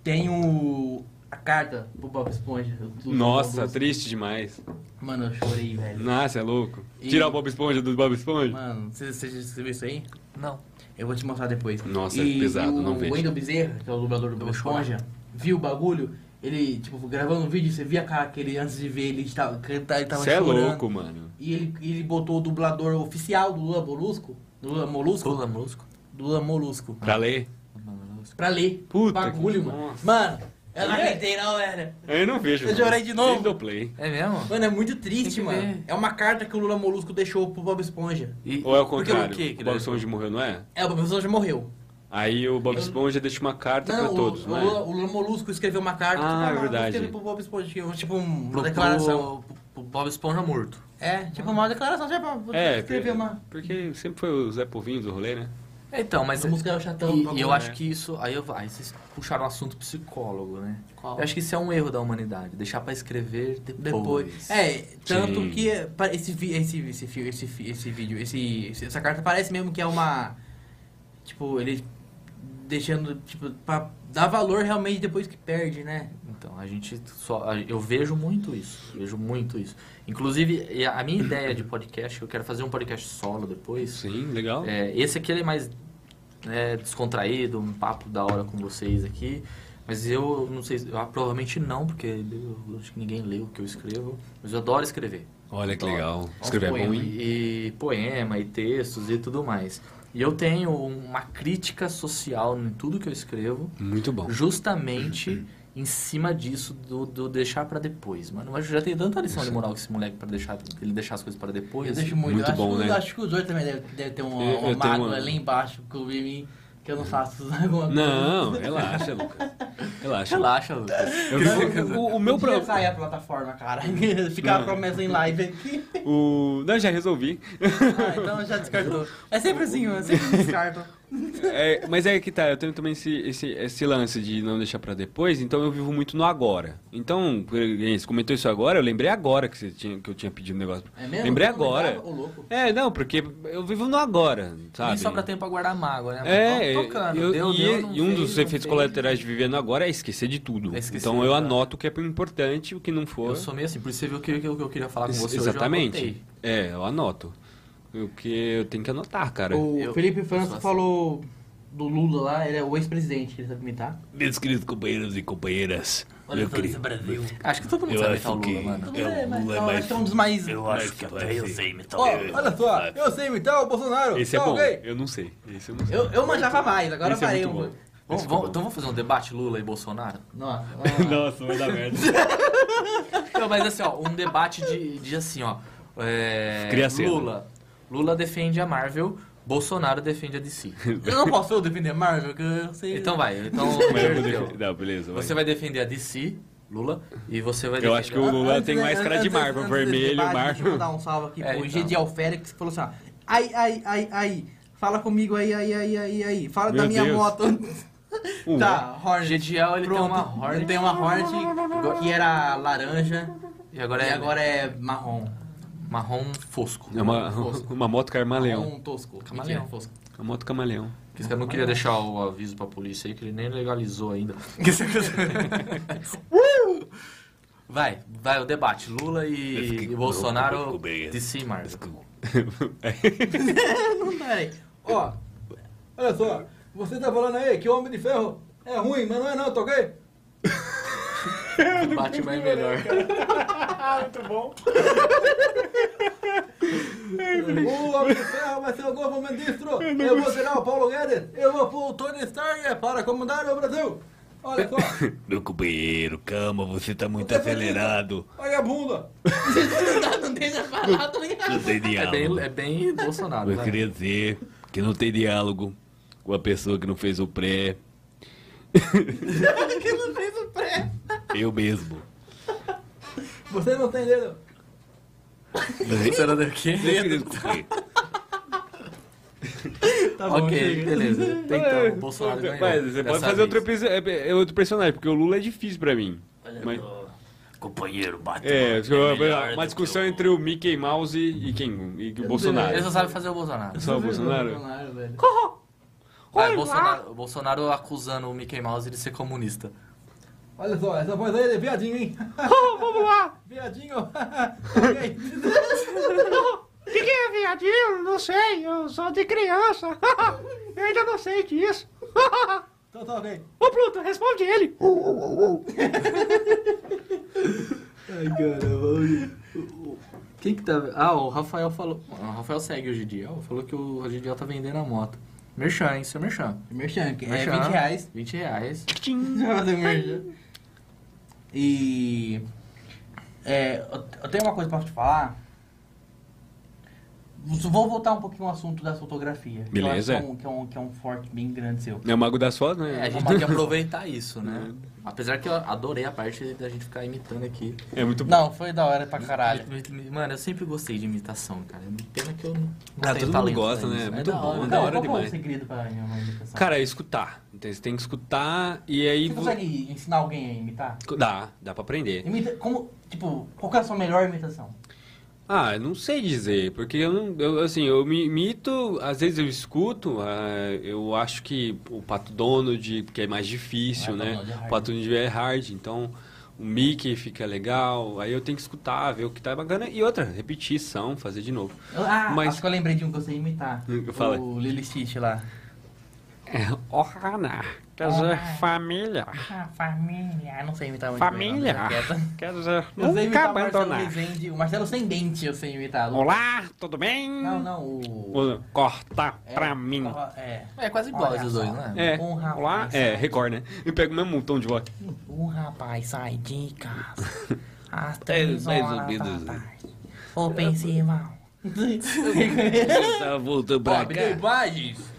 [SPEAKER 2] tem o. A carta pro Bob Esponja. do- do
[SPEAKER 4] Nossa,
[SPEAKER 2] Bob Esponja.
[SPEAKER 4] triste demais.
[SPEAKER 2] Mano, eu chorei, velho.
[SPEAKER 4] Nossa, é louco.
[SPEAKER 2] E-
[SPEAKER 4] Tirar o Bob Esponja do Bob Esponja?
[SPEAKER 2] Mano, você, você já escreveu isso aí?
[SPEAKER 3] Não.
[SPEAKER 2] Eu vou te mostrar depois.
[SPEAKER 4] Nossa, é pesado,
[SPEAKER 2] e o
[SPEAKER 4] não vejo.
[SPEAKER 2] O Wendel Bezerra, que é o dublador do Bob Esponja, viu o bagulho, ele, tipo, gravando um vídeo, você via a cara que ele, antes de ver, ele estava cantar, ele tava
[SPEAKER 4] Você é
[SPEAKER 2] chorando.
[SPEAKER 4] louco, mano.
[SPEAKER 2] E ele, ele botou o dublador oficial do Lula Molusco, do Lula Molusco,
[SPEAKER 3] Lula Molusco?
[SPEAKER 2] do Lula Molusco,
[SPEAKER 4] Pra ler?
[SPEAKER 3] Lula Molusco.
[SPEAKER 2] pra ler.
[SPEAKER 4] Puta
[SPEAKER 2] bagulho,
[SPEAKER 4] que-
[SPEAKER 2] mano.
[SPEAKER 4] Nossa.
[SPEAKER 2] Mano, é eu não aguentei não, velho.
[SPEAKER 4] Eu não vejo.
[SPEAKER 2] Eu
[SPEAKER 4] mano.
[SPEAKER 2] chorei de novo.
[SPEAKER 4] Nem dou play.
[SPEAKER 3] É mesmo?
[SPEAKER 2] Mano, é muito
[SPEAKER 3] Tem
[SPEAKER 2] triste,
[SPEAKER 3] que
[SPEAKER 2] mano.
[SPEAKER 3] ver.
[SPEAKER 2] É uma carta que o Lula Molusco deixou pro Bob Esponja.
[SPEAKER 3] E-
[SPEAKER 4] Ou é o
[SPEAKER 3] porque
[SPEAKER 4] contrário?
[SPEAKER 3] o quê que
[SPEAKER 4] o Bob
[SPEAKER 3] deve-
[SPEAKER 4] Esponja morreu, não é?
[SPEAKER 2] É, o Bob Esponja morreu.
[SPEAKER 4] Aí o Bob Esponja deixa uma carta pra
[SPEAKER 2] Não,
[SPEAKER 4] todos,
[SPEAKER 2] o,
[SPEAKER 4] né?
[SPEAKER 2] o, o Lula Molusco escreveu uma carta
[SPEAKER 4] Ah,
[SPEAKER 2] tipo,
[SPEAKER 4] é verdade.
[SPEAKER 2] escreve pro Bob Esponja, tipo uma
[SPEAKER 3] Pro,
[SPEAKER 2] declaração.
[SPEAKER 3] pro, pro Bob Esponja morto.
[SPEAKER 2] É, tipo uma declaração, tipo,
[SPEAKER 4] É,
[SPEAKER 2] escrever uma.
[SPEAKER 4] porque sempre foi o Zé Povinho do rolê, né?
[SPEAKER 3] Então, mas...
[SPEAKER 2] Essa música é o chatão do
[SPEAKER 3] E,
[SPEAKER 2] bagulho,
[SPEAKER 3] e eu
[SPEAKER 2] né?
[SPEAKER 3] acho que isso... Aí, eu, aí vocês puxaram o assunto psicólogo, né?
[SPEAKER 2] Qual?
[SPEAKER 3] Eu acho que isso é um erro da humanidade. Deixar pra escrever depois.
[SPEAKER 2] Depois. É, tanto
[SPEAKER 4] Sim.
[SPEAKER 2] que pa- esse, vi- esse, esse, fi- esse, fi- esse vídeo, esse, esse- essa carta parece mesmo que é uma. Tipo, ele deixando, tipo, pra dar valor realmente depois que perde, né?
[SPEAKER 3] Então, a gente só. a- Eu vejo muito isso. Vejo muito isso. Inclusive, e a a minha ideia de podcast, eu quero fazer um podcast solo depois.
[SPEAKER 4] Sim, legal.
[SPEAKER 3] É, esse aqui ele é mais né, descontraído, um papo da hora com vocês aqui. Mas eu não sei, se- eu, ah, provavelmente não, porque eu, eu acho que ninguém leu o que eu escrevo. Mas eu adoro escrever.
[SPEAKER 4] Olha que legal.
[SPEAKER 2] Escrever é bom, hein?
[SPEAKER 3] E, e poema, e textos e tudo mais. E eu tenho uma crítica social em tudo que eu escrevo
[SPEAKER 2] Hum.
[SPEAKER 4] Muito bom.
[SPEAKER 3] justamente em cima disso do, do deixar pra depois, mano. Mas já tem tanta lição de moral que esse moleque para deixar ele deixar as coisas pra depois.
[SPEAKER 2] Eu deixo muito.
[SPEAKER 4] Muito
[SPEAKER 2] acho,
[SPEAKER 4] bom,
[SPEAKER 2] que,
[SPEAKER 4] né?
[SPEAKER 2] acho que os dois também devem deve ter uma,
[SPEAKER 4] Eu- eu
[SPEAKER 2] uma
[SPEAKER 4] tenho
[SPEAKER 2] mágoa
[SPEAKER 4] uma-
[SPEAKER 2] ali embaixo que eu vi em mim, que eu não faço [LAUGHS] alguma coisa.
[SPEAKER 4] Não, relaxa, Lucas. Relaxa.
[SPEAKER 3] Relaxa, Lucas.
[SPEAKER 4] Eu vi- o, o meu
[SPEAKER 2] Podia
[SPEAKER 4] problema.
[SPEAKER 2] sair a plataforma, [LAUGHS] cara. Ficar a promessa em live aqui.
[SPEAKER 4] O... Não, já resolvi.
[SPEAKER 2] [LAUGHS] Ah, então já descartou. É sempre assim, eu sempre descarto.
[SPEAKER 4] É, mas é que tá, eu tenho também esse, esse, esse lance de não deixar pra depois, então eu vivo muito no agora. Então, por exemplo, você comentou isso agora, eu lembrei agora que, você tinha, que eu tinha pedido um negócio.
[SPEAKER 2] É mesmo?
[SPEAKER 4] Lembrei
[SPEAKER 2] Eu não
[SPEAKER 4] agora.
[SPEAKER 2] lembrava, ô, louco.
[SPEAKER 4] É, não, porque eu vivo no agora, sabe?
[SPEAKER 3] Nem sobra tempo pra guardar mágoa, né? mano?
[SPEAKER 4] É,
[SPEAKER 3] Tô tocando,
[SPEAKER 4] eu-
[SPEAKER 3] deu,
[SPEAKER 4] e,
[SPEAKER 3] deu, não
[SPEAKER 4] e um
[SPEAKER 3] fez,
[SPEAKER 4] dos
[SPEAKER 3] não
[SPEAKER 4] efeitos
[SPEAKER 3] fez.
[SPEAKER 4] colaterais de vivendo agora é esquecer de tudo.
[SPEAKER 3] É esquecer,
[SPEAKER 4] então eu
[SPEAKER 3] cara.
[SPEAKER 4] anoto o que é importante, o que não for.
[SPEAKER 3] Eu sou meio assim, por isso você viu que que eu, que eu queria falar com você hoje, eu
[SPEAKER 4] Exatamente.
[SPEAKER 3] anotei.
[SPEAKER 4] é, eu anoto. O que eu tenho que anotar, cara.
[SPEAKER 2] O
[SPEAKER 3] Eu-
[SPEAKER 2] Felipe
[SPEAKER 3] eu
[SPEAKER 2] França
[SPEAKER 3] sou assim.
[SPEAKER 2] falou do Lula lá, ele é o ex-presidente, ele sabe imitar.
[SPEAKER 8] Meus queridos companheiros e companheiras, eu, cre-
[SPEAKER 7] Brasil.
[SPEAKER 3] Acho que todo mundo
[SPEAKER 8] eu
[SPEAKER 3] sabe
[SPEAKER 8] acho
[SPEAKER 3] imitar o Lula,
[SPEAKER 8] que
[SPEAKER 3] mano.
[SPEAKER 8] é, o Lula é
[SPEAKER 2] eu
[SPEAKER 8] mais...
[SPEAKER 2] acho que é um dos mais.
[SPEAKER 8] Eu acho que até eu sei
[SPEAKER 3] é
[SPEAKER 2] Ó, olha só, eu sei imitar o Bolsonaro.
[SPEAKER 4] Esse é
[SPEAKER 2] tá
[SPEAKER 4] bom.
[SPEAKER 2] ok?
[SPEAKER 4] Eu não sei. Esse eu não sei.
[SPEAKER 2] Eu, eu manjava mais, agora
[SPEAKER 4] Esse é
[SPEAKER 2] parei
[SPEAKER 4] muito
[SPEAKER 2] um.
[SPEAKER 4] bom.
[SPEAKER 3] Vamos, vamos- então vamos fazer um debate Lula e Bolsonaro?
[SPEAKER 2] Nossa,
[SPEAKER 4] Nossa, vai dar
[SPEAKER 2] [LAUGHS]
[SPEAKER 4] merda.
[SPEAKER 3] Não, mas assim, ó, um debate de, de assim, ó. é,
[SPEAKER 4] Cria cena.
[SPEAKER 3] Lula. Lula defende a Marvel, Bolsonaro defende a DC.
[SPEAKER 2] eu não posso eu defender Marvel, que eu sei.
[SPEAKER 3] Então vai,
[SPEAKER 4] [LAUGHS]
[SPEAKER 3] então.
[SPEAKER 4] Mas eu vou
[SPEAKER 3] perdeu.
[SPEAKER 4] defender- Não, beleza. vai.
[SPEAKER 3] Você vai defender a DC, Lula, e você vai
[SPEAKER 4] Eu
[SPEAKER 3] defender
[SPEAKER 4] acho que o Lula
[SPEAKER 2] Antes,
[SPEAKER 4] tem
[SPEAKER 2] né,
[SPEAKER 4] mais cara de
[SPEAKER 2] antes,
[SPEAKER 4] Marvel.
[SPEAKER 2] antes desse
[SPEAKER 4] vermelho,
[SPEAKER 2] debate, Deixa eu
[SPEAKER 4] Marvel.
[SPEAKER 2] mandar um salvo aqui
[SPEAKER 3] É,
[SPEAKER 2] pro
[SPEAKER 3] então.
[SPEAKER 2] Gediel Félix que falou assim: ó, ai, ai, ai, ai, fala comigo aí, ai, ai, ai, ai, fala da
[SPEAKER 4] Meu
[SPEAKER 2] minha
[SPEAKER 4] Deus.
[SPEAKER 2] moto.
[SPEAKER 4] Um.
[SPEAKER 2] tá,
[SPEAKER 3] O
[SPEAKER 2] Hornet.
[SPEAKER 3] GDL, ele tem
[SPEAKER 2] Pronto,
[SPEAKER 3] uma Hornet.
[SPEAKER 2] Ele tem uma Hornet que era laranja
[SPEAKER 3] E agora
[SPEAKER 2] e
[SPEAKER 3] é
[SPEAKER 2] agora é marrom.
[SPEAKER 3] marrom fosco.
[SPEAKER 4] É uma, [LAUGHS] uma moto camaleão.
[SPEAKER 2] Marrom tosco.
[SPEAKER 3] Camaleão.
[SPEAKER 2] Mentira, fosco.
[SPEAKER 4] Uma moto camaleão.
[SPEAKER 3] Porque esse cara não queria deixar o aviso pra polícia aí, que ele nem legalizou ainda. vai, vai o debate. Lula
[SPEAKER 8] Eu
[SPEAKER 3] e,
[SPEAKER 8] fiquei
[SPEAKER 3] e
[SPEAKER 8] louco,
[SPEAKER 3] Bolsonaro,
[SPEAKER 8] louco mesmo.
[SPEAKER 3] DC e Marvel.
[SPEAKER 2] [LAUGHS] Não, peraí. Ó, olha só. Você tá falando aí que o Homem de Ferro é ruim, mas não é não, tá ok?
[SPEAKER 3] O Batman é melhor.
[SPEAKER 2] O Homem de Ferro vai ser o novo ministro. Eu vou tirar o Paulo Guedes. Eu vou pôr o Tony Stark para comandar o Brasil. Olha só,
[SPEAKER 8] [LAUGHS] Meu companheiro, calma, você tá muito acelerado.
[SPEAKER 2] vagabunda.
[SPEAKER 7] Não deixa falar, tá ligado?
[SPEAKER 8] Não tem
[SPEAKER 3] É bem,
[SPEAKER 8] diálogo.
[SPEAKER 3] é bem Bolsonaro,
[SPEAKER 8] Eu
[SPEAKER 3] né?
[SPEAKER 8] queria dizer que não tem diálogo com a pessoa que não fez o pré.
[SPEAKER 2] Que não fez o pré.
[SPEAKER 8] Eu
[SPEAKER 3] [LAUGHS]
[SPEAKER 8] mesmo.
[SPEAKER 2] Você não tem dedo.
[SPEAKER 3] Será do quê?
[SPEAKER 8] Meus queridos companheiros,
[SPEAKER 2] Tá
[SPEAKER 3] ok, beleza. Então, o Bolsonaro ganhou.
[SPEAKER 4] É. Mas você pode
[SPEAKER 3] dessa
[SPEAKER 4] fazer outro,
[SPEAKER 3] vez.
[SPEAKER 4] episo- é- é outro personagem, porque o Lula é difícil pra mim. Mas-
[SPEAKER 8] companheiro, bate.
[SPEAKER 4] é, se eu-
[SPEAKER 8] melhor do
[SPEAKER 4] uma
[SPEAKER 8] que
[SPEAKER 4] discussão
[SPEAKER 8] o-
[SPEAKER 4] entre o Mickey Mouse e, e quem? E o
[SPEAKER 3] Ele
[SPEAKER 4] Bolsonaro.
[SPEAKER 3] só sabe fazer o Bolsonaro.
[SPEAKER 4] Só o Bolsonaro?
[SPEAKER 2] Bolsonaro, velho.
[SPEAKER 3] Vai,
[SPEAKER 5] Olá.
[SPEAKER 3] Bolsonaro, o Bolsonaro acusando o Mickey Mouse de ser comunista.
[SPEAKER 2] Olha só, essa voz aí é viadinho, hein?
[SPEAKER 5] Oh, vamos lá.
[SPEAKER 2] Viadinho. [LAUGHS] Tá Ok.
[SPEAKER 5] O que, [LAUGHS] que é viadinho? Não sei, eu sou de criança. [LAUGHS] eu ainda não sei disso.
[SPEAKER 2] Então tá ok.
[SPEAKER 5] Ô, Pluto, responde ele.
[SPEAKER 2] Ai, caramba.
[SPEAKER 3] Quem que tá. Ah, o Rafael falou. O Rafael segue o Gidiel, falou que o Gidiel tá vendendo a moto. Merchan, hein? Seu merchan.
[SPEAKER 2] Merchan, que é
[SPEAKER 3] merchan
[SPEAKER 2] 20 reais.
[SPEAKER 3] 20 reais.
[SPEAKER 2] [LAUGHS] Vai fazer merchan. E. É, eu eu tenho uma coisa pra te falar. Vou voltar um pouquinho ao assunto da fotografia. que eu acho
[SPEAKER 4] Beleza.
[SPEAKER 2] Que é, um, que, é um, que é um forte bem grande seu.
[SPEAKER 4] É o mago das fotos, né?
[SPEAKER 3] É, a
[SPEAKER 4] [LAUGHS]
[SPEAKER 3] gente tem que aproveitar isso, né? Apesar que eu adorei a parte da gente ficar imitando aqui.
[SPEAKER 4] É muito bom.
[SPEAKER 2] Não, foi da hora pra caralho.
[SPEAKER 3] Mano, eu sempre gostei de imitação, cara. É Pena que eu não
[SPEAKER 4] Ah,
[SPEAKER 3] tenho
[SPEAKER 4] todo mundo
[SPEAKER 3] talento
[SPEAKER 4] gosta, né?
[SPEAKER 3] pra isso.
[SPEAKER 4] É muito
[SPEAKER 3] da
[SPEAKER 4] bom,
[SPEAKER 3] hora.
[SPEAKER 4] né?
[SPEAKER 2] Então,
[SPEAKER 4] hora
[SPEAKER 2] qual que é
[SPEAKER 4] demais.
[SPEAKER 2] o segredo pra minha imitação?
[SPEAKER 4] Cara, é escutar. Então você tem que escutar e aí.
[SPEAKER 2] Você
[SPEAKER 4] vo-
[SPEAKER 2] consegue ensinar alguém a imitar?
[SPEAKER 4] Dá, dá pra aprender.
[SPEAKER 2] Imita, como, tipo, qual que é a sua melhor imitação?
[SPEAKER 4] Ah, eu não sei dizer, porque eu não, eu, assim, eu me imito, às vezes eu escuto, ah, eu acho que o Pato Donald, que é mais difícil, né?
[SPEAKER 2] Ah, Pato Donald é hard.
[SPEAKER 4] O Pato Donald é hard, então o Mickey fica legal, aí eu tenho que escutar, ver o que tá bacana, e outra, repetição, fazer de novo.
[SPEAKER 2] Eu- ah,
[SPEAKER 4] Mas-
[SPEAKER 2] acho que eu lembrei de um que eu sei imitar.
[SPEAKER 4] Hum, fala.
[SPEAKER 2] O Lily Stitch lá.
[SPEAKER 8] É,
[SPEAKER 6] Ohana, quer dizer família.
[SPEAKER 2] Ah, família. Não sei imitar muito
[SPEAKER 6] Família.
[SPEAKER 2] bem, não, deixa quieto.
[SPEAKER 6] Quer dizer,
[SPEAKER 2] Eu sei
[SPEAKER 6] nunca
[SPEAKER 2] imitar o Marcelo
[SPEAKER 6] abandonar.
[SPEAKER 2] Rezende. O Marcelo sem dente eu sei imitar.
[SPEAKER 6] Olá, tudo bem?
[SPEAKER 2] Não, não, o...
[SPEAKER 4] Ou-
[SPEAKER 6] Corta
[SPEAKER 2] é,
[SPEAKER 6] pra mim.
[SPEAKER 2] É.
[SPEAKER 3] É quase igual
[SPEAKER 2] Olha
[SPEAKER 3] esses
[SPEAKER 2] só.
[SPEAKER 3] dois, né?
[SPEAKER 4] É,
[SPEAKER 2] Um rapaz
[SPEAKER 4] lá, é, Record, né? E pega o mesmo tom de voz.
[SPEAKER 2] Um rapaz sai de casa às
[SPEAKER 8] três
[SPEAKER 2] três
[SPEAKER 8] mais ou
[SPEAKER 2] horas
[SPEAKER 8] horas da menos.
[SPEAKER 2] da tarde. Ô, pensival.
[SPEAKER 8] [LAUGHS]
[SPEAKER 2] [LAUGHS]
[SPEAKER 8] Tá voltando pra
[SPEAKER 2] né?
[SPEAKER 8] cá.
[SPEAKER 2] imagens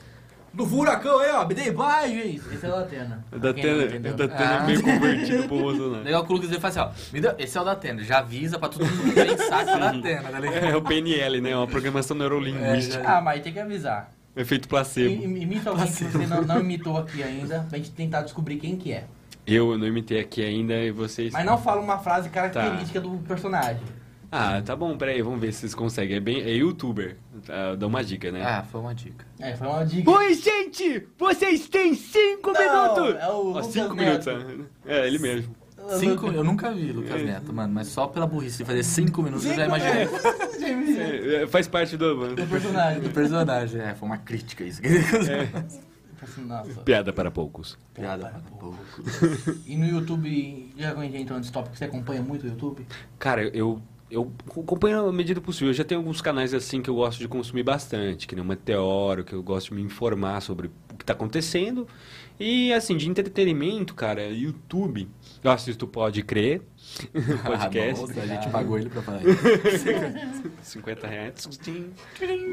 [SPEAKER 2] do furacão aí, ó. Me dei imagens. Esse é o da Atena.
[SPEAKER 4] Da
[SPEAKER 2] Quem não
[SPEAKER 4] Tena,
[SPEAKER 2] entendeu?
[SPEAKER 4] da Tena
[SPEAKER 3] Ah.
[SPEAKER 4] é meio convertido
[SPEAKER 2] [LAUGHS]
[SPEAKER 4] pro Bolsonaro.
[SPEAKER 3] Legal que o Lucas ele faz assim, ó. Me deu- Esse é o da Tenda. Já avisa pra todo mundo pensar que é o da Tenda,
[SPEAKER 4] [LAUGHS]
[SPEAKER 3] tá ligado?
[SPEAKER 4] É, o PNL, né? É uma programação neurolinguística.
[SPEAKER 2] Ah, mas tem que avisar.
[SPEAKER 4] Efeito
[SPEAKER 2] I-
[SPEAKER 4] placebo.
[SPEAKER 2] Imita alguém que você não, não imitou aqui ainda, pra gente tentar descobrir quem que é.
[SPEAKER 4] Eu não imitei aqui ainda e vocês.
[SPEAKER 2] Mas não fala uma frase
[SPEAKER 4] Tá.
[SPEAKER 2] característica do personagem.
[SPEAKER 4] Ah, tá bom, peraí, vamos ver se vocês conseguem. É, bem, é youtuber. Ah, dá uma dica, né?
[SPEAKER 3] Ah, foi uma dica.
[SPEAKER 2] É, foi uma dica.
[SPEAKER 5] Oi, gente! Vocês têm cinco
[SPEAKER 2] Não,
[SPEAKER 5] minutos!
[SPEAKER 2] É o
[SPEAKER 4] Ó,
[SPEAKER 2] Lucas
[SPEAKER 4] cinco minutos.
[SPEAKER 2] Neto.
[SPEAKER 4] né? É, ele mesmo.
[SPEAKER 3] Cinco, eu nunca vi Lucas Neto, mano, mas só pela burrice de fazer cinco minutos eu já
[SPEAKER 2] Cinco
[SPEAKER 3] imaginei
[SPEAKER 2] minutos. Já imaginei.
[SPEAKER 4] É, é, faz parte
[SPEAKER 2] [LAUGHS]
[SPEAKER 4] do.
[SPEAKER 2] O personagem.
[SPEAKER 3] o personagem. É, foi uma crítica isso.
[SPEAKER 2] Assim, nossa.
[SPEAKER 8] Piada para poucos.
[SPEAKER 3] [LAUGHS] Piada para pouco.
[SPEAKER 2] E no YouTube, já que a gente entrou nesse tópico, você acompanha muito o YouTube?
[SPEAKER 4] Cara, eu. Eu acompanho à medida possível. Eu já tenho alguns canais assim que eu gosto de consumir bastante, que nem o Meteoro, que eu gosto de me informar sobre o que tá acontecendo. E assim, de entretenimento, cara, YouTube. Eu assisto o Pode Crer, podcast.
[SPEAKER 3] a gente pagou ele pra falar isso.
[SPEAKER 4] 50 reais.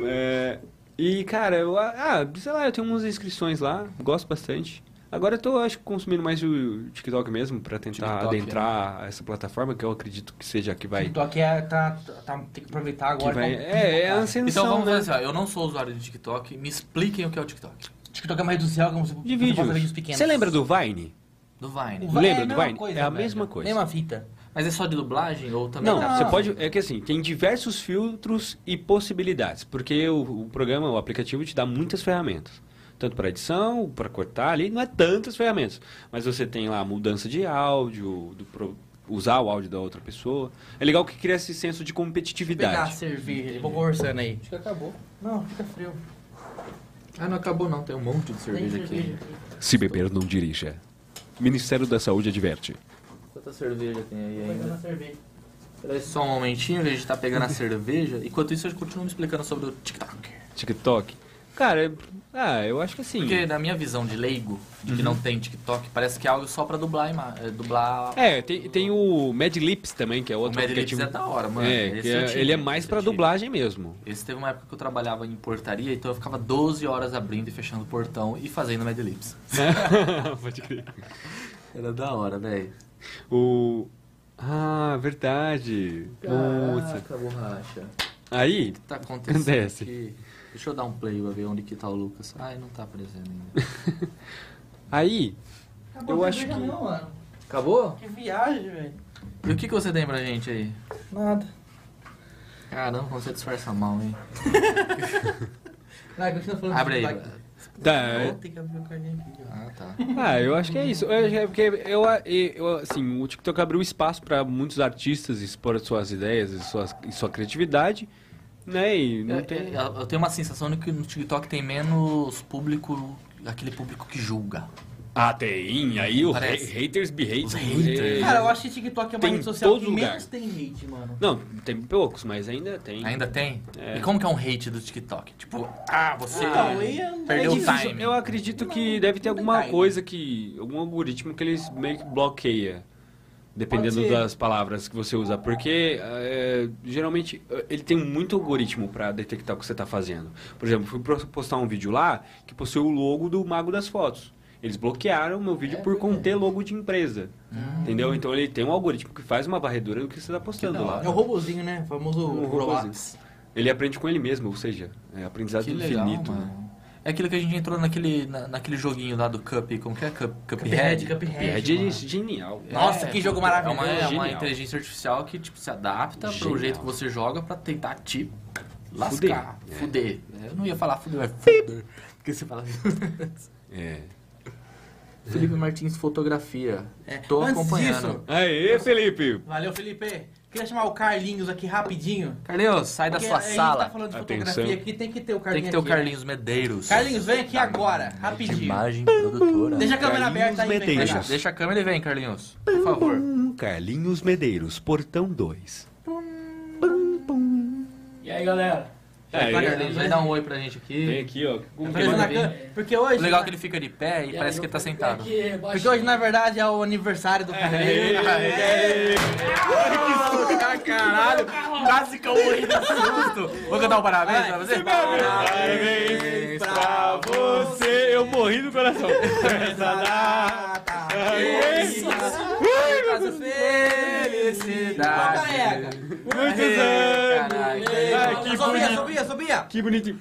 [SPEAKER 4] É, e, cara, eu, ah, sei lá, eu tenho umas inscrições lá, gosto bastante. Agora eu tô, acho que, consumindo mais o TikTok mesmo, pra tentar
[SPEAKER 3] TikTok,
[SPEAKER 4] adentrar essa plataforma, que eu acredito que seja a que vai...
[SPEAKER 2] TikTok é, tá, tá, tem que aproveitar
[SPEAKER 4] Que
[SPEAKER 2] agora.
[SPEAKER 4] vai
[SPEAKER 2] tá
[SPEAKER 4] é,
[SPEAKER 2] um
[SPEAKER 4] é a
[SPEAKER 2] pico, cara.
[SPEAKER 4] ascensão,
[SPEAKER 3] Então vamos
[SPEAKER 4] né?
[SPEAKER 3] fazer assim, ó. Eu não sou usuário de TikTok, me expliquem o que é o TikTok.
[SPEAKER 2] TikTok é mais do céu, como se
[SPEAKER 4] De vídeos.
[SPEAKER 2] pequenos.
[SPEAKER 4] Você lembra do Vine?
[SPEAKER 3] Do Vine.
[SPEAKER 2] O Vine
[SPEAKER 4] lembra do
[SPEAKER 2] mesma
[SPEAKER 4] Vine? É a
[SPEAKER 2] velho.
[SPEAKER 4] mesma coisa.
[SPEAKER 2] Mesma fita.
[SPEAKER 3] Mas é só de dublagem ou também...
[SPEAKER 4] Não,
[SPEAKER 2] Não.
[SPEAKER 4] você pode. É que assim, tem diversos filtros e possibilidades. Porque o, o programa, o aplicativo, te dá muitas ferramentas. Tanto para edição, para cortar ali, não é tantas ferramentas. Mas você tem lá mudança de áudio, do pro- usar o áudio da outra pessoa. É legal que cria esse senso de
[SPEAKER 2] Pegar a
[SPEAKER 4] competitividade.
[SPEAKER 2] cerveja, vou conversando aí.
[SPEAKER 3] Acho que acabou.
[SPEAKER 2] Não, fica frio.
[SPEAKER 3] Ah, não acabou não. Tem um monte de
[SPEAKER 2] Tem
[SPEAKER 3] cerveja aqui.
[SPEAKER 2] cerveja aqui.
[SPEAKER 8] Se beber, não dirija. Ministério da Saúde adverte.
[SPEAKER 3] Quanta cerveja tem aí
[SPEAKER 2] Pegando
[SPEAKER 3] ainda?
[SPEAKER 2] a cerveja.
[SPEAKER 3] Peraí só um momentinho, a gente tá pegando a cerveja. Enquanto isso, eu continuo me explicando sobre o TikTok.
[SPEAKER 4] TikTok. Cara, é- ah, eu acho que assim.
[SPEAKER 3] Porque na minha visão de leigo, de
[SPEAKER 4] Uhum.
[SPEAKER 3] que não tem TikTok, parece que é algo só pra dublar, a ima- eh, dublar
[SPEAKER 4] É, tem, tem o Mad Lips também, que é
[SPEAKER 3] o
[SPEAKER 4] outro
[SPEAKER 3] Mad Libs
[SPEAKER 4] aplicativo.
[SPEAKER 3] é da hora, mano.
[SPEAKER 4] É,
[SPEAKER 3] Esse
[SPEAKER 4] que
[SPEAKER 3] eu
[SPEAKER 4] é-
[SPEAKER 3] tive,
[SPEAKER 4] ele é mais
[SPEAKER 3] esse
[SPEAKER 4] para
[SPEAKER 3] eu tive.
[SPEAKER 4] dublagem mesmo.
[SPEAKER 3] Esse teve uma época que eu trabalhava em portaria, então eu ficava 12 horas abrindo e fechando o portão e fazendo Mad Libs.
[SPEAKER 4] [LAUGHS] Pode crer.
[SPEAKER 3] Era da hora, velho.
[SPEAKER 4] O. Ah, verdade. Nossa.
[SPEAKER 3] Caraca, borracha. O
[SPEAKER 4] Aí,
[SPEAKER 3] que tá acontecendo
[SPEAKER 4] Desce.
[SPEAKER 3] aqui? Deixa eu dar um play pra ver onde que tá o Lucas. Ai, não tá aparecendo ainda.
[SPEAKER 4] aí,
[SPEAKER 2] Acabou
[SPEAKER 4] Eu
[SPEAKER 2] a
[SPEAKER 4] acho
[SPEAKER 2] cerveja
[SPEAKER 4] que-
[SPEAKER 2] Não, mano.
[SPEAKER 3] Acabou?
[SPEAKER 2] Que viagem, velho.
[SPEAKER 3] E o que, que você tem pra gente aí?
[SPEAKER 2] Nada.
[SPEAKER 3] Caramba, como você disfarça mal, hein?
[SPEAKER 2] Vai, continua falando
[SPEAKER 3] Abre
[SPEAKER 2] de
[SPEAKER 3] aí.
[SPEAKER 2] TikTok.
[SPEAKER 4] tá.
[SPEAKER 2] Tem que abrir o carinha aqui, ó.
[SPEAKER 3] Ah, tá.
[SPEAKER 4] Ah, eu acho que é isso. Eu, acho que é porque eu, eu, assim, o TikTok abriu espaço para muitos artistas expor suas ideias e, suas, e sua criatividade, né? E não
[SPEAKER 3] Eu,
[SPEAKER 4] tem.
[SPEAKER 3] É, eu- eu tenho uma sensação de que no TikTok tem menos público, aquele público que julga.
[SPEAKER 8] Ah, tem. Aí o ha-
[SPEAKER 3] Parece.
[SPEAKER 8] haters be haters.
[SPEAKER 3] Os haters.
[SPEAKER 2] Cara, eu acho que TikTok é uma
[SPEAKER 4] Tem
[SPEAKER 2] rede
[SPEAKER 4] em
[SPEAKER 2] social
[SPEAKER 4] todo
[SPEAKER 2] que
[SPEAKER 4] lugar.
[SPEAKER 2] menos tem hate, mano.
[SPEAKER 4] Não, tem poucos, mas ainda tem.
[SPEAKER 3] Ainda tem? E como que é um hate do TikTok? Tipo, ah, você
[SPEAKER 2] Então, aí é-
[SPEAKER 4] É
[SPEAKER 3] perdeu o
[SPEAKER 4] difícil.
[SPEAKER 3] time.
[SPEAKER 4] Eu acredito que
[SPEAKER 2] Não,
[SPEAKER 4] deve ter
[SPEAKER 2] não tem
[SPEAKER 4] alguma
[SPEAKER 2] time.
[SPEAKER 4] coisa que. algum algoritmo que eles meio que bloqueia. Dependendo
[SPEAKER 2] Pode ser.
[SPEAKER 4] das palavras que você usar. Porque, é, geralmente, é, ele tem muito algoritmo para detectar o que você está fazendo. Por exemplo, fui pro- postar um vídeo lá que possui o logo do Mago das Fotos. Eles bloquearam meu vídeo por conter logo de empresa. Entendeu? Então ele tem um algoritmo que faz uma varredura do que você está postando lá.
[SPEAKER 2] É o robozinho, né? O famoso
[SPEAKER 4] Um
[SPEAKER 2] Roblox.
[SPEAKER 4] Ele aprende com ele mesmo, ou seja, é aprendizado
[SPEAKER 3] Que legal,
[SPEAKER 4] infinito. né?
[SPEAKER 3] mano. É aquilo que a gente entrou naquele, na- naquele joguinho lá do Cup, como que é? Cup, Cuphead?
[SPEAKER 2] Cuphead,
[SPEAKER 4] E é
[SPEAKER 2] Cuphead.
[SPEAKER 4] de-
[SPEAKER 2] mano.
[SPEAKER 4] genial.
[SPEAKER 2] Nossa, que jogo
[SPEAKER 3] É
[SPEAKER 2] maravilhoso.
[SPEAKER 3] uma, é uma
[SPEAKER 4] Genial.
[SPEAKER 3] inteligência artificial que tipo, se adapta pro
[SPEAKER 4] Genial.
[SPEAKER 3] jeito que você joga pra tentar te
[SPEAKER 4] Fuder.
[SPEAKER 3] lascar,
[SPEAKER 2] É.
[SPEAKER 3] fuder. Eu não ia falar fuder, mas fuder. Porque você fala assim.
[SPEAKER 2] [LAUGHS]
[SPEAKER 4] É.
[SPEAKER 3] Felipe Martins Fotografia.
[SPEAKER 2] É,
[SPEAKER 3] Tô
[SPEAKER 2] antes
[SPEAKER 3] acompanhando.
[SPEAKER 2] disso-
[SPEAKER 4] Aê, Felipe!
[SPEAKER 2] Valeu, Felipe. Queria chamar o Carlinhos aqui rapidinho.
[SPEAKER 3] Carlinhos, sai da
[SPEAKER 2] porque
[SPEAKER 3] sua
[SPEAKER 2] a gente
[SPEAKER 3] sala.
[SPEAKER 2] tá falando de
[SPEAKER 4] Atenção.
[SPEAKER 2] fotografia aqui, tem que ter o
[SPEAKER 3] Tem
[SPEAKER 2] Carlinhos
[SPEAKER 3] que ter o
[SPEAKER 2] aqui. né?
[SPEAKER 3] Carlinhos Medeiros. Ah,
[SPEAKER 2] Carlinhos, vem aqui agora, rapidinho.
[SPEAKER 3] Imagem produtora.
[SPEAKER 2] Deixa a câmera
[SPEAKER 4] Carlinhos
[SPEAKER 2] aberta aí, vem,
[SPEAKER 4] Medeiros.
[SPEAKER 2] Carlinhos.
[SPEAKER 3] Deixa a câmera e vem, Carlinhos. Por favor.
[SPEAKER 4] é um Carlinhos Medeiros, Portão 2.
[SPEAKER 3] E aí, galera?
[SPEAKER 4] Aê.
[SPEAKER 3] Vai, Carlinhos, vem dar um oi pra gente
[SPEAKER 4] Vem aqui,
[SPEAKER 3] aqui.
[SPEAKER 4] ó. um
[SPEAKER 2] Tá
[SPEAKER 4] Como que
[SPEAKER 2] aparecendo
[SPEAKER 3] manda
[SPEAKER 2] na
[SPEAKER 3] bem.
[SPEAKER 2] câmera. Porque hoje...
[SPEAKER 3] O legal é que ele fica de pé e parece que ele tá sentado.
[SPEAKER 2] Porque hoje, na verdade, é o aniversário do Carlinhos.
[SPEAKER 4] É.
[SPEAKER 2] É.
[SPEAKER 3] Ah, Caralho, quase que eu morri de susto. Vou cantar um parabéns pra você? Parabéns pra
[SPEAKER 4] É. você, eu morri do
[SPEAKER 2] [LAUGHS]
[SPEAKER 4] coração.
[SPEAKER 2] é
[SPEAKER 3] Muitas
[SPEAKER 2] Bota
[SPEAKER 4] é
[SPEAKER 2] ela.
[SPEAKER 3] felicidades.
[SPEAKER 4] anos. Ai, que
[SPEAKER 2] Subia, subia, subia, subia.
[SPEAKER 4] Que bonitinho.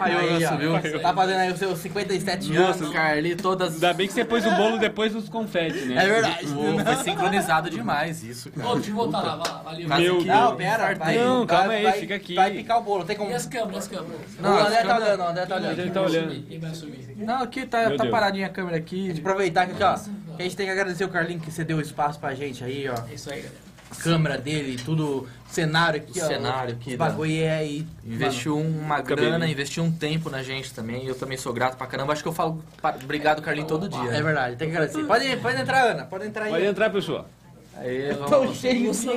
[SPEAKER 2] Aí, ó,
[SPEAKER 3] subiu.
[SPEAKER 2] Tá fazendo aí os seus 57
[SPEAKER 3] Nossa,
[SPEAKER 2] anos.
[SPEAKER 3] Carly, todas.
[SPEAKER 4] Ainda bem que você pôs o bolo depois dos confetes, né?
[SPEAKER 2] É verdade.
[SPEAKER 3] Pô, foi sincronizado demais isso, cara. Ô, deixa eu voltar lá, valeu.
[SPEAKER 4] Meu
[SPEAKER 2] Não, pera, vai.
[SPEAKER 4] Não,
[SPEAKER 2] vai-
[SPEAKER 4] calma aí,
[SPEAKER 2] vai-
[SPEAKER 4] fica aqui.
[SPEAKER 2] Vai picar o bolo, tem como.
[SPEAKER 9] câmeras, as câmeras.
[SPEAKER 2] Não, o André tá olhando, o André tá olhando.
[SPEAKER 4] Ele tá olhando.
[SPEAKER 9] Quem vai subir?
[SPEAKER 3] Não, aqui tá,
[SPEAKER 4] Meu
[SPEAKER 3] tá
[SPEAKER 4] Deus.
[SPEAKER 3] paradinha a câmera aqui.
[SPEAKER 2] Aproveitar que, ó, que a gente tem que agradecer o Carlinhos que você deu espaço pra gente aí, ó.
[SPEAKER 9] É isso aí, galera.
[SPEAKER 2] Câmera dele, tudo, cenário aqui,
[SPEAKER 3] O
[SPEAKER 2] ó.
[SPEAKER 3] cenário aqui, né?
[SPEAKER 2] Esse bagulho é aí.
[SPEAKER 3] Investiu uma
[SPEAKER 4] Cabelinho.
[SPEAKER 3] grana, investiu um tempo na gente também. Eu também sou grato pra caramba. Acho que eu falo pa- obrigado, Carlinhos, todo dia. né?
[SPEAKER 2] É verdade, tem que agradecer. Pode, pode entrar, Ana, pode entrar
[SPEAKER 4] Pode
[SPEAKER 2] aí.
[SPEAKER 4] entrar, pessoal.
[SPEAKER 3] Aê, vamos.
[SPEAKER 2] cheio de
[SPEAKER 3] A-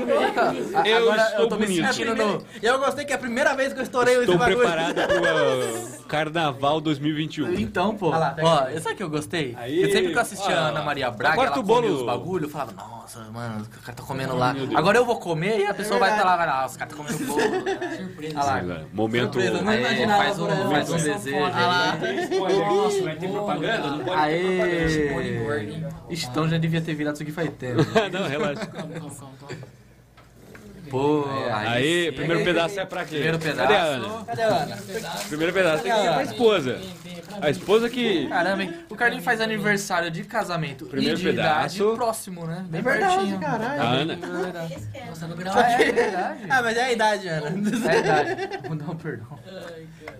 [SPEAKER 4] Eu
[SPEAKER 3] Agora eu
[SPEAKER 4] estou
[SPEAKER 3] tô me
[SPEAKER 4] bonito.
[SPEAKER 3] sentindo no...
[SPEAKER 2] E Eu gostei que é a primeira vez que eu estourei esse
[SPEAKER 4] Estou
[SPEAKER 2] bagulho.
[SPEAKER 4] preparado para o Carnaval 2021.
[SPEAKER 3] Então, pô.
[SPEAKER 2] lá, pega
[SPEAKER 3] ó,
[SPEAKER 2] aí.
[SPEAKER 3] sabe o que eu gostei?
[SPEAKER 4] Aí.
[SPEAKER 3] Eu sempre que eu assistia a
[SPEAKER 4] Ó,
[SPEAKER 3] Ana Maria Braga,
[SPEAKER 4] corta
[SPEAKER 3] ela
[SPEAKER 4] o bolo. Ah,
[SPEAKER 3] comia os bagulho, eu falava, nossa, mano, o cara tá comendo lá.
[SPEAKER 4] meu Deus.
[SPEAKER 3] Agora eu vou comer e a pessoa vai estar
[SPEAKER 2] verdade.
[SPEAKER 3] lá, vai lá, "Ah, os caras estão [LAUGHS] comendo bolo.
[SPEAKER 9] Surpresa.
[SPEAKER 2] Olha lá.
[SPEAKER 4] Sei lá, Momento.
[SPEAKER 2] Surpresa, né?
[SPEAKER 3] Aí,
[SPEAKER 2] imaginava
[SPEAKER 3] faz um,
[SPEAKER 2] por ela.
[SPEAKER 3] faz um
[SPEAKER 4] Muito bem.
[SPEAKER 3] desejo. né?
[SPEAKER 9] Nossa, vai ter propaganda?
[SPEAKER 4] né?
[SPEAKER 9] Não
[SPEAKER 3] Aê! Ixi, então já devia ter virado isso aqui faz tempo.
[SPEAKER 4] Não, relaxa.
[SPEAKER 9] Calma, calma, calma. calma.
[SPEAKER 3] Pô,
[SPEAKER 4] Aí,
[SPEAKER 3] sim.
[SPEAKER 4] primeiro pedaço é pra quem?
[SPEAKER 3] Primeiro
[SPEAKER 4] Cadê a
[SPEAKER 3] pedaço.
[SPEAKER 4] Ana?
[SPEAKER 2] Cadê a Ana?
[SPEAKER 4] Primeiro pedaço tem que ser pra esposa. A esposa que.
[SPEAKER 3] Caramba, hein? O Carlinhos faz aniversário de casamento
[SPEAKER 4] Primeiro
[SPEAKER 3] e de
[SPEAKER 4] pedaço.
[SPEAKER 3] idade próximo, né? Bem
[SPEAKER 2] É verdade,
[SPEAKER 3] pertinho.
[SPEAKER 2] caralho.
[SPEAKER 4] A Ana.
[SPEAKER 9] Nossa, no grau é.
[SPEAKER 3] É verdade.
[SPEAKER 2] Ah, mas é a idade, Ana.
[SPEAKER 3] É verdade. Vou dar um perdão.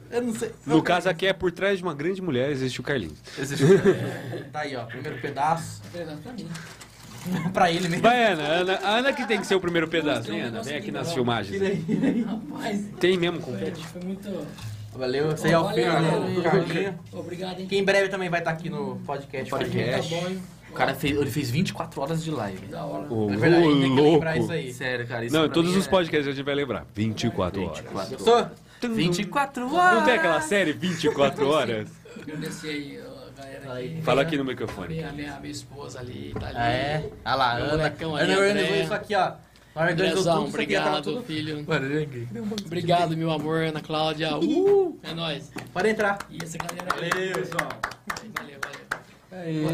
[SPEAKER 2] Eu não sei.
[SPEAKER 4] No caso aqui é por trás de uma grande mulher existe o Carlinhos.
[SPEAKER 2] [LAUGHS]
[SPEAKER 3] é-
[SPEAKER 2] Tá aí, ó. Primeiro pedaço.
[SPEAKER 9] Verdade pra mim.
[SPEAKER 2] [LAUGHS] pra ele mesmo.
[SPEAKER 4] Vai, Ana. Ana, a Ana que tem que ser o primeiro pedaço. Vem, Ana, vem aqui nas filmagens.
[SPEAKER 9] Rapaz,
[SPEAKER 4] Tem mesmo compete.
[SPEAKER 9] foi muito.
[SPEAKER 2] Valeu, esse aí é o
[SPEAKER 9] Valeu,
[SPEAKER 2] filho,
[SPEAKER 9] valeu.
[SPEAKER 2] né? Carlinho.
[SPEAKER 9] Obrigado, hein?
[SPEAKER 2] Que em breve também vai estar aqui no podcast.
[SPEAKER 3] Podcast.
[SPEAKER 9] Tá bom, hein?
[SPEAKER 3] O cara fez, ele fez 24 horas de live.
[SPEAKER 9] Da hora.
[SPEAKER 4] Ô,
[SPEAKER 2] É verdade, tem que
[SPEAKER 4] louco.
[SPEAKER 2] lembrar isso aí.
[SPEAKER 3] Sério, cara. Isso
[SPEAKER 4] Não, em
[SPEAKER 3] pra
[SPEAKER 4] todos
[SPEAKER 3] mim
[SPEAKER 4] os
[SPEAKER 3] é
[SPEAKER 4] podcasts a gente vai lembrar. 24 horas.
[SPEAKER 3] 24 horas.
[SPEAKER 2] Gostou?
[SPEAKER 9] Então
[SPEAKER 3] 24 horas.
[SPEAKER 4] Não tem aquela série 24 horas?
[SPEAKER 9] Agradecer aí ó, a galera aí.
[SPEAKER 4] Fala aqui no microfone.
[SPEAKER 9] Minha, minha, minha esposa ali, tá ali.
[SPEAKER 2] Ah, é? Olha lá,
[SPEAKER 9] Meu
[SPEAKER 2] Ana.
[SPEAKER 9] molecão ali,
[SPEAKER 2] Ana organizou
[SPEAKER 9] André.
[SPEAKER 2] isso aqui, ó. Ela organizou
[SPEAKER 9] Andrezão,
[SPEAKER 2] tudo isso aqui, ela tava
[SPEAKER 9] obrigado,
[SPEAKER 2] tudo.
[SPEAKER 9] filho.
[SPEAKER 3] Mano, eu errei.
[SPEAKER 9] Obrigado, meu amor, Ana Cláudia. Uh, é nóis.
[SPEAKER 2] Pode entrar.
[SPEAKER 9] E essa galera aí. Valeu, pessoal. Valeu, valeu.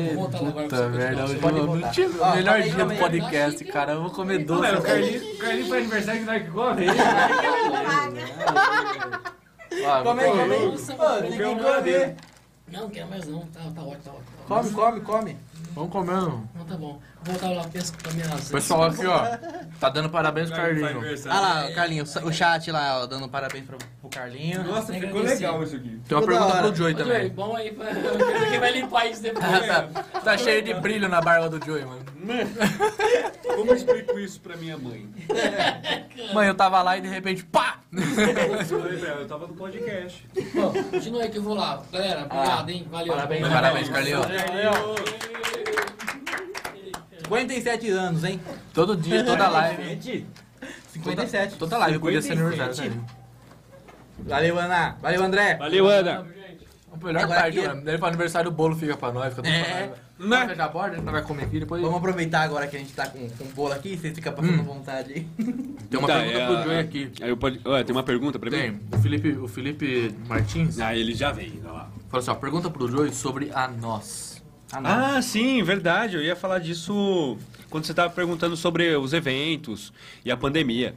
[SPEAKER 3] Aê,
[SPEAKER 9] voltar lá agora pra
[SPEAKER 3] puta
[SPEAKER 9] você
[SPEAKER 3] merda,
[SPEAKER 9] continuar.
[SPEAKER 3] hoje
[SPEAKER 2] Pode
[SPEAKER 3] eu-
[SPEAKER 2] voltar.
[SPEAKER 3] não tinha- o
[SPEAKER 2] Ó,
[SPEAKER 3] melhor
[SPEAKER 2] fala aí,
[SPEAKER 3] dia
[SPEAKER 2] fala
[SPEAKER 3] do
[SPEAKER 2] aí.
[SPEAKER 3] podcast, cara, eu vou comer doce.
[SPEAKER 5] Carlinhos, Carlinhos faz aniversário que nós que come.
[SPEAKER 3] Ah,
[SPEAKER 2] Come aí,
[SPEAKER 3] vou
[SPEAKER 2] come aí.
[SPEAKER 9] Nossa,
[SPEAKER 2] Ô, tem que comer.
[SPEAKER 9] Não, quero mais não. Tá, tá ótimo, tá ótimo. Tá ótimo.
[SPEAKER 2] Come, come, come.
[SPEAKER 3] Vamos comendo.
[SPEAKER 9] Não, tá bom. Vou voltar lá, penso com a minha asa.
[SPEAKER 3] Pessoal aqui, ó, tá dando parabéns pro Tá Carlinho.
[SPEAKER 2] Olha lá, o Carlinho, o chat lá, ó,
[SPEAKER 3] um
[SPEAKER 2] dando parabéns pro, pro Carlinho.
[SPEAKER 9] Nossa, ficou legal isso aqui.
[SPEAKER 3] Tem uma
[SPEAKER 2] Toda
[SPEAKER 3] pergunta
[SPEAKER 2] hora.
[SPEAKER 3] pro Joey
[SPEAKER 9] Joey,
[SPEAKER 3] também.
[SPEAKER 9] É bom aí, [LAUGHS] pra- eu quero que vai limpar isso depois.
[SPEAKER 3] Tá, tá cheio de brilho na barba do Joey, mano.
[SPEAKER 4] Como eu explico Tipo isso pra minha mãe?
[SPEAKER 3] Mãe, eu tava lá e de repente, pá!
[SPEAKER 4] Eu tava no podcast.
[SPEAKER 9] Bom, continua aí que eu vou lá. Galera, obrigado, hein? Valeu.
[SPEAKER 2] Parabéns,
[SPEAKER 3] Parabéns, Carlinho.
[SPEAKER 2] 57 anos, hein?
[SPEAKER 3] Todo dia, toda live.
[SPEAKER 2] 57.
[SPEAKER 3] Toda né? live, eu podia ser aniversário. Carlinho.
[SPEAKER 2] né? Valeu, Ana. Valeu, André.
[SPEAKER 4] Valeu, Ana.
[SPEAKER 2] Um
[SPEAKER 3] melhor
[SPEAKER 2] Agora,
[SPEAKER 3] parte,
[SPEAKER 2] e-
[SPEAKER 3] mano. Ele faz aniversário, o bolo fica pra nós, fica tudo
[SPEAKER 2] É,
[SPEAKER 3] pra nós. Vamos fechar a borda, a gente vai comer aqui, depois...
[SPEAKER 2] Vamos aproveitar agora que a gente tá com, com o bolo aqui, vocês ficam passando vontade aí.
[SPEAKER 3] Tem uma
[SPEAKER 4] Tá,
[SPEAKER 3] pergunta
[SPEAKER 4] é
[SPEAKER 3] pro
[SPEAKER 4] a-
[SPEAKER 3] Joey aqui.
[SPEAKER 4] Aí eu pode... Ué, tem uma pergunta pra mim?
[SPEAKER 3] Tem, o Felipe, o Felipe Martins
[SPEAKER 8] Ah, ele já veio, olha lá.
[SPEAKER 3] falou assim, ó, pergunta pro Joey sobre a nós. A nós.
[SPEAKER 4] Ah, sim, verdade. Eu ia falar disso quando você estava perguntando sobre os eventos e a pandemia.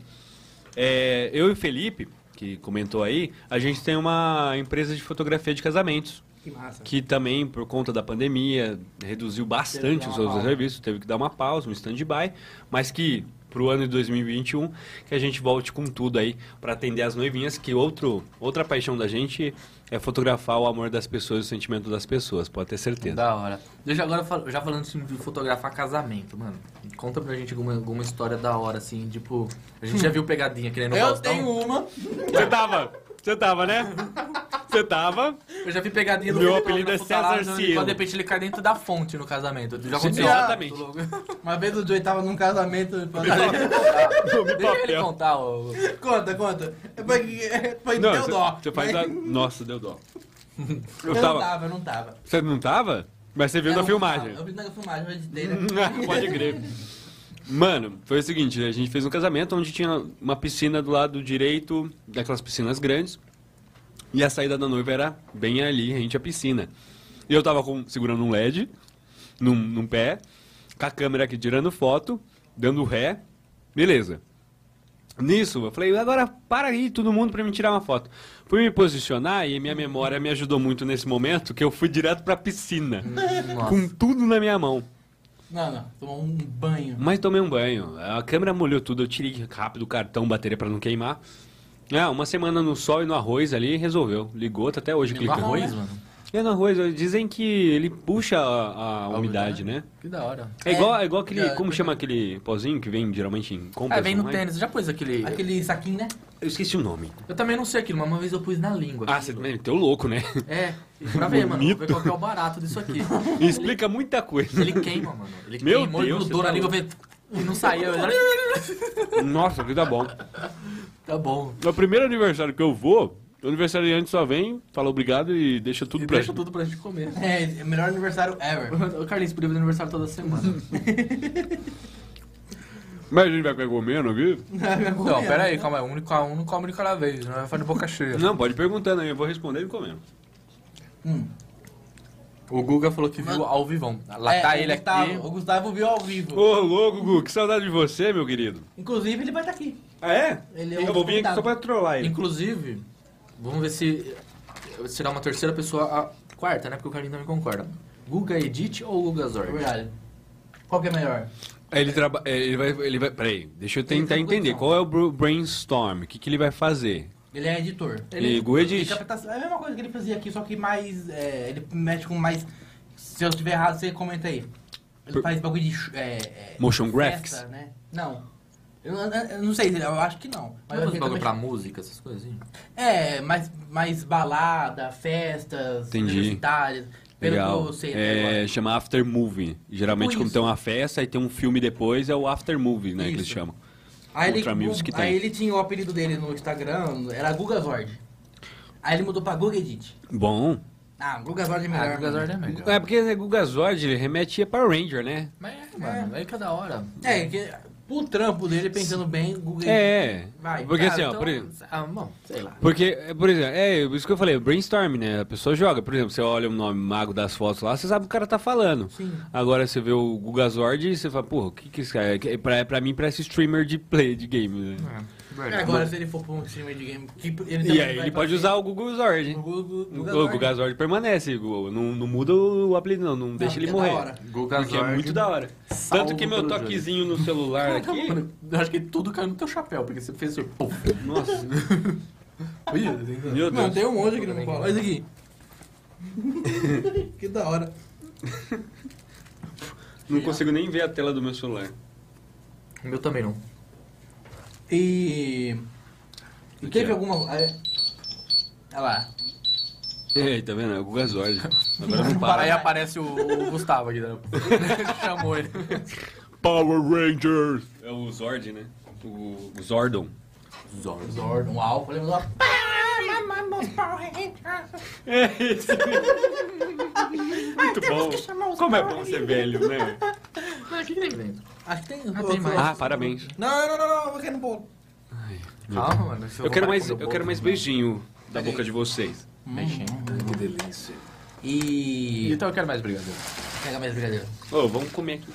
[SPEAKER 4] É, eu e o Felipe, que comentou aí, a gente tem uma empresa de fotografia de casamentos.
[SPEAKER 2] Que massa.
[SPEAKER 4] Que também, por conta da pandemia, reduziu
[SPEAKER 2] Teve que
[SPEAKER 4] bastante os
[SPEAKER 2] dar uma
[SPEAKER 4] seus
[SPEAKER 2] pausa.
[SPEAKER 4] serviços, teve que dar uma pausa, um stand-by, mas que para o ano de 2021 que a gente volte com tudo aí para atender as noivinhas, que outro, outra paixão da gente é fotografar o amor das pessoas, o sentimento das pessoas, pode ter certeza.
[SPEAKER 3] Da hora. Deixa agora, fal- já falando assim, de fotografar casamento, mano. Conta pra gente alguma, alguma história da hora, assim, tipo... A gente já viu pegadinha um- que nem no
[SPEAKER 2] Eu
[SPEAKER 3] Faustão.
[SPEAKER 2] tenho
[SPEAKER 4] um.
[SPEAKER 2] uma.
[SPEAKER 4] Você tava? Você tava, né? Você tava?
[SPEAKER 3] Eu já vi pegadinha do
[SPEAKER 4] Meu
[SPEAKER 3] Felipe
[SPEAKER 4] apelido
[SPEAKER 3] Alves
[SPEAKER 4] é
[SPEAKER 3] na fotolada,
[SPEAKER 4] César
[SPEAKER 3] né?
[SPEAKER 4] Cielo.
[SPEAKER 3] Quando de repente ele cai dentro da fonte no casamento. Já aconteceu.
[SPEAKER 4] Exatamente.
[SPEAKER 3] Muito louco.
[SPEAKER 2] Uma vez o Joey tava num casamento. e falou, assim,
[SPEAKER 3] Deixa ele contar, ó.
[SPEAKER 2] [LAUGHS] Conta, conta. É porque, é porque
[SPEAKER 4] Não,
[SPEAKER 2] deu
[SPEAKER 4] você,
[SPEAKER 2] dó.
[SPEAKER 4] você
[SPEAKER 2] [LAUGHS]
[SPEAKER 4] faz a... Nossa, deu dó.
[SPEAKER 2] Eu
[SPEAKER 4] Eu
[SPEAKER 2] não
[SPEAKER 4] tava...
[SPEAKER 2] tava, eu não tava.
[SPEAKER 4] Você não tava? Mas você viu
[SPEAKER 2] Eu
[SPEAKER 4] na
[SPEAKER 2] não
[SPEAKER 4] filmagem.
[SPEAKER 2] tava. Eu vi na filmagem, eu editei, né?
[SPEAKER 4] [LAUGHS] Pode crer. Mano, foi o seguinte, a gente fez um casamento onde tinha uma piscina do lado direito, daquelas piscinas grandes, e a saída da noiva era bem ali, rente à piscina. E eu tava com- segurando um LED, num, num pé, com a câmera aqui tirando foto, dando ré, beleza. Nisso, eu falei, agora para aí todo mundo pra me tirar uma foto. Fui me posicionar e minha memória me ajudou muito nesse momento, que eu fui direto pra piscina, com tudo na minha mão.
[SPEAKER 2] Não, não. Tomou um banho.
[SPEAKER 4] Mas tomei um banho. A câmera molhou tudo, eu tirei rápido o cartão, bateria pra não queimar. É, uma semana no sol e no arroz ali, resolveu. Ligou, tá até hoje clicando.
[SPEAKER 3] Arroz, mano.
[SPEAKER 4] É, no arroz. Dizem que ele puxa a, a umidade, né?
[SPEAKER 3] Que da hora.
[SPEAKER 4] É, igual, é igual aquele...
[SPEAKER 2] É.
[SPEAKER 4] Como chama aquele pozinho que vem geralmente em compras?
[SPEAKER 3] É, vem no
[SPEAKER 4] online?
[SPEAKER 3] tênis. Já pôs aquele...
[SPEAKER 2] Aquele saquinho, né?
[SPEAKER 4] Eu esqueci o nome.
[SPEAKER 3] Eu também não sei aquilo, mas uma vez eu pus na língua.
[SPEAKER 4] Ah, você meteu louco, né?
[SPEAKER 3] É, pra ver, mano. Vamos ver
[SPEAKER 4] Bonito.
[SPEAKER 3] qual que
[SPEAKER 4] [LAUGHS]
[SPEAKER 3] é o barato disso aqui.
[SPEAKER 4] Explica muita coisa.
[SPEAKER 3] Ele queima, mano. Ele
[SPEAKER 4] Meu
[SPEAKER 3] queimou
[SPEAKER 4] Deus,
[SPEAKER 3] e grudou
[SPEAKER 4] você
[SPEAKER 3] na
[SPEAKER 4] tá
[SPEAKER 3] língua e não né? saía. Eu era-
[SPEAKER 4] Nossa, que tá bom.
[SPEAKER 3] Tá bom.
[SPEAKER 4] No primeiro aniversário que eu vou, o aniversariante só vem, fala obrigado e deixa tudo
[SPEAKER 3] E
[SPEAKER 4] pra
[SPEAKER 3] deixa
[SPEAKER 4] gente.
[SPEAKER 3] tudo pra gente comer.
[SPEAKER 2] É, é o melhor aniversário ever.
[SPEAKER 3] O Carlinhos podia fazer aniversário toda semana.
[SPEAKER 4] Mas a gente vai ficar comendo aqui?
[SPEAKER 3] [LAUGHS]
[SPEAKER 4] Então,
[SPEAKER 3] Não, pera aí, calma aí. Um, de cada- um não come de cada vez, não vai fazer boca cheia.
[SPEAKER 4] Não, pode perguntando aí, eu vou responder e comendo.
[SPEAKER 3] O Guga falou que viu ao vivão. Lá
[SPEAKER 2] É,
[SPEAKER 3] tá
[SPEAKER 2] o
[SPEAKER 3] ele
[SPEAKER 2] Gustavo,
[SPEAKER 3] aqui.
[SPEAKER 2] O Gustavo viu ao vivo.
[SPEAKER 4] Ô, louco, Gu, que saudade de você, meu querido.
[SPEAKER 2] Inclusive, ele vai estar aqui.
[SPEAKER 4] Ah, é?
[SPEAKER 2] Ele é um
[SPEAKER 4] eu vou vir aqui
[SPEAKER 2] convidado.
[SPEAKER 4] só pra trollar ele.
[SPEAKER 3] Inclusive, vamos ver se será uma terceira pessoa a quarta, né? Porque o Carlinhos também concorda. Guga Edit ou Guga
[SPEAKER 2] É
[SPEAKER 3] Zord?
[SPEAKER 2] verdade. Qual que é melhor?
[SPEAKER 4] Ele, traba... é, ele, vai, ele vai... Peraí, deixa eu tentar
[SPEAKER 2] tem então.
[SPEAKER 4] entender.
[SPEAKER 2] condição.
[SPEAKER 4] Qual é o br- brainstorm? O que, que ele vai fazer?
[SPEAKER 2] Ele é editor.
[SPEAKER 4] Ele- E Gu edite.
[SPEAKER 2] captação- É a mesma coisa que ele fazia aqui, só que mais. é, ele mexe com mais. Se eu estiver errado, você comenta aí. Ele
[SPEAKER 4] Por-
[SPEAKER 2] faz bagulho de. sh- é, é,
[SPEAKER 4] Motion
[SPEAKER 2] festa,
[SPEAKER 4] graphics?
[SPEAKER 2] Né? Não. Eu, eu- eu não sei, eu acho que não.
[SPEAKER 3] Mas
[SPEAKER 2] eu
[SPEAKER 3] fazer bagulho pra
[SPEAKER 2] também-
[SPEAKER 3] música, essas coisinhas.
[SPEAKER 2] É, mais, mais balada, festas,
[SPEAKER 4] Entendi.
[SPEAKER 2] universitárias. Pelo que
[SPEAKER 4] Legal.
[SPEAKER 2] eu sei até
[SPEAKER 4] É,
[SPEAKER 2] agora.
[SPEAKER 4] chama after movie. Geralmente
[SPEAKER 2] Tipo
[SPEAKER 4] quando
[SPEAKER 2] isso.
[SPEAKER 4] tem uma festa e tem um filme depois, é o after movie, né, que eles
[SPEAKER 2] Isso.
[SPEAKER 4] chamam.
[SPEAKER 2] Aí ele,
[SPEAKER 4] Ultra Music
[SPEAKER 2] aí
[SPEAKER 4] tem.
[SPEAKER 2] ele tinha o apelido dele no Instagram, era Gugazord. Aí ele mudou pra Guga Edit.
[SPEAKER 4] Bom.
[SPEAKER 2] Ah, Gugazord é melhor.
[SPEAKER 3] Ah, Guga Zord é melhor.
[SPEAKER 4] É porque né, Gugazord ele remetia pra Ranger, né?
[SPEAKER 3] Mas é, mano, aí cada hora.
[SPEAKER 2] É, que o trampo dele, pensando bem, Guga
[SPEAKER 4] É.
[SPEAKER 2] Vai. tá,
[SPEAKER 4] Porque
[SPEAKER 3] Ah,
[SPEAKER 4] assim, ó,
[SPEAKER 3] então-
[SPEAKER 4] por exemplo...
[SPEAKER 3] Ah, bom, sei lá.
[SPEAKER 4] Porque, é, por exemplo, é isso que eu falei, brainstorm, né? A pessoa joga. Por exemplo, você olha o nome mago das fotos lá, você sabe o que o cara tá falando.
[SPEAKER 2] Sim.
[SPEAKER 4] Agora você vê o Gugazord e você fala, porra, o que que esse cara... é? Pra, pra mim parece streamer de play, de game, né?
[SPEAKER 2] É, Agora, se ele for pra um streamer de game, que ele
[SPEAKER 4] E aí ele pode usar o Gugazord.
[SPEAKER 2] o
[SPEAKER 4] O o Gugazord permanece, Gu- não, não muda o apelido não, não deixa ele morrer.
[SPEAKER 3] Guga
[SPEAKER 4] Porque é muito da hora. Tanto que meu toquezinho no celular aqui...
[SPEAKER 3] Eu acho que tudo caiu no teu chapéu, porque você fez assim, isso. Pum.
[SPEAKER 4] Nossa,
[SPEAKER 3] Ih,
[SPEAKER 4] meu
[SPEAKER 2] Não,
[SPEAKER 4] Deus.
[SPEAKER 2] tem um monte aqui no meu colo. Olha isso
[SPEAKER 4] [LAUGHS]
[SPEAKER 2] aqui. que da hora.
[SPEAKER 4] Não consigo nem ver a tela do meu celular.
[SPEAKER 3] O meu também não.
[SPEAKER 2] E... E
[SPEAKER 4] Aqui,
[SPEAKER 2] teve
[SPEAKER 4] ó.
[SPEAKER 2] alguma... aí- Olha lá.
[SPEAKER 4] Ei, tá vendo? É o [LAUGHS] Gugazord. Agora não para.
[SPEAKER 3] Para aí aparece o, o
[SPEAKER 4] [LAUGHS]
[SPEAKER 3] Gustavo aqui. né? Chamou ele.
[SPEAKER 4] Power Rangers! É o Zord, né? O, o Zordon.
[SPEAKER 2] Zordon, o Alpha, ele mandou uma...
[SPEAKER 5] Chamamos Power Rangers.
[SPEAKER 4] É isso.
[SPEAKER 5] Muito
[SPEAKER 4] bom.
[SPEAKER 5] Que chamar os
[SPEAKER 4] Como é
[SPEAKER 5] Power
[SPEAKER 4] bom ser
[SPEAKER 5] Rangers.
[SPEAKER 4] velho, né?
[SPEAKER 3] Mas o que tem dentro?
[SPEAKER 2] Acho que tem.
[SPEAKER 3] Ah, tem mais.
[SPEAKER 4] Ah, parabéns.
[SPEAKER 2] Não, não, não, não, eu vou cair no bolo.
[SPEAKER 3] Calma, mano.
[SPEAKER 4] Eu quero mais, eu quero mais beijinho da boca de vocês.
[SPEAKER 3] né? Que delícia.
[SPEAKER 2] E.
[SPEAKER 3] Então eu quero mais brigadeiro.
[SPEAKER 2] Pega mais brigadeiro.
[SPEAKER 4] Ô, vamos comer aqui.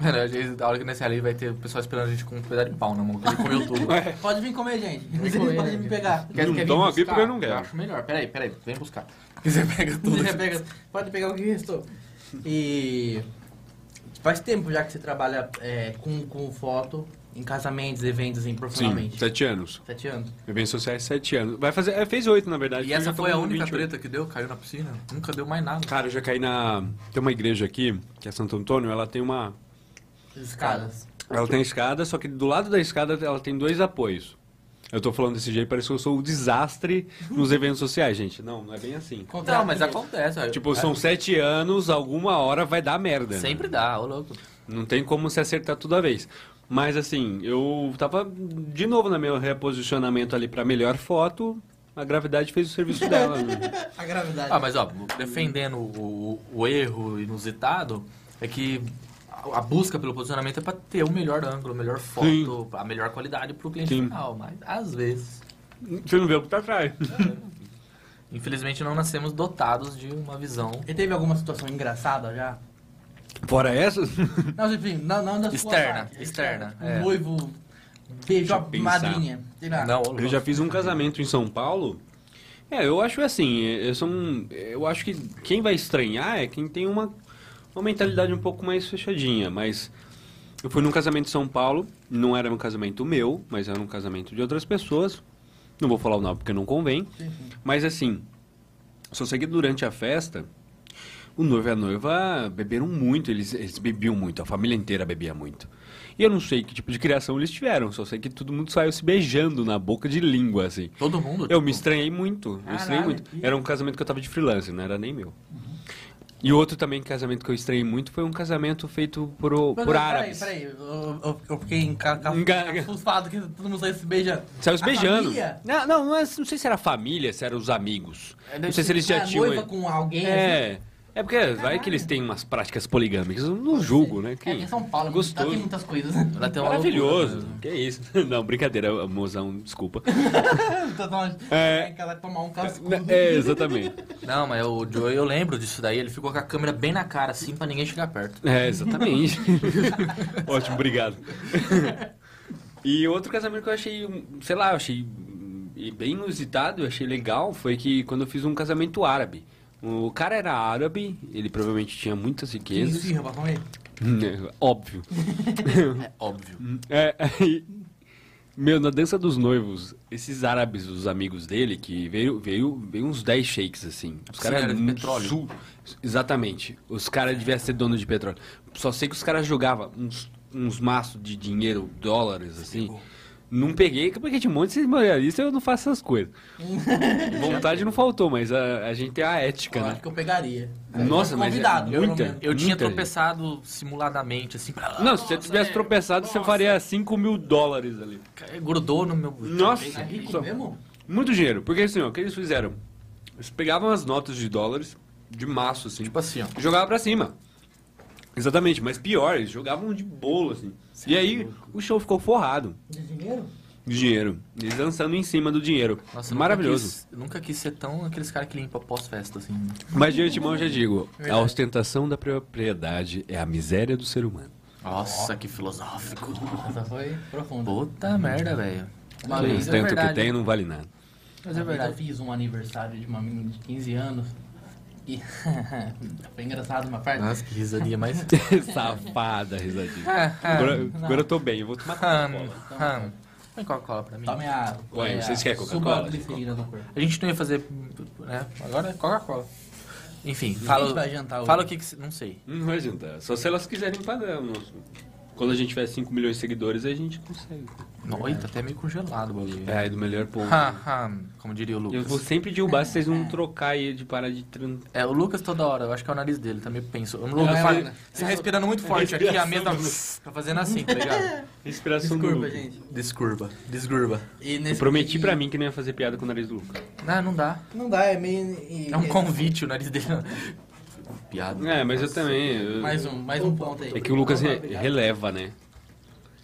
[SPEAKER 3] Mano, às vezes, a hora que nós sair ali vai ter o pessoal esperando a gente com um pedaço de pau na mão, que ele [LAUGHS] comeu tudo.
[SPEAKER 4] é.
[SPEAKER 2] Pode vir comer, gente.
[SPEAKER 3] Vem
[SPEAKER 2] Vocês
[SPEAKER 3] comer,
[SPEAKER 2] podem
[SPEAKER 3] gente.
[SPEAKER 2] me pegar.
[SPEAKER 3] Quer,
[SPEAKER 4] Não
[SPEAKER 3] quer vir
[SPEAKER 4] dão aqui
[SPEAKER 3] buscar?
[SPEAKER 4] porque eu não quero.
[SPEAKER 3] acho melhor. Peraí, peraí, vem buscar. [LAUGHS] E você pega tudo.
[SPEAKER 2] Você pega- pode pegar o que restou. E faz tempo já que você trabalha é, com, com foto em casamentos, eventos, assim,
[SPEAKER 4] Sim,
[SPEAKER 2] profissionalmente.
[SPEAKER 4] sete anos.
[SPEAKER 2] Sete anos.
[SPEAKER 4] Eventos sociais, é sete anos. Vai fazer, é, fez oito, na verdade.
[SPEAKER 3] E
[SPEAKER 4] porque eu
[SPEAKER 3] essa
[SPEAKER 4] já tô
[SPEAKER 3] foi a
[SPEAKER 4] com
[SPEAKER 3] única
[SPEAKER 4] 28.
[SPEAKER 3] treta que deu? Caiu na piscina? Nunca deu mais nada.
[SPEAKER 4] Cara, eu já caí na... Tem uma igreja aqui, que é Santo Antônio, ela tem uma...
[SPEAKER 2] Escadas.
[SPEAKER 4] Ela tem escada, só que do lado da escada ela tem dois apoios. Eu tô falando desse jeito, parece que eu sou o desastre nos eventos sociais, gente. Não, não é bem
[SPEAKER 3] [LAUGHS]
[SPEAKER 4] assim.
[SPEAKER 2] Contrato
[SPEAKER 3] Não, mas
[SPEAKER 2] mesmo.
[SPEAKER 3] acontece. é, ó.
[SPEAKER 4] Tipo, são sete anos, alguma hora vai dar merda. né?
[SPEAKER 3] Sempre dá, ô louco.
[SPEAKER 4] Não tem como se acertar toda vez. Mas assim, eu tava de novo no meu reposicionamento ali pra melhor foto. A gravidade fez o serviço dela. né?
[SPEAKER 2] A gravidade.
[SPEAKER 3] Ah, mas ó, defendendo o, o- o erro inusitado, é que a, a busca pelo posicionamento é pra ter o melhor ângulo, a melhor foto,
[SPEAKER 4] Sim.
[SPEAKER 3] a melhor qualidade pro cliente
[SPEAKER 4] Sim.
[SPEAKER 3] final. Mas às vezes,
[SPEAKER 4] Você não vê o que tá atrás.
[SPEAKER 3] infelizmente, não nascemos dotados de uma visão
[SPEAKER 2] E teve alguma situação engraçada já?
[SPEAKER 4] Fora essa,
[SPEAKER 2] Não, enfim, não, não da sua
[SPEAKER 3] Externa,
[SPEAKER 2] parte.
[SPEAKER 3] externa, é.
[SPEAKER 2] Um noivo
[SPEAKER 4] Deixa
[SPEAKER 2] beijou a
[SPEAKER 4] eu
[SPEAKER 2] madrinha. Sei lá.
[SPEAKER 3] Não,
[SPEAKER 4] eu já fiz um casamento em São Paulo. É, eu acho assim, eu, sou um- eu acho que quem vai estranhar é quem tem uma, uma mentalidade um pouco mais fechadinha, mas eu fui num casamento em São Paulo, não era um casamento meu, mas era um casamento de outras pessoas. Não vou falar o nome porque não convém. Mas assim, só sei que durante a festa, o noivo e a noiva beberam muito, eles, eles bebiam muito, a família inteira bebia muito. E eu não sei que tipo de criação eles tiveram, só sei que todo mundo saiu se beijando na boca de língua, assim.
[SPEAKER 3] Todo mundo. tipo,
[SPEAKER 4] Eu me estranhei muito, eu
[SPEAKER 2] Caralho,
[SPEAKER 4] estranhei muito.
[SPEAKER 2] que-
[SPEAKER 4] Era um casamento que eu tava de freelance, não era nem meu. E outro também casamento que eu estranhei muito foi um casamento feito por, o-
[SPEAKER 2] Mas,
[SPEAKER 4] por
[SPEAKER 2] não,
[SPEAKER 4] árabes.
[SPEAKER 2] Peraí, peraí. Eu, eu- eu fiquei encafufado
[SPEAKER 4] Enga-
[SPEAKER 2] que todo mundo saiu se beijando.
[SPEAKER 4] Saiu se
[SPEAKER 2] A
[SPEAKER 4] beijando.
[SPEAKER 2] família?
[SPEAKER 4] Não, não, não é- não sei se era a família, se eram os amigos.
[SPEAKER 3] É,
[SPEAKER 4] Não sei se eles já
[SPEAKER 2] Ah,
[SPEAKER 4] tinham.
[SPEAKER 2] noiva com alguém. assim.
[SPEAKER 4] É. É porque vai que eles têm umas práticas poligâmicas. Eu não julgo, né?
[SPEAKER 2] É,
[SPEAKER 4] Que
[SPEAKER 2] aqui em São Paulo,
[SPEAKER 4] Gostoso.
[SPEAKER 2] tem muitas coisas.
[SPEAKER 3] Ela tem uma
[SPEAKER 4] Maravilhoso.
[SPEAKER 3] loucura, né?
[SPEAKER 4] que isso? [LAUGHS] Não, brincadeira, mozão,
[SPEAKER 2] [LAUGHS]
[SPEAKER 4] desculpa.
[SPEAKER 2] [LAUGHS] Então, então,
[SPEAKER 4] É.
[SPEAKER 2] é... Ela tomar um cascudo.
[SPEAKER 4] é, exatamente.
[SPEAKER 3] Não, mas o Joey, eu lembro disso daí. Ele ficou com a câmera bem na cara, assim, pra ninguém chegar perto.
[SPEAKER 4] É, exatamente. [LAUGHS] Ótimo, obrigado. [LAUGHS] E outro casamento que eu achei, um, sei lá, eu achei hum, e bem inusitado, eu achei legal, foi que quando eu fiz um casamento árabe. O cara era árabe, ele provavelmente tinha muitas riquezas.
[SPEAKER 2] Sim, rapaz, vamos aí.
[SPEAKER 4] É, [LAUGHS] Óbvio.
[SPEAKER 3] É óbvio.
[SPEAKER 4] É, [LAUGHS] aí, meu, na dança dos noivos, esses árabes, os amigos dele, que veio, veio, veio uns 10 shakes, assim. Os
[SPEAKER 3] Sim,
[SPEAKER 4] caras
[SPEAKER 3] era de
[SPEAKER 4] muito
[SPEAKER 3] petróleo.
[SPEAKER 4] su- Exatamente. Os caras deviam ser donos de petróleo. Só sei que os caras jogavam uns, uns maços de dinheiro, dólares, assim. Não peguei, porque tinha um monte de cerimonialista eu não faço essas coisas.
[SPEAKER 3] [LAUGHS]
[SPEAKER 4] Vontade não faltou, mas a, a gente tem a ética,
[SPEAKER 2] Eu
[SPEAKER 4] né?
[SPEAKER 2] acho que eu pegaria.
[SPEAKER 4] Nossa, mas é
[SPEAKER 2] Convidado, pelo
[SPEAKER 4] muita.
[SPEAKER 2] menos.
[SPEAKER 3] Eu tinha
[SPEAKER 4] Muita gente.
[SPEAKER 3] tropeçado simuladamente, assim. pra-
[SPEAKER 4] Não, se você tivesse tropeçado, você faria 5 mil dólares ali.
[SPEAKER 3] Ah, Grudou no meu...
[SPEAKER 4] Nossa,
[SPEAKER 2] É rico
[SPEAKER 4] só-
[SPEAKER 2] mesmo?
[SPEAKER 4] muito dinheiro. Porque assim, ó, o que eles fizeram? Eles pegavam as notas de dólares, de maço, assim,
[SPEAKER 3] Tipo assim, ó.
[SPEAKER 4] e jogavam pra cima. Exatamente, mas pior, eles jogavam de bolo, assim. e aí o chão ficou forrado
[SPEAKER 2] De dinheiro?
[SPEAKER 4] de dinheiro. Eles dançando em cima do dinheiro.
[SPEAKER 3] Nossa, eu
[SPEAKER 4] Maravilhoso.
[SPEAKER 3] Nunca quis, nunca quis ser tão aqueles caras que limpa pós-festa, assim.
[SPEAKER 4] Mas de antemão eu já digo, a
[SPEAKER 2] Verdade.
[SPEAKER 4] ostentação da propriedade é a miséria do ser humano.
[SPEAKER 3] Nossa, que filosófico.
[SPEAKER 2] Essa foi profunda.
[SPEAKER 3] Puta merda, velho. Uma
[SPEAKER 4] Quem
[SPEAKER 3] vez, é
[SPEAKER 4] ostenta o que
[SPEAKER 3] verdade.
[SPEAKER 4] tem não vale nada. [LAUGHS]
[SPEAKER 3] Mas é
[SPEAKER 2] Eu
[SPEAKER 3] verdade.
[SPEAKER 2] fiz um aniversário de uma menina de 15 anos. E [LAUGHS] foi engraçado uma parte.
[SPEAKER 3] Nossa, que risadinha [LAUGHS] mais...
[SPEAKER 4] Safada, risadinha.
[SPEAKER 3] [LAUGHS]
[SPEAKER 4] Agora, agora eu tô bem, eu vou tomar
[SPEAKER 3] Hum,
[SPEAKER 4] Coca-Cola.
[SPEAKER 3] hum. Põe Coca-Cola pra mim.
[SPEAKER 2] Tome a.
[SPEAKER 4] Ué,
[SPEAKER 2] é,
[SPEAKER 4] vocês
[SPEAKER 2] a
[SPEAKER 4] querem Coca-Cola?
[SPEAKER 2] subaglicerina do corpo.
[SPEAKER 3] A gente não ia fazer, né? Agora é Coca-Cola. Enfim,
[SPEAKER 2] a gente
[SPEAKER 3] fala,
[SPEAKER 2] vai jantar hoje?
[SPEAKER 3] fala o que que... cê- Não sei.
[SPEAKER 4] Não vai adiantar, só se elas quiserem pagar o nosso. Quando a gente tiver 5 milhões de seguidores, a gente consegue.
[SPEAKER 3] Nossa, tá até meio congelado o bagulho.
[SPEAKER 4] É, do melhor ponto.
[SPEAKER 3] Ha, ha, como diria o Lucas.
[SPEAKER 4] Eu vou sempre derrubar se vocês não trocar e de parar de tran-
[SPEAKER 3] É, o Lucas toda hora, eu acho que é o nariz dele, também penso. O
[SPEAKER 2] É,
[SPEAKER 3] Lucas
[SPEAKER 2] né?
[SPEAKER 3] fala, você tá respirando muito forte aqui, a mesa tá fazendo assim, tá ligado?
[SPEAKER 4] Inspiração do
[SPEAKER 2] Desculpa,
[SPEAKER 4] Lucas.
[SPEAKER 2] gente.
[SPEAKER 3] Descurba, desgurba.
[SPEAKER 2] E
[SPEAKER 4] Eu
[SPEAKER 2] nesse-
[SPEAKER 4] prometi
[SPEAKER 2] e-
[SPEAKER 4] pra mim que não ia fazer piada com o nariz do Lucas.
[SPEAKER 3] Não, não dá.
[SPEAKER 2] Não dá, é meio. e-
[SPEAKER 3] É um convite o nariz dele. Piada.
[SPEAKER 4] É, mas eu também. eu-
[SPEAKER 2] Mais um, mais um ponto aí.
[SPEAKER 4] É que o Lucas re- releva, né?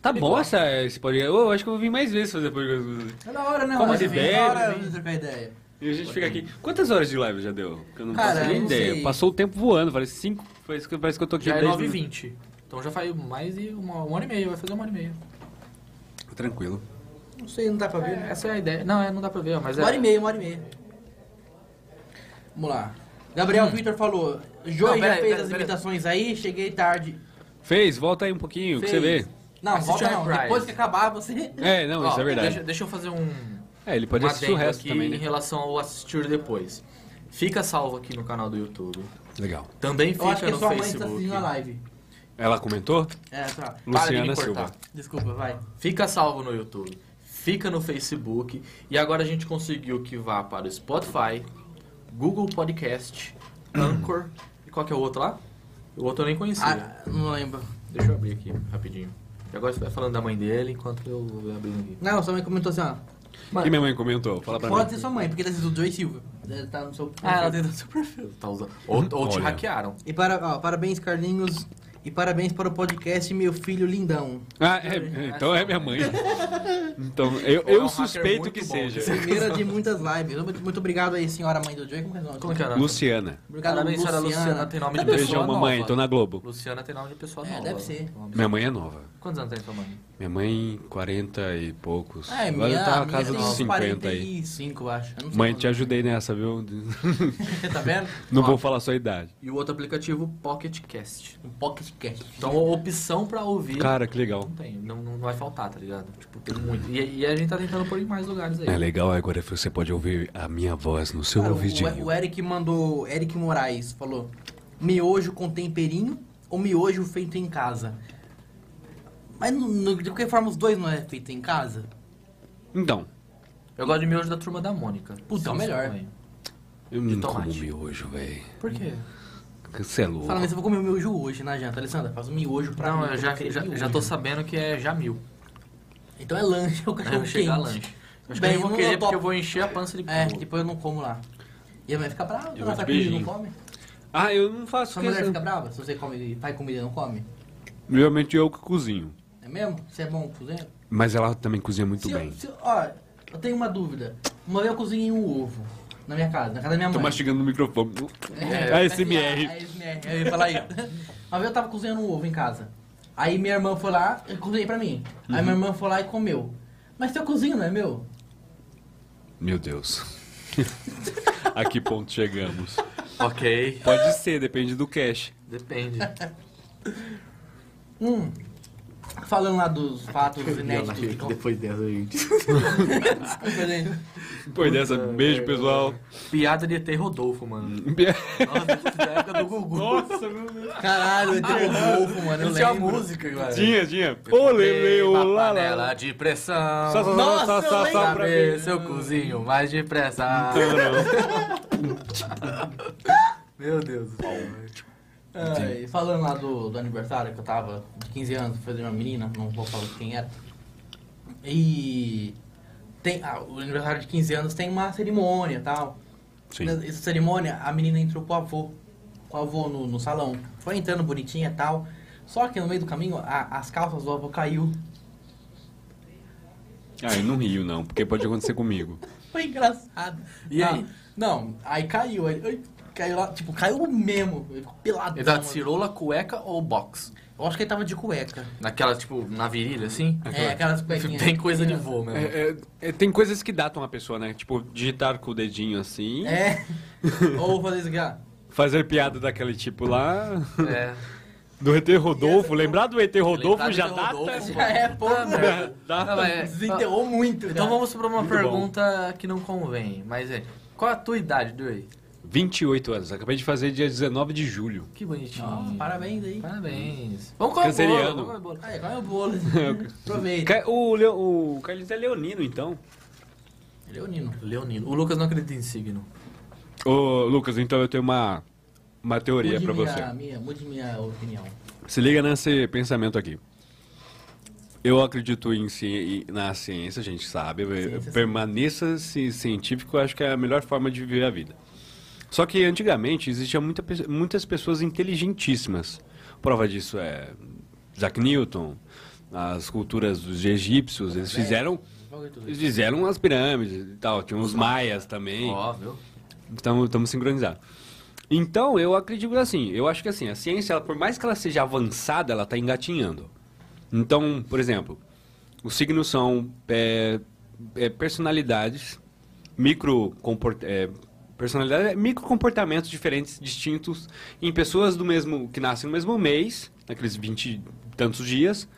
[SPEAKER 4] Tá bom essa, esse podcast. Eu acho que eu vou vir mais vezes fazer podcast. com você.
[SPEAKER 2] É da hora, né?
[SPEAKER 4] Como
[SPEAKER 2] mano?
[SPEAKER 4] se
[SPEAKER 2] É
[SPEAKER 4] bebe,
[SPEAKER 2] Da hora
[SPEAKER 4] hein?
[SPEAKER 2] de trocar ideia.
[SPEAKER 4] E a gente fica aqui. Quantas horas de live já deu? Que Eu não
[SPEAKER 2] Cara,
[SPEAKER 4] faço nem
[SPEAKER 2] eu não
[SPEAKER 4] ideia.
[SPEAKER 2] sei.
[SPEAKER 4] Passou o tempo voando, parece cinco. Parece que, parece que eu tô aqui
[SPEAKER 3] Já é
[SPEAKER 4] 10
[SPEAKER 3] 9 h
[SPEAKER 4] minutos.
[SPEAKER 3] 20 Então já faz mais de uma, uma hora e meia, vai fazer uma hora e meia.
[SPEAKER 4] Tranquilo.
[SPEAKER 2] Não sei, não dá pra ver. né?
[SPEAKER 3] Essa é a ideia. Não, é, não dá pra ver, ó, mas é...
[SPEAKER 2] Uma hora Um e meia, uma hora e meia. Vamos lá. Gabriel Victor falou: Joey
[SPEAKER 3] Não, pera
[SPEAKER 2] já
[SPEAKER 3] aí,
[SPEAKER 2] fez
[SPEAKER 3] pera aí,
[SPEAKER 2] as
[SPEAKER 3] pera aí.
[SPEAKER 2] imitações aí, cheguei tarde.
[SPEAKER 4] Fez, volta aí um pouquinho, o que você
[SPEAKER 2] Fez.
[SPEAKER 4] vê.
[SPEAKER 2] Não,
[SPEAKER 3] Assiste
[SPEAKER 2] volta
[SPEAKER 3] o
[SPEAKER 2] não.
[SPEAKER 3] Reprise.
[SPEAKER 2] Depois que acabar, você.
[SPEAKER 4] É, não,
[SPEAKER 3] Ó,
[SPEAKER 4] isso é verdade.
[SPEAKER 3] Deixa, deixa eu fazer um...
[SPEAKER 4] É, ele pode
[SPEAKER 3] um
[SPEAKER 4] assistir o
[SPEAKER 3] adendo
[SPEAKER 4] resto
[SPEAKER 3] aqui
[SPEAKER 4] também,
[SPEAKER 3] Em
[SPEAKER 4] né?
[SPEAKER 3] relação ao assistir depois. Fica salvo aqui no canal do YouTube.
[SPEAKER 4] Legal.
[SPEAKER 3] Também
[SPEAKER 2] Eu acho
[SPEAKER 3] fica
[SPEAKER 2] que
[SPEAKER 3] no
[SPEAKER 2] sua mãe tá
[SPEAKER 3] Facebook.
[SPEAKER 2] assistindo a live.
[SPEAKER 4] Ela comentou?
[SPEAKER 2] É,
[SPEAKER 3] Para
[SPEAKER 2] tá.
[SPEAKER 3] de me
[SPEAKER 4] Luciana
[SPEAKER 3] cortar.
[SPEAKER 4] Silva.
[SPEAKER 2] Desculpa, vai.
[SPEAKER 3] Fica salvo no YouTube. Fica no Facebook. E agora a gente conseguiu que vá para o Spotify, Google Podcast, Anchor. E qual que é o outro lá? O outro eu nem conhecia.
[SPEAKER 2] Ah, não lembro.
[SPEAKER 3] Deixa eu abrir aqui rapidinho. E agora você vai falando da mãe dele enquanto eu vou abrindo aqui.
[SPEAKER 2] Não, sua mãe comentou assim, ó.
[SPEAKER 4] E minha mãe comentou? Fala pra mim.
[SPEAKER 2] Pode ser sua mãe, porque tá sendo o Joey Silva. Ela tá no seu.
[SPEAKER 3] Ah, ela tem no seu perfil. Tá usando. Ou, ou te
[SPEAKER 4] Olha.
[SPEAKER 3] hackearam.
[SPEAKER 2] E para, ó, parabéns, Carlinhos. E parabéns para o podcast Meu Filho Lindão.
[SPEAKER 4] Ah, é, então é minha mãe. Então, eu,
[SPEAKER 3] Ou é um
[SPEAKER 4] eu
[SPEAKER 3] hacker
[SPEAKER 4] suspeito
[SPEAKER 3] muito
[SPEAKER 4] que
[SPEAKER 3] bom.
[SPEAKER 4] seja.
[SPEAKER 2] Primeira de muitas lives. Muito, muito obrigado aí, senhora mãe do Joey. Como que é o nome?
[SPEAKER 3] Como que era?
[SPEAKER 4] Luciana.
[SPEAKER 2] Obrigado,
[SPEAKER 3] Parabéns, senhora Luciana. Tem nome de pessoa
[SPEAKER 4] Beijão,
[SPEAKER 3] nova.
[SPEAKER 4] mamãe, tô na Globo.
[SPEAKER 3] Luciana tem nome de pessoa
[SPEAKER 2] É,
[SPEAKER 3] nova.
[SPEAKER 2] deve ser.
[SPEAKER 4] Minha mãe é nova.
[SPEAKER 3] Quantos anos tem sua mãe?
[SPEAKER 4] Minha mãe, 40 e poucos.
[SPEAKER 2] Ah, é
[SPEAKER 4] Agora
[SPEAKER 2] minha,
[SPEAKER 4] tá na
[SPEAKER 2] minha
[SPEAKER 4] casa
[SPEAKER 2] tem
[SPEAKER 4] dos
[SPEAKER 2] uns
[SPEAKER 4] 50 aí.
[SPEAKER 2] 45, eu acho. Eu não sei
[SPEAKER 4] Mãe,
[SPEAKER 2] qual
[SPEAKER 4] te
[SPEAKER 2] nome.
[SPEAKER 4] ajudei nessa, viu? [LAUGHS]
[SPEAKER 2] tá vendo?
[SPEAKER 4] Não vou falar a sua idade.
[SPEAKER 3] E o outro aplicativo, Pocket Cast.
[SPEAKER 2] Um podcast.
[SPEAKER 3] Então, a opção pra ouvir
[SPEAKER 4] Cara, que legal.
[SPEAKER 3] não tem. Não, não vai faltar, tá ligado? Tipo, tem muito. E, e a gente tá tentando pôr em mais lugares aí.
[SPEAKER 8] É legal, agora você pode ouvir a minha voz no seu
[SPEAKER 2] Cara, o,
[SPEAKER 8] ouvidinho.
[SPEAKER 2] o Eric mandou. Eric Moraes falou: miojo com temperinho ou miojo feito em casa? Mas no- no- de qualquer forma, os dois não é feito em casa?
[SPEAKER 4] Então,
[SPEAKER 3] Eu gosto de miojo da turma da Mônica.
[SPEAKER 2] Puta, é o
[SPEAKER 3] Sim,
[SPEAKER 2] melhor.
[SPEAKER 3] também.
[SPEAKER 8] eu não como
[SPEAKER 3] tomate.
[SPEAKER 8] miojo, velho.
[SPEAKER 3] Por quê?
[SPEAKER 8] Você é louco.
[SPEAKER 2] Fala, mas eu vou comer o miojo hoje na janta. Alessandra, faz um miojo pra mim.
[SPEAKER 3] não, eu já,
[SPEAKER 2] quero
[SPEAKER 3] já,
[SPEAKER 2] miojo.
[SPEAKER 3] já tô sabendo que é Jamil.
[SPEAKER 2] Então é lanche, [LAUGHS] é o
[SPEAKER 3] Né?
[SPEAKER 2] cachorro
[SPEAKER 3] Eu chegar
[SPEAKER 2] quente.
[SPEAKER 3] lanche. Eu Acho
[SPEAKER 2] Bem,
[SPEAKER 3] que eu nem
[SPEAKER 2] não
[SPEAKER 3] vou querer
[SPEAKER 2] dá
[SPEAKER 3] porque
[SPEAKER 2] top.
[SPEAKER 3] eu vou encher a pança de
[SPEAKER 2] É,
[SPEAKER 3] bolo.
[SPEAKER 2] depois eu não como lá. E a mãe fica brava,
[SPEAKER 4] Eu
[SPEAKER 2] ela
[SPEAKER 4] vou
[SPEAKER 2] tá
[SPEAKER 4] de
[SPEAKER 2] comida e não
[SPEAKER 4] beijinho.
[SPEAKER 2] come.
[SPEAKER 4] Ah, eu não faço
[SPEAKER 2] Sua mulher
[SPEAKER 4] questão.
[SPEAKER 2] fica brava? Se você come, faz comida e não come?
[SPEAKER 4] Realmente eu que cozinho.
[SPEAKER 2] É mesmo? Você é bom cozinheiro?
[SPEAKER 8] Mas ela também cozinha muito
[SPEAKER 2] Se eu-
[SPEAKER 8] bem.
[SPEAKER 2] se eu- ó, eu tenho uma dúvida. Uma vez eu cozinhei um ovo na minha casa, na casa da minha
[SPEAKER 4] Tô
[SPEAKER 2] mãe.
[SPEAKER 4] mastigando no microfone.
[SPEAKER 2] [LAUGHS] É,
[SPEAKER 4] É,
[SPEAKER 2] É,
[SPEAKER 4] SMR.
[SPEAKER 2] SMR, eu ia falar isso. Uma vez eu tava cozinhando um ovo em casa. Aí minha irmã foi lá, eu cozinhei pra mim. Aí minha irmã foi lá e comeu. Mas se eu cozinho, não é meu?
[SPEAKER 8] Meu Deus.
[SPEAKER 4] A que ponto chegamos?
[SPEAKER 3] Ok.
[SPEAKER 4] Pode ser, depende do cash.
[SPEAKER 3] Depende.
[SPEAKER 2] Hum. Falando lá dos fatos inéditos. que né? con-
[SPEAKER 3] Depois dessa, gente.
[SPEAKER 2] Desculpa, gente.
[SPEAKER 4] Depois dessa, beijo, pessoal.
[SPEAKER 3] Piada de ET Rodolfo, [LAUGHS] mano. Nossa, é da época do Gugu.
[SPEAKER 4] Nossa, meu Deus.
[SPEAKER 2] Caralho, eu tenho um ovo, mano. Eu
[SPEAKER 3] Não tinha
[SPEAKER 2] lembro.
[SPEAKER 3] música, cara.
[SPEAKER 4] Tinha, tinha. Ô, Lele, ô,
[SPEAKER 3] Uma
[SPEAKER 4] lá,
[SPEAKER 3] panela
[SPEAKER 4] lá.
[SPEAKER 3] de pressão.
[SPEAKER 4] Só, só, só, só, só, só pra
[SPEAKER 3] Saber
[SPEAKER 4] mim.
[SPEAKER 3] se eu cozinho
[SPEAKER 4] [LAUGHS]
[SPEAKER 3] mais depressa. Meu Deus do céu.
[SPEAKER 2] Ai, falando lá do, do aniversário que eu tava de 15 anos, foi de uma menina, não vou falar quem era. E tem ah, o aniversário de 15 anos tem uma cerimônia e tal.
[SPEAKER 8] Sim.
[SPEAKER 2] Nessa cerimônia, a menina entrou com o avô. Com o avô no, no salão. Foi entrando bonitinha e tal. Só que no meio do caminho, a- as calças do avô caiu.
[SPEAKER 4] Ah, eu não rio, não, porque pode acontecer comigo.
[SPEAKER 2] Foi engraçado.
[SPEAKER 3] E
[SPEAKER 2] Ah,
[SPEAKER 3] aí?
[SPEAKER 2] Não, aí caiu. Ele, ai, caiu lá, tipo, caiu mesmo. Ele ficou pelado.
[SPEAKER 3] Ele tá de cirola, cueca ou box?
[SPEAKER 2] Eu acho que ele tava de cueca.
[SPEAKER 3] Naquela, tipo, na virilha, assim?
[SPEAKER 2] É, aquelas cuequinhas.
[SPEAKER 3] Bem coisa de vô mesmo.
[SPEAKER 4] É, é, é, tem coisas que datam a pessoa, né? Tipo, digitar com o dedinho assim, [LAUGHS]
[SPEAKER 2] É. Ou fazer isso aqui, ó.
[SPEAKER 4] fazer piada daquele tipo lá. [LAUGHS]
[SPEAKER 3] É.
[SPEAKER 4] Do ET Rodolfo, lembrar do ET Rodolfo
[SPEAKER 3] Lembrar do
[SPEAKER 4] já
[SPEAKER 3] ET
[SPEAKER 4] data.
[SPEAKER 3] Rodolfo.
[SPEAKER 2] Já é pouco.
[SPEAKER 4] Já data.
[SPEAKER 3] Não, mas é-
[SPEAKER 2] Desenterrou muito. né?
[SPEAKER 3] Então vamos pra uma
[SPEAKER 4] É, Muito bom.
[SPEAKER 3] pergunta que não convém, mas é. Qual a tua idade, Dui?
[SPEAKER 4] 28 anos. Acabei de fazer dia 19 de julho.
[SPEAKER 3] Que bonitinho.
[SPEAKER 2] Ó, parabéns aí.
[SPEAKER 3] Parabéns. Vamos
[SPEAKER 4] Ah,
[SPEAKER 3] comer o bolo.
[SPEAKER 4] Canceriano. É
[SPEAKER 3] Vamos comer o bolo.
[SPEAKER 2] Aí, vai o
[SPEAKER 4] [LAUGHS]
[SPEAKER 2] bolo. Aproveita.
[SPEAKER 4] Ca- O, Leo- o Carlinhos é leonino, então.
[SPEAKER 2] Leonino.
[SPEAKER 3] Leonino. O Lucas não acredita em signo.
[SPEAKER 4] Ô, Lucas, então eu tenho uma, uma teoria
[SPEAKER 2] Mude
[SPEAKER 4] pra você.
[SPEAKER 2] minha, minha, mude minha opinião.
[SPEAKER 4] Se liga nesse pensamento aqui. Eu acredito em ci- em- na ciência, a gente sabe. eh,
[SPEAKER 2] Ciência, sim.
[SPEAKER 4] Permaneça ci- científico, eu acho que é a melhor forma de viver a vida. Só que antigamente existiam muita pe- muitas pessoas inteligentíssimas. Prova disso é Isaac Newton, as culturas dos egípcios, eles fizeram,
[SPEAKER 2] Joga tudo
[SPEAKER 4] eles fizeram as pirâmides e tal. Tinha os maias também.
[SPEAKER 3] Ó, viu?
[SPEAKER 4] Estamos sincronizados. Então, eu acredito assim, eu acho que assim, a ciência, ela, por mais que ela seja avançada, ela está engatinhando. Então, por exemplo, os signos são é, é, personalidades, micro é, personalidade, é, micro comportamentos diferentes, distintos em pessoas do mesmo que nascem no mesmo mês, naqueles 20 e tantos dias,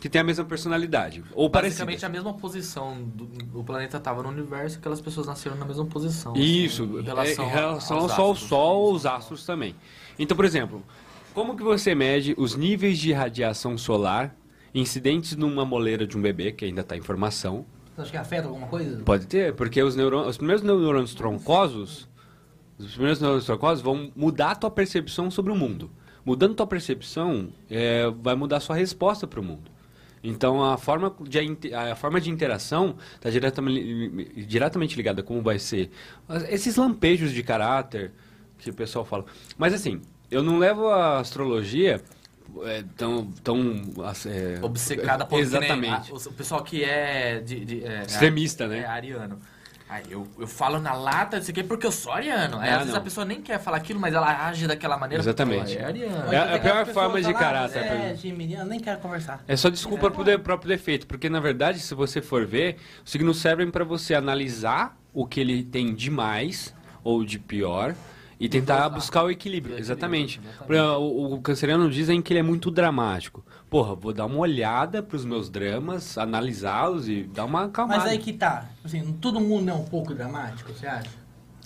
[SPEAKER 4] que têm a mesma personalidade ou
[SPEAKER 3] Basicamente é
[SPEAKER 4] parecida.
[SPEAKER 3] a mesma posição. Do, o planeta tava no universo e aquelas pessoas nasceram na mesma posição.
[SPEAKER 4] Isso,
[SPEAKER 3] assim,
[SPEAKER 4] é,
[SPEAKER 3] em relação,
[SPEAKER 4] em relação
[SPEAKER 3] aos
[SPEAKER 4] só ao
[SPEAKER 3] astros.
[SPEAKER 4] Sol, os astros também. Então, por exemplo, como que você mede os níveis de radiação solar incidentes numa moleira de um bebê, que ainda está em formação?
[SPEAKER 2] Você acha que afeta alguma coisa?
[SPEAKER 4] Pode ter, porque os, neurônios, os primeiros neurônios troncosos, os primeiros neurônios troncosos vão mudar a tua percepção sobre o mundo. Mudando tua percepção, é, vai mudar a sua resposta para o mundo. Então, a forma de, a inte- a forma de interação está diretamente, diretamente ligada a como vai ser as- esses lampejos de caráter que o pessoal fala. Mas, assim, eu não levo a astrologia é, tão... tão assim, é,
[SPEAKER 3] Obcecada por
[SPEAKER 4] Exatamente.
[SPEAKER 3] o pessoal que é. De, de- é
[SPEAKER 4] Extremista, né?
[SPEAKER 3] É ariano. Aí eu, eu falo na lata, não sei o quê, porque eu sou ariano. Aí,
[SPEAKER 4] Ah,
[SPEAKER 3] às vezes
[SPEAKER 4] não.
[SPEAKER 3] a pessoa nem quer falar aquilo, mas ela age daquela maneira. porque
[SPEAKER 4] Exatamente.
[SPEAKER 3] ela É ariano.
[SPEAKER 4] É
[SPEAKER 2] Pode
[SPEAKER 4] a
[SPEAKER 2] pegar
[SPEAKER 4] pior
[SPEAKER 2] as pessoas
[SPEAKER 4] forma de
[SPEAKER 2] e falar,
[SPEAKER 4] caráter, por
[SPEAKER 2] É,
[SPEAKER 4] exemplo."
[SPEAKER 2] Gemini, eu nem quero conversar.
[SPEAKER 4] É só desculpa pro de- próprio defeito, porque na verdade, se você for ver, os signos servem para você analisar o que ele tem de mais ou de pior e tentar buscar o equilíbrio. Exatamente. Por exemplo, O, o canceriano dizem que ele é muito dramático. Porra, vou dar uma olhada pros meus dramas, analisá-los e dar uma acalmada.
[SPEAKER 2] Mas aí que tá. Assim, todo mundo é um pouco dramático, você acha?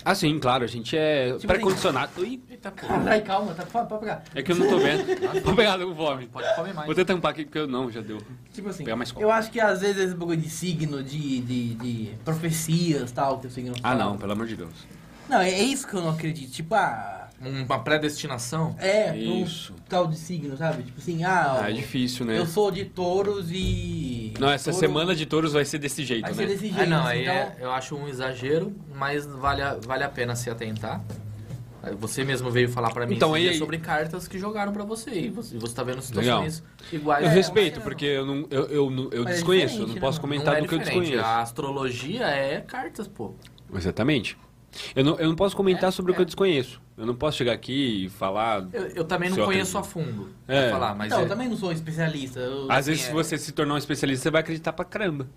[SPEAKER 4] Ah, sim, claro, a gente é
[SPEAKER 2] assim-
[SPEAKER 4] pré-condicionado. Ih,
[SPEAKER 3] Eita porra.
[SPEAKER 2] Caralho, calma, tá, pode pode pegar.
[SPEAKER 4] É que eu não tô vendo. [LAUGHS] Vou pegar com fome.
[SPEAKER 3] Pode comer mais.
[SPEAKER 4] Vou até tampar aqui porque eu não, já deu.
[SPEAKER 2] Tipo assim,
[SPEAKER 4] Pegar É mais cola.
[SPEAKER 2] eu acho que às vezes esse bagulho de signo, de, de, de profecias tal, que o signo
[SPEAKER 4] Ah,
[SPEAKER 2] fala.
[SPEAKER 4] não, pelo amor de Deus.
[SPEAKER 2] Não, é isso que eu não acredito. Tipo, ah,
[SPEAKER 3] Uma predestinação.
[SPEAKER 2] é, por um
[SPEAKER 4] Isso.
[SPEAKER 2] tal de signo, sabe? Tipo assim, ah,
[SPEAKER 4] Ah, é difícil, né?
[SPEAKER 2] eu sou de touros e.
[SPEAKER 4] Não, essa
[SPEAKER 2] touro
[SPEAKER 4] semana de touros vai ser desse jeito,
[SPEAKER 2] Vai
[SPEAKER 4] né?
[SPEAKER 2] ser desse jeito.
[SPEAKER 3] Ah, não, aí
[SPEAKER 2] então,
[SPEAKER 3] é- eu acho um exagero, mas vale a, vale a pena se atentar. Aí Você mesmo veio falar pra mim
[SPEAKER 4] Então,
[SPEAKER 3] esse dia
[SPEAKER 4] aí-
[SPEAKER 3] sobre cartas que jogaram pra você e você, e você tá vendo situações
[SPEAKER 4] Eu
[SPEAKER 3] iguais.
[SPEAKER 4] respeito, porque eu, não, eu, eu, não- eu
[SPEAKER 2] É, Mas é
[SPEAKER 4] desconheço, eu não
[SPEAKER 2] diferente,
[SPEAKER 4] posso
[SPEAKER 2] né,
[SPEAKER 3] Não
[SPEAKER 4] comentar
[SPEAKER 3] é
[SPEAKER 4] do que eu
[SPEAKER 3] diferente,
[SPEAKER 4] desconheço.
[SPEAKER 3] A astrologia é cartas, pô.
[SPEAKER 4] Exatamente. Eu não, eu não posso comentar
[SPEAKER 3] É,
[SPEAKER 4] sobre o que
[SPEAKER 3] é.
[SPEAKER 4] eu desconheço. Eu não posso chegar aqui e falar.
[SPEAKER 3] Eu, eu também não
[SPEAKER 4] Só
[SPEAKER 3] conheço a
[SPEAKER 4] acredito.
[SPEAKER 3] fundo
[SPEAKER 4] É.
[SPEAKER 3] pra falar, mas
[SPEAKER 2] então,
[SPEAKER 3] é-
[SPEAKER 2] eu também não sou especialista. eu-
[SPEAKER 4] Às
[SPEAKER 2] assim,
[SPEAKER 4] vezes,
[SPEAKER 2] é-
[SPEAKER 4] se você se tornar um especialista, você vai acreditar pra caramba.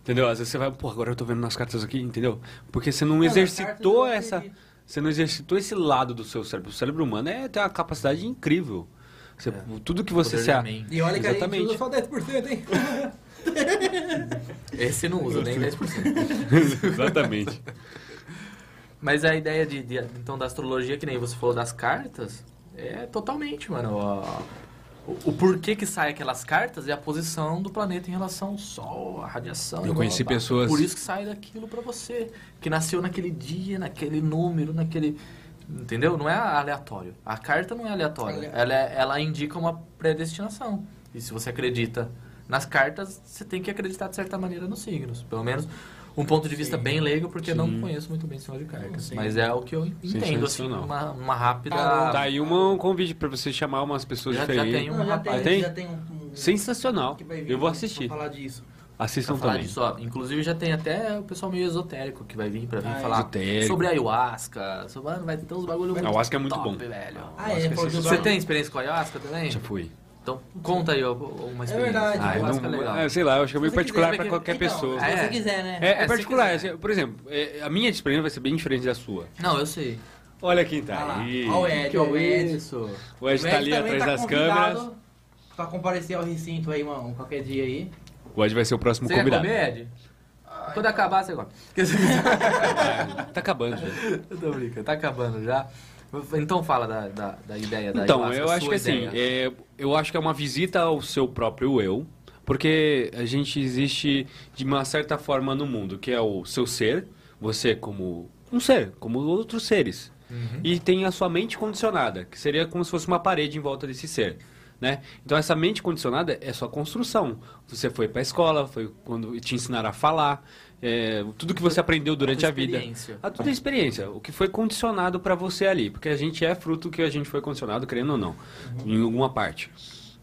[SPEAKER 4] Entendeu? Às vezes você vai, pô, agora eu tô vendo nas cartas aqui, entendeu? Porque você não,
[SPEAKER 2] nas cartas eu
[SPEAKER 4] exercitou essa.
[SPEAKER 2] acredito.
[SPEAKER 4] Você não exercitou esse lado do seu cérebro. O cérebro humano é, tem uma capacidade incrível. Você- Tudo que você
[SPEAKER 3] É. poder
[SPEAKER 4] se.
[SPEAKER 3] da
[SPEAKER 4] a-
[SPEAKER 3] mente.
[SPEAKER 2] E olha que
[SPEAKER 4] Exatamente.
[SPEAKER 2] a gente usa só 10%, hein?
[SPEAKER 3] Esse não usa nem 10%.
[SPEAKER 4] [LAUGHS] Exatamente.
[SPEAKER 3] Mas a ideia de, de- então da astrologia, que nem você falou das cartas, é totalmente, mano. ó, o, o porquê que sai aquelas cartas é a posição do planeta em relação ao Sol, a radiação.
[SPEAKER 4] Eu conheci
[SPEAKER 3] blá, blá, blá.
[SPEAKER 4] pessoas-
[SPEAKER 3] Por isso que sai daquilo pra você. Que nasceu naquele dia, naquele número, naquele. Entendeu? Não é aleatório. A carta não é aleatória.
[SPEAKER 2] Olha.
[SPEAKER 3] Ela, é- ela indica uma predestinação. E se você acredita nas cartas, você tem que acreditar de certa maneira nos signos. Pelo menos um ponto de vista bem leigo, porque eu não conheço muito bem sinal de cartas.
[SPEAKER 2] Sim.
[SPEAKER 3] Mas é o que eu entendo, assim,
[SPEAKER 4] Sensacional.
[SPEAKER 3] uma, uma rápida.
[SPEAKER 4] tá aí uma- um convite pra você chamar umas pessoas
[SPEAKER 3] Já- já
[SPEAKER 4] diferentes.
[SPEAKER 3] tem um
[SPEAKER 2] Não, [LAUGHS] já
[SPEAKER 4] rapaz.
[SPEAKER 2] tem,
[SPEAKER 4] Tem?
[SPEAKER 2] já tem um, um
[SPEAKER 4] Sensacional.
[SPEAKER 2] que vai vir
[SPEAKER 4] Eu vou
[SPEAKER 2] pra-
[SPEAKER 4] assistir.
[SPEAKER 2] pra falar disso.
[SPEAKER 4] Assistam
[SPEAKER 3] Pra falar
[SPEAKER 4] também.
[SPEAKER 3] disso, ó. Inclusive já tem até o pessoal meio esotérico que vai vir pra vir
[SPEAKER 2] Ah, é.
[SPEAKER 3] falar
[SPEAKER 4] Esotérico.
[SPEAKER 3] sobre ayahuasca. Sobre, mano, vai ter uns bagulho muito
[SPEAKER 4] Ayahuasca é muito
[SPEAKER 3] top,
[SPEAKER 4] bom.
[SPEAKER 3] velho.
[SPEAKER 2] Ah, é, falou do-
[SPEAKER 3] Você tem experiência com ayahuasca também?
[SPEAKER 4] Já fui.
[SPEAKER 3] Então conta aí ó, uma experiência.
[SPEAKER 2] verdade.
[SPEAKER 4] Ah, eu
[SPEAKER 3] ayahuasca é legal.
[SPEAKER 4] não, é, sei lá, eu acho que é meio
[SPEAKER 2] Se você
[SPEAKER 4] particular
[SPEAKER 2] quiser,
[SPEAKER 4] pra
[SPEAKER 2] porque-
[SPEAKER 4] qualquer
[SPEAKER 2] então,
[SPEAKER 4] pessoa.
[SPEAKER 2] Se
[SPEAKER 3] É.
[SPEAKER 2] você quiser, né?
[SPEAKER 4] É, é
[SPEAKER 3] se
[SPEAKER 4] particular.
[SPEAKER 3] quiser.
[SPEAKER 4] assim, Por exemplo, é, a minha experiência vai ser bem diferente da sua.
[SPEAKER 3] Não, eu sei.
[SPEAKER 4] Olha quem tá
[SPEAKER 2] Ah lá,
[SPEAKER 4] aí.
[SPEAKER 2] ó o Ed, ó o Ed.
[SPEAKER 3] Isso.
[SPEAKER 4] O Ed tá ali atrás das câmeras.
[SPEAKER 2] Pra comparecer ao recinto aí, mano, qualquer dia aí.
[SPEAKER 4] O Ed vai ser o próximo
[SPEAKER 3] Você quer
[SPEAKER 4] convidado.
[SPEAKER 3] comer, Ed?
[SPEAKER 2] vai.
[SPEAKER 3] Quando acabar, você [LAUGHS] gosta.
[SPEAKER 4] [LAUGHS] Tá acabando, gente.
[SPEAKER 3] Eu tô brincando, tá acabando já. Então fala da, da, da ideia da
[SPEAKER 4] Então,
[SPEAKER 3] ayahuasca,
[SPEAKER 4] eu
[SPEAKER 3] a
[SPEAKER 4] acho que
[SPEAKER 3] sua
[SPEAKER 4] assim,
[SPEAKER 3] ideia.
[SPEAKER 4] é, eu acho que é uma visita ao seu próprio eu, porque a gente existe de uma certa forma no mundo, que é o seu ser, você como um ser, como outros seres. E tem a sua mente condicionada, que seria como se fosse uma parede em volta desse ser. Né? Então essa mente condicionada é sua construção. Você foi para a escola, foi quando te ensinaram a falar, é, tudo que você aprendeu durante a vida.
[SPEAKER 3] experiência.
[SPEAKER 4] A tua experiência, o que foi condicionado pra você ali, porque a gente é fruto que a gente foi condicionado, querendo ou não, em alguma parte.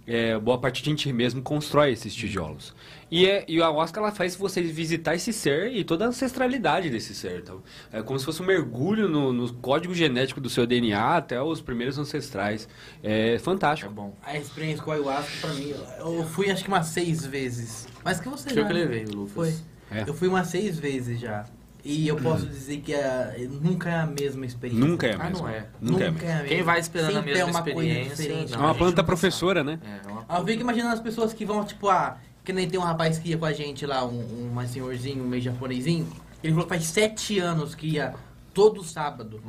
[SPEAKER 4] É, boa parte de gente mesmo constrói esses tijolos. E, é, e a ayahuasca ela faz você visitar esse ser e toda a ancestralidade desse ser. Então, é como se fosse um mergulho no, no código genético do seu DNA até os primeiros ancestrais. É fantástico.
[SPEAKER 3] bom.
[SPEAKER 2] A experiência com a ayahuasca, pra mim, eu fui acho que umas seis vezes. Mas que você
[SPEAKER 3] Acho
[SPEAKER 2] já,
[SPEAKER 3] que eu
[SPEAKER 2] né?
[SPEAKER 3] levei o Lucas.
[SPEAKER 2] Foi.
[SPEAKER 4] É.
[SPEAKER 2] Eu fui umas seis vezes já. E eu posso dizer que a- nunca é a mesma experiência.
[SPEAKER 4] Nunca é
[SPEAKER 3] Uhum. Ah,
[SPEAKER 4] mesmo.
[SPEAKER 3] não é.
[SPEAKER 4] Nunca é mesmo.
[SPEAKER 2] a mesma.
[SPEAKER 3] Quem vai esperando a
[SPEAKER 2] Sempre
[SPEAKER 3] mesma
[SPEAKER 2] é uma coisa
[SPEAKER 3] experiência,
[SPEAKER 2] diferente.
[SPEAKER 4] É
[SPEAKER 3] não.
[SPEAKER 4] uma
[SPEAKER 3] Deixa
[SPEAKER 4] planta
[SPEAKER 3] eu
[SPEAKER 4] professora, né?
[SPEAKER 3] É, é uma
[SPEAKER 2] Ah, Eu fico imaginando as pessoas que vão, tipo, ah, que nem tem um rapaz que ia com a gente lá, um, um mais senhorzinho, um meio japonesinho. Ele falou que faz sete anos que ia todo sábado.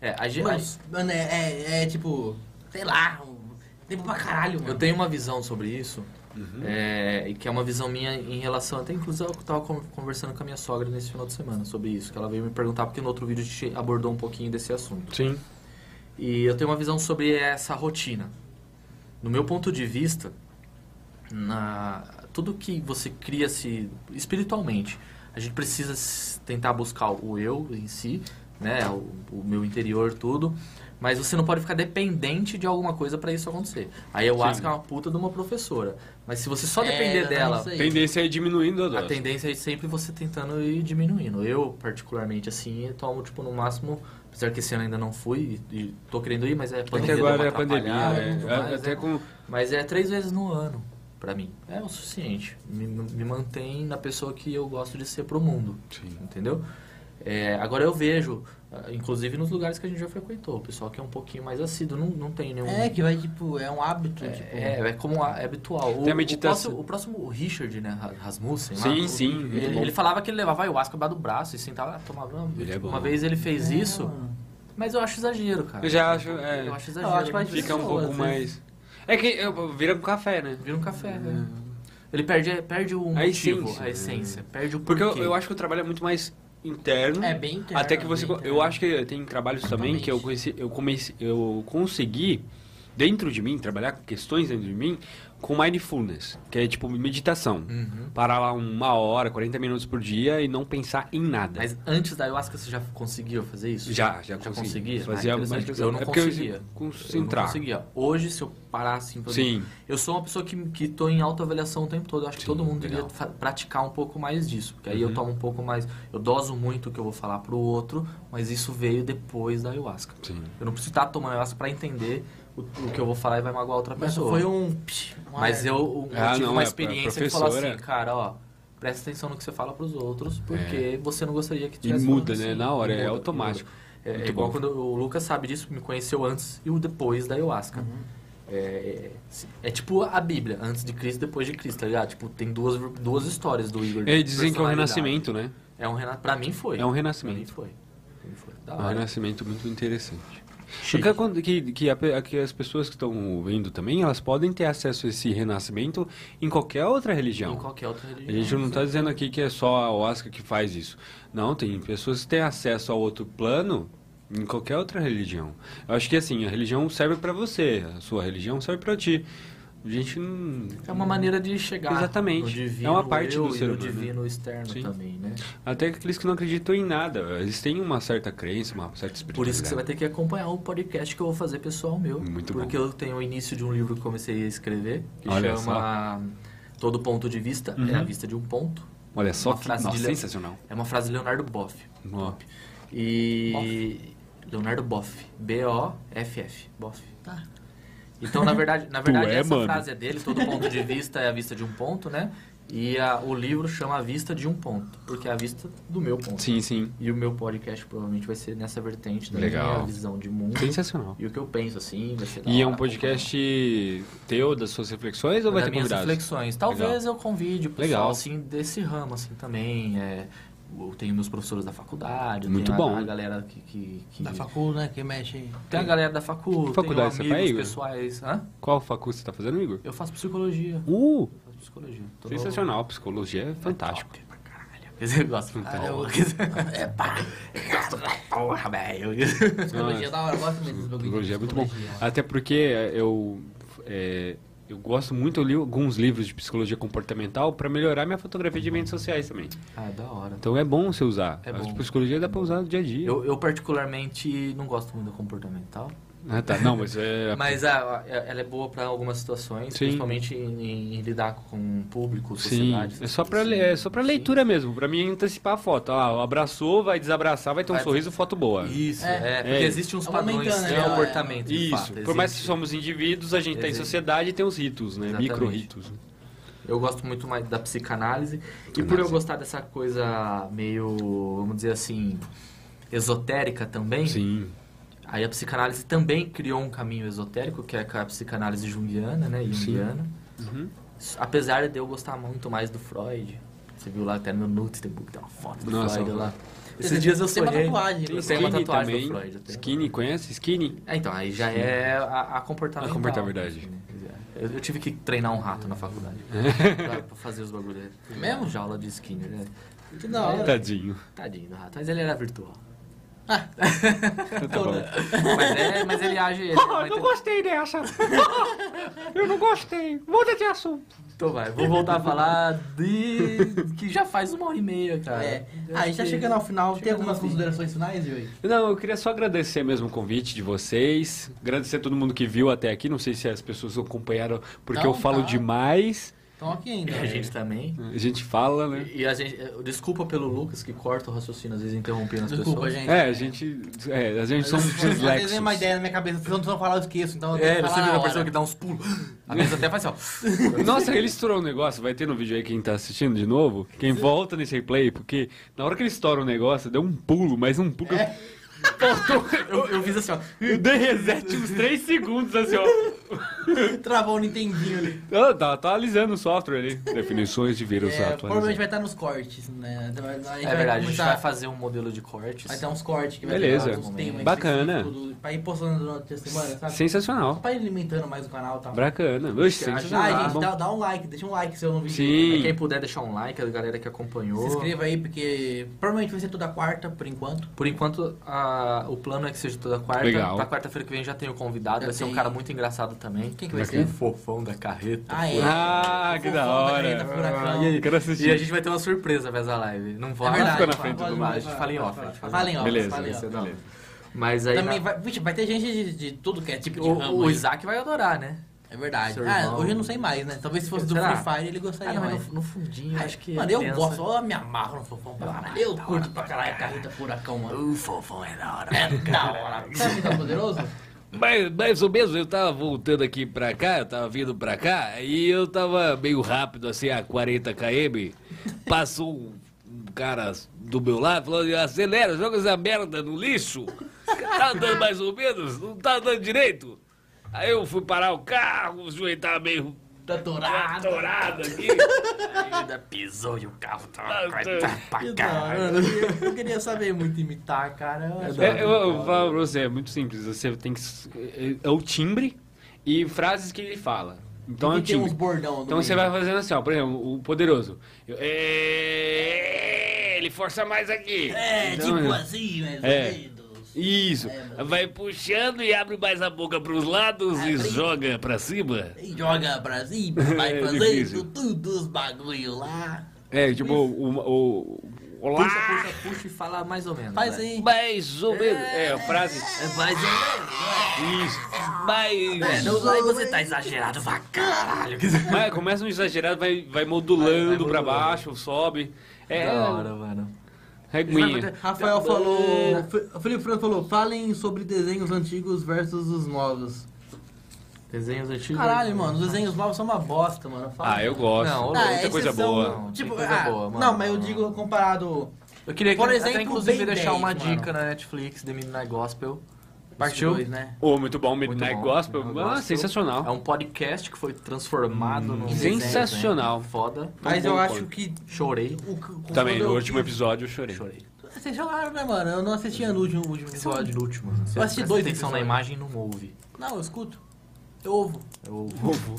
[SPEAKER 3] É, a ge-
[SPEAKER 2] Mano,
[SPEAKER 3] a-
[SPEAKER 2] mano, é, é- é tipo, sei lá, um- tempo pra caralho, mano.
[SPEAKER 3] Eu tenho uma visão sobre isso, é, e que é uma visão minha em relação. Até inclusive eu tava con- conversando com a minha sogra nesse final de semana sobre isso, que ela veio me perguntar, porque no outro vídeo a gente abordou um pouquinho desse assunto.
[SPEAKER 4] Sim.
[SPEAKER 3] E eu tenho uma visão sobre essa rotina. No meu ponto de vista, na- tudo que você cria-se espiritualmente, a gente precisa s- tentar buscar o eu em si, né, o, o meu interior, tudo. Mas você não pode ficar dependente de alguma coisa para isso acontecer. A ayahuasca é uma puta de uma professora. Mas se você só
[SPEAKER 2] É,
[SPEAKER 3] depender
[SPEAKER 2] não
[SPEAKER 3] dela,
[SPEAKER 2] sei.
[SPEAKER 4] Tendência é diminuindo a
[SPEAKER 3] a
[SPEAKER 4] dose.
[SPEAKER 3] tendência é sempre você tentando ir diminuindo. Eu, particularmente, assim, eu tomo, tipo, no máximo... Apesar que esse ano ainda não fui e, e tô querendo ir, mas é
[SPEAKER 4] Até
[SPEAKER 3] deu uma
[SPEAKER 4] agora é a pandemia,
[SPEAKER 3] atrapalhada e
[SPEAKER 4] né?
[SPEAKER 3] tudo mais,
[SPEAKER 4] Até
[SPEAKER 3] né?
[SPEAKER 4] com
[SPEAKER 3] Mas é três vezes no ano, pra mim. É o suficiente. Me, me mantém na pessoa que eu gosto de ser pro mundo. Entendeu? É, agora eu vejo, ah, inclusive nos lugares que a gente já frequentou, o pessoal que é um pouquinho mais assíduo, não, não tem nenhum.
[SPEAKER 2] É, que vai, tipo, é um hábito, tipo...
[SPEAKER 3] É, é como a- é habitual. O,
[SPEAKER 4] Tem a
[SPEAKER 3] o
[SPEAKER 4] meditação.
[SPEAKER 3] próximo, o próximo o Richard, né? Ra- Rasmussen. lá,
[SPEAKER 4] Sim,
[SPEAKER 3] o-
[SPEAKER 4] sim, muito
[SPEAKER 3] Ele,
[SPEAKER 4] bom.
[SPEAKER 3] ele falava que ele levava ayahuasca lá do braço e sentava, ah, tomava. um, tipo,
[SPEAKER 4] Ele é
[SPEAKER 3] Uma
[SPEAKER 4] bom.
[SPEAKER 3] vez ele fez isso, mas eu acho exagero, cara.
[SPEAKER 4] Eu já acho, é.
[SPEAKER 3] Eu acho
[SPEAKER 2] Eu
[SPEAKER 3] exagero.
[SPEAKER 2] acho mais
[SPEAKER 4] Fica um
[SPEAKER 2] pessoas,
[SPEAKER 4] pouco
[SPEAKER 2] né?
[SPEAKER 4] mais. É que eu- vira com café, né?
[SPEAKER 3] Vira um café, né? Ele perde, perde o
[SPEAKER 4] A
[SPEAKER 3] motivo,
[SPEAKER 4] essência.
[SPEAKER 3] a essência. Perde o
[SPEAKER 4] Porque
[SPEAKER 3] porquê.
[SPEAKER 4] eu, eu acho que o trabalho é muito mais interno.
[SPEAKER 2] É bem interno,
[SPEAKER 4] Até que você.
[SPEAKER 2] bem
[SPEAKER 4] Eu
[SPEAKER 2] interno.
[SPEAKER 4] acho que tem trabalhos também que eu conheci, eu comecei, eu consegui dentro de mim trabalhar com questões dentro de mim com mindfulness, que é tipo meditação. Parar lá uma hora, 40 minutos por dia e não pensar em nada.
[SPEAKER 3] Mas antes da ayahuasca você já conseguiu fazer isso?
[SPEAKER 4] já, já,
[SPEAKER 3] já
[SPEAKER 4] consegui.
[SPEAKER 3] conseguia?
[SPEAKER 4] Fazia
[SPEAKER 3] Ah,
[SPEAKER 4] mais
[SPEAKER 3] interessante. eu não
[SPEAKER 4] é porque
[SPEAKER 3] conseguia. Eu
[SPEAKER 4] concentrar.
[SPEAKER 3] não conseguia. Hoje, se eu parar assim... pra-
[SPEAKER 4] Sim.
[SPEAKER 3] Eu sou uma pessoa que, que tô em autoavaliação o tempo todo. Eu acho que
[SPEAKER 4] Sim,
[SPEAKER 3] todo mundo
[SPEAKER 4] legal. Uhum.
[SPEAKER 3] deveria fa- praticar um pouco mais disso. Porque aí eu tomo um pouco mais... Eu doso muito o que eu vou falar pro outro, mas isso veio depois da ayahuasca.
[SPEAKER 4] Sim.
[SPEAKER 3] Eu não preciso estar tomando ayahuasca pra entender o, o que eu vou falar e vai magoar outra
[SPEAKER 2] Mas
[SPEAKER 3] pessoa.
[SPEAKER 2] foi um... psh, um
[SPEAKER 3] Mas
[SPEAKER 2] alerta.
[SPEAKER 3] eu, eu
[SPEAKER 4] Ah,
[SPEAKER 3] tive
[SPEAKER 4] não,
[SPEAKER 3] uma
[SPEAKER 4] é,
[SPEAKER 3] experiência
[SPEAKER 4] pra
[SPEAKER 3] que falou
[SPEAKER 4] professora.
[SPEAKER 3] assim, cara, ó, presta atenção no que você fala pros outros, porque você não gostaria que tivesse
[SPEAKER 4] É. muda,
[SPEAKER 3] falando
[SPEAKER 4] né?
[SPEAKER 3] assim.
[SPEAKER 4] Na hora, é
[SPEAKER 3] muda,
[SPEAKER 4] automático.
[SPEAKER 3] muda. É,
[SPEAKER 4] Muito
[SPEAKER 3] é igual
[SPEAKER 4] bom.
[SPEAKER 3] quando o Lucas sabe disso, me conheceu antes e o depois da ayahuasca. É, é, é tipo a Bíblia, antes de Cristo depois de Cristo, tá ligado? Tipo, tem duas, duas histórias do Igor. de
[SPEAKER 4] Eles dizem que é um
[SPEAKER 3] personalidade.
[SPEAKER 4] renascimento, né?
[SPEAKER 3] É um renascimento. Pra mim foi.
[SPEAKER 4] É um renascimento.
[SPEAKER 3] Pra mim foi. Pra mim foi. Da
[SPEAKER 4] É um
[SPEAKER 3] hora.
[SPEAKER 4] renascimento muito interessante.
[SPEAKER 3] Chique.
[SPEAKER 4] Eu quero con- que, que, a pe- que as pessoas que estão ouvindo também, elas podem ter acesso a esse renascimento em qualquer outra
[SPEAKER 3] Em
[SPEAKER 4] religião.
[SPEAKER 3] qualquer outra religião.
[SPEAKER 4] A gente não está dizendo aqui que é só a Oscar que faz isso. Não, tem pessoas que têm acesso a outro plano em qualquer outra religião. Eu acho que assim, a religião serve para você, a sua religião serve para ti. A gente não...
[SPEAKER 3] É uma maneira de chegar
[SPEAKER 4] Exatamente.
[SPEAKER 3] no divino
[SPEAKER 4] É uma parte
[SPEAKER 3] eu
[SPEAKER 4] do ser
[SPEAKER 3] e no
[SPEAKER 4] humano, né?
[SPEAKER 3] divino externo
[SPEAKER 4] Sim.
[SPEAKER 3] também, né?
[SPEAKER 4] Até aqueles que não acreditam em nada, eles têm uma certa crença, uma certa espiritualidade.
[SPEAKER 3] Por isso que você vai ter que acompanhar o podcast que eu vou fazer pessoal meu.
[SPEAKER 4] Muito bom.
[SPEAKER 3] porque eu tenho o início de um livro que eu comecei a escrever, que
[SPEAKER 4] Olha
[SPEAKER 3] chama Todo Ponto de Vista, é a vista de um ponto.
[SPEAKER 4] Olha só
[SPEAKER 3] Uma
[SPEAKER 4] que
[SPEAKER 3] frase de
[SPEAKER 4] nossa,
[SPEAKER 3] Le-
[SPEAKER 4] sensacional.
[SPEAKER 3] É uma frase de Leonardo Boff.
[SPEAKER 4] Ó.
[SPEAKER 3] E. Leonardo Boff. B-O-F-F. Boff. Tá.
[SPEAKER 4] [LAUGHS]
[SPEAKER 3] Então, na verdade, na verdade
[SPEAKER 4] é,
[SPEAKER 3] essa
[SPEAKER 4] mano?
[SPEAKER 3] frase é dele, todo ponto de vista é a vista de um ponto, né? E a- o livro chama A Vista de um Ponto, porque é a vista do meu ponto.
[SPEAKER 4] Sim, sim.
[SPEAKER 3] E o meu podcast provavelmente vai ser nessa vertente da
[SPEAKER 4] Legal.
[SPEAKER 3] minha visão de mundo.
[SPEAKER 4] Sensacional.
[SPEAKER 3] E o que eu penso, assim, vai ser da
[SPEAKER 4] E é
[SPEAKER 3] hora,
[SPEAKER 4] um podcast teu, das suas reflexões, ou vai
[SPEAKER 3] É das
[SPEAKER 4] ter
[SPEAKER 3] minhas
[SPEAKER 4] convidados?
[SPEAKER 3] reflexões. Talvez eu convide o pessoal,
[SPEAKER 4] Legal.
[SPEAKER 3] assim, desse ramo, assim, também. É, eu tenho meus professores da faculdade. eu
[SPEAKER 4] Muito
[SPEAKER 3] tenho a-
[SPEAKER 4] bom.
[SPEAKER 3] A, galera que... que, que-
[SPEAKER 2] Da facul, né? Que mexe.
[SPEAKER 3] Tem a galera da facu,
[SPEAKER 4] Faculdade você
[SPEAKER 3] tenho amigos
[SPEAKER 4] faz, Igor?
[SPEAKER 3] pessoais. Hã?
[SPEAKER 4] Qual facu você tá fazendo, Igor?
[SPEAKER 3] Eu faço psicologia.
[SPEAKER 4] Uh!
[SPEAKER 3] Eu faço psicologia. Tô-
[SPEAKER 4] Sensacional, psicologia é fantástico.
[SPEAKER 3] Quer dizer, eu gosto. Ah, eu- quer dizer, é pá. Eu gosto pra porra, velho.
[SPEAKER 2] Psicologia é da hora, eu gosto mesmo desse bagulho. de
[SPEAKER 4] Psicologia é muito bom.
[SPEAKER 2] psicologia.
[SPEAKER 4] Até porque eu, é, eu gosto muito, eu li alguns livros de psicologia comportamental pra melhorar minha fotografia de eventos sociais também.
[SPEAKER 3] Ah, é da hora.
[SPEAKER 4] Então é bom você usar.
[SPEAKER 3] É
[SPEAKER 4] a
[SPEAKER 3] bom.
[SPEAKER 4] psicologia dá pra usar no dia a dia.
[SPEAKER 3] Eu, eu particularmente não gosto muito da comportamental.
[SPEAKER 4] Ah, tá. Não, mas é.
[SPEAKER 3] [LAUGHS] Mas ah, ela é boa pra algumas situações,
[SPEAKER 4] Sim.
[SPEAKER 3] principalmente em, em lidar com o público,
[SPEAKER 4] Sim,
[SPEAKER 3] sociedade.
[SPEAKER 4] é
[SPEAKER 3] essas
[SPEAKER 4] só pra,
[SPEAKER 3] coisas
[SPEAKER 4] le-
[SPEAKER 3] assim.
[SPEAKER 4] é só pra leitura mesmo, pra mim antecipar a foto. Ah, abraçou, vai desabraçar, vai ter um
[SPEAKER 3] Vai-
[SPEAKER 4] sorriso, foto boa.
[SPEAKER 3] Isso,
[SPEAKER 2] É.
[SPEAKER 3] é, porque
[SPEAKER 4] É.
[SPEAKER 3] existem uns
[SPEAKER 2] É
[SPEAKER 3] padrões
[SPEAKER 2] aumentando,
[SPEAKER 3] de
[SPEAKER 2] né?
[SPEAKER 3] comportamento. de
[SPEAKER 4] Isso,
[SPEAKER 3] fato,
[SPEAKER 4] por mais que
[SPEAKER 3] existe.
[SPEAKER 4] somos indivíduos, a gente tá em
[SPEAKER 3] Existe.
[SPEAKER 4] sociedade e tem os ritos, né?
[SPEAKER 3] Exatamente.
[SPEAKER 4] Micro-ritos.
[SPEAKER 3] Eu gosto muito mais da psicanálise. E por eu gostar dessa coisa meio, vamos dizer assim, esotérica também,
[SPEAKER 4] Sim.
[SPEAKER 3] aí a psicanálise também criou um caminho esotérico, que é a psicanálise junguiana, né? Junguiana.
[SPEAKER 4] Uhum.
[SPEAKER 3] Apesar de eu gostar muito mais do Freud. Você viu lá até no Notebook, tem uma foto do
[SPEAKER 4] Nossa,
[SPEAKER 3] Freud lá.
[SPEAKER 2] Sim.
[SPEAKER 3] Esses dias eu
[SPEAKER 2] Tem uma
[SPEAKER 3] sonhei.
[SPEAKER 2] tatuagem.
[SPEAKER 4] Tem
[SPEAKER 3] Eu tenho uma
[SPEAKER 4] skinny
[SPEAKER 3] tatuagem
[SPEAKER 4] também.
[SPEAKER 3] do Freud. eu tenho.
[SPEAKER 4] Skinny, conhece? Skinny?
[SPEAKER 3] É, então, aí já é a, a comportamental.
[SPEAKER 4] A comportamentalidade.
[SPEAKER 3] assim, né? Quer dizer, Eu, eu tive que treinar um rato na [LAUGHS] faculdade pra, pra fazer os bagulhos.
[SPEAKER 2] Mesmo?
[SPEAKER 3] Já aula de skinner, né?
[SPEAKER 2] Que da hora.
[SPEAKER 4] Tadinho.
[SPEAKER 3] Tadinho do rato, mas ele era virtual.
[SPEAKER 4] Tá
[SPEAKER 2] né?
[SPEAKER 4] bom.
[SPEAKER 3] Mas, é, mas ele age. [LAUGHS] Ele
[SPEAKER 5] Oh,
[SPEAKER 3] vai
[SPEAKER 5] não
[SPEAKER 3] ter-
[SPEAKER 5] gostei dessa. Eu não gostei. Muda de assunto.
[SPEAKER 3] Então vai, vou voltar a falar de. que já faz uma hora e meia, cara.
[SPEAKER 2] É.
[SPEAKER 3] Eu
[SPEAKER 2] Aí
[SPEAKER 3] acho
[SPEAKER 2] já
[SPEAKER 3] que-
[SPEAKER 2] chegando ao final, tem
[SPEAKER 3] Chegando
[SPEAKER 2] algumas
[SPEAKER 3] ao fim.
[SPEAKER 2] considerações finais, Yuri?
[SPEAKER 4] Não, eu queria só agradecer mesmo o convite de vocês, agradecer a todo mundo que viu até aqui, não sei se as pessoas acompanharam, porque
[SPEAKER 2] Não,
[SPEAKER 4] eu falo
[SPEAKER 2] tá.
[SPEAKER 4] demais,
[SPEAKER 2] Estão aqui ainda.
[SPEAKER 3] A gente também.
[SPEAKER 4] a gente fala, né?
[SPEAKER 3] E a gente. eh, Desculpa pelo Lucas que corta o raciocínio, às vezes interrompendo as
[SPEAKER 2] Desculpa,
[SPEAKER 3] pessoas.
[SPEAKER 2] gente.
[SPEAKER 4] É, a gente, é, a gente são
[SPEAKER 2] Às vezes vem uma
[SPEAKER 4] dislexos.
[SPEAKER 2] ideia na minha cabeça, se eu não falar, eu esqueço. Então eu tenho
[SPEAKER 3] É,
[SPEAKER 2] que
[SPEAKER 3] você
[SPEAKER 2] falar
[SPEAKER 3] viu
[SPEAKER 2] na
[SPEAKER 3] uma
[SPEAKER 2] hora.
[SPEAKER 3] pessoa que dá uns pulos. A mesa até faz assim, ó.
[SPEAKER 4] Nossa, ele estourou um negócio, vai ter no vídeo aí quem tá assistindo de novo, quem volta nesse replay, porque na hora que ele estoura um negócio, deu um pulo, mas um pulo... que eu-
[SPEAKER 2] É.
[SPEAKER 4] Faltou-
[SPEAKER 3] Eu, eu fiz assim, ó.
[SPEAKER 4] Eu dei reset uns 3 segundos, assim,
[SPEAKER 2] [LAUGHS]
[SPEAKER 4] ó.
[SPEAKER 2] Travou o Nintendinho ali.
[SPEAKER 4] Ah, Tá atualizando o software ali. Definições de vírus
[SPEAKER 2] É, provavelmente
[SPEAKER 4] atualizados.
[SPEAKER 2] vai estar nos cortes, né? Então, a gente
[SPEAKER 3] É verdade, a gente
[SPEAKER 2] começar-
[SPEAKER 3] vai fazer um modelo de cortes.
[SPEAKER 2] Vai ter uns cortes que vai
[SPEAKER 4] Beleza.
[SPEAKER 2] ter lá uns temas
[SPEAKER 4] Bacana.
[SPEAKER 2] específicos do- Pra ir postando durante a semana, sabe?
[SPEAKER 4] Sensacional.
[SPEAKER 2] Pra ir alimentando mais o canal e tal.
[SPEAKER 4] Bracana. Oxe,
[SPEAKER 3] Acho-
[SPEAKER 2] Ah,
[SPEAKER 4] sensacional.
[SPEAKER 2] gente,
[SPEAKER 4] Bom.
[SPEAKER 2] dá, dá um like, deixa um like se eu não vi.
[SPEAKER 4] Sim.
[SPEAKER 3] Quem puder deixar um like, a galera que acompanhou.
[SPEAKER 2] Se inscreva aí, porque provavelmente vai ser toda quarta, por enquanto.
[SPEAKER 3] Por enquanto, a- o plano é que seja toda quarta.
[SPEAKER 4] Legal.
[SPEAKER 3] Pra quarta-feira que vem já tem o convidado.
[SPEAKER 2] Já
[SPEAKER 3] vai ser um
[SPEAKER 2] tem.
[SPEAKER 3] cara muito engraçado também.
[SPEAKER 2] Quem que vai ser?
[SPEAKER 3] O fofão da carreta.
[SPEAKER 2] Ah, é.
[SPEAKER 4] Tá Ah, que da
[SPEAKER 2] Carreta Furacão.
[SPEAKER 4] hora. E aí, Quero
[SPEAKER 3] E a
[SPEAKER 4] assistir.
[SPEAKER 3] gente vai ter uma surpresa apesar da live. Não vou
[SPEAKER 2] É verdade,
[SPEAKER 4] ficou na
[SPEAKER 2] fala,
[SPEAKER 4] frente
[SPEAKER 2] pode
[SPEAKER 4] do
[SPEAKER 2] falar,
[SPEAKER 3] A gente fala em off. a gente fala
[SPEAKER 2] Fala em off.
[SPEAKER 4] Beleza,
[SPEAKER 2] fala em
[SPEAKER 4] beleza,
[SPEAKER 2] off.
[SPEAKER 4] beleza.
[SPEAKER 3] Mas aí.
[SPEAKER 2] Também
[SPEAKER 3] na-
[SPEAKER 2] vai, vixe, vai ter gente de, de tudo que é tipo de
[SPEAKER 3] O,
[SPEAKER 2] ramo
[SPEAKER 3] o
[SPEAKER 2] aí.
[SPEAKER 3] Isaac vai adorar, né?
[SPEAKER 2] É verdade.
[SPEAKER 3] Seu
[SPEAKER 2] Ah,
[SPEAKER 3] irmão.
[SPEAKER 2] hoje eu não sei mais, né? Talvez se fosse do
[SPEAKER 3] Será?
[SPEAKER 2] Free Fire ele
[SPEAKER 3] Ah,
[SPEAKER 2] gostaria
[SPEAKER 3] não,
[SPEAKER 2] mais.
[SPEAKER 3] mas no, no fundinho, acho que.
[SPEAKER 2] É,
[SPEAKER 3] é né?
[SPEAKER 2] Mano, eu
[SPEAKER 3] pensa-
[SPEAKER 2] gosto, ó, eu me amarro no fofão
[SPEAKER 3] Ah,
[SPEAKER 2] pra caralho.
[SPEAKER 3] tá
[SPEAKER 2] Eu curto pra caralho carreta furacão, mano.
[SPEAKER 3] O fofão é da hora. [LAUGHS]
[SPEAKER 2] Da hora. Sabe o que tá poderoso?
[SPEAKER 8] Mas, mais ou menos, eu tava voltando aqui pra cá, eu tava vindo pra cá, e eu tava meio rápido, assim, a 40 km. Passou um, um cara do meu lado falando: acelera, joga essa merda no lixo. Tá andando mais ou menos, não tá andando direito. Aí eu fui parar o carro, o joelho tava meio
[SPEAKER 2] Tá dourado.
[SPEAKER 8] dourado aqui.
[SPEAKER 3] Ah, Ainda pisou e o carro tava.
[SPEAKER 2] Que da hora, mano. Eu queria saber muito imitar, cara. Eu acho
[SPEAKER 4] É, eu, eu vou falar pra você, é muito simples. Você tem que. é- É o timbre e frases que ele fala. Então é
[SPEAKER 2] que
[SPEAKER 4] o
[SPEAKER 2] tem uns
[SPEAKER 4] timbre.
[SPEAKER 2] bordão né? no
[SPEAKER 4] Então você vai
[SPEAKER 2] meio.
[SPEAKER 4] fazendo assim, ó, por exemplo, o poderoso. Eu-
[SPEAKER 8] É, ele força mais aqui.
[SPEAKER 7] É,
[SPEAKER 4] Então,
[SPEAKER 7] tipo
[SPEAKER 4] é.
[SPEAKER 7] assim, mais
[SPEAKER 4] É.
[SPEAKER 7] ou menos.
[SPEAKER 4] Isso.
[SPEAKER 8] Vai puxando e abre mais a boca pros lados e joga pra cima.
[SPEAKER 7] E Joga pra cima,
[SPEAKER 4] É
[SPEAKER 7] vai
[SPEAKER 4] difícil.
[SPEAKER 7] fazendo tudo os bagulho lá.
[SPEAKER 4] É, tipo, o. o, o Olá!
[SPEAKER 3] Puxa, puxa, puxa e fala mais ou menos. né?
[SPEAKER 2] Faz
[SPEAKER 3] vai.
[SPEAKER 2] aí.
[SPEAKER 8] Mais ou menos.
[SPEAKER 4] É, a frase.
[SPEAKER 7] É mais ou menos.
[SPEAKER 4] Isso.
[SPEAKER 3] É,
[SPEAKER 8] Mais.
[SPEAKER 3] não, aí você tá exagerado pra caralho.
[SPEAKER 4] Vai, começa um exagerado, vai, vai modulando
[SPEAKER 3] Vai- vai
[SPEAKER 4] pra
[SPEAKER 3] modulando.
[SPEAKER 4] baixo, sobe. É,
[SPEAKER 3] Da hora, mano.
[SPEAKER 4] reguinha.
[SPEAKER 2] Rafael falou. F- Felipe Franco falou: falem sobre desenhos antigos versus os novos.
[SPEAKER 3] Desenhos antigos.
[SPEAKER 2] Caralho, mano, os desenhos novos são uma bosta, mano. Fala.
[SPEAKER 4] Ah, eu gosto.
[SPEAKER 3] Não,
[SPEAKER 2] Ah,
[SPEAKER 4] muita
[SPEAKER 2] é
[SPEAKER 4] coisa
[SPEAKER 2] exceção,
[SPEAKER 4] boa.
[SPEAKER 2] não. Tipo,
[SPEAKER 3] Tem coisa
[SPEAKER 2] ah,
[SPEAKER 3] boa, mano.
[SPEAKER 2] Não, mas eu digo comparado.
[SPEAKER 3] Eu queria
[SPEAKER 2] Por
[SPEAKER 3] até,
[SPEAKER 2] exemplo,
[SPEAKER 3] inclusive,
[SPEAKER 2] Ben
[SPEAKER 3] deixar
[SPEAKER 2] 10,
[SPEAKER 3] uma
[SPEAKER 2] mano.
[SPEAKER 3] dica na Netflix, The Midnight Gospel.
[SPEAKER 2] Partiu?
[SPEAKER 3] Partiu?
[SPEAKER 2] né?
[SPEAKER 4] Oh, muito bom,
[SPEAKER 3] Muito
[SPEAKER 4] Midnight
[SPEAKER 3] bom,
[SPEAKER 4] Gospel.
[SPEAKER 3] Midnight
[SPEAKER 4] Ah,
[SPEAKER 3] Gospel.
[SPEAKER 4] sensacional.
[SPEAKER 3] É um podcast que foi transformado num desenho,
[SPEAKER 4] Hum. Sensacional.
[SPEAKER 3] né? Foda.
[SPEAKER 2] Mas
[SPEAKER 3] Bom,
[SPEAKER 2] eu
[SPEAKER 3] bom,
[SPEAKER 2] acho
[SPEAKER 3] pode.
[SPEAKER 2] que.
[SPEAKER 3] Chorei.
[SPEAKER 2] o que-
[SPEAKER 4] Também,
[SPEAKER 2] quando
[SPEAKER 4] no
[SPEAKER 2] eu
[SPEAKER 4] último
[SPEAKER 2] vi-
[SPEAKER 4] episódio eu chorei.
[SPEAKER 3] Chorei.
[SPEAKER 2] Vocês choraram, né, mano? Eu não assistia no último, último
[SPEAKER 3] Episódio
[SPEAKER 2] é um episódio.
[SPEAKER 3] do último, mano. Você
[SPEAKER 2] Eu assisti
[SPEAKER 3] presta
[SPEAKER 2] dois
[SPEAKER 3] atenção na
[SPEAKER 2] episódios.
[SPEAKER 3] imagem e não ouve.
[SPEAKER 2] Não, eu escuto. Eu ouvo.
[SPEAKER 4] É
[SPEAKER 3] Eu ouvo.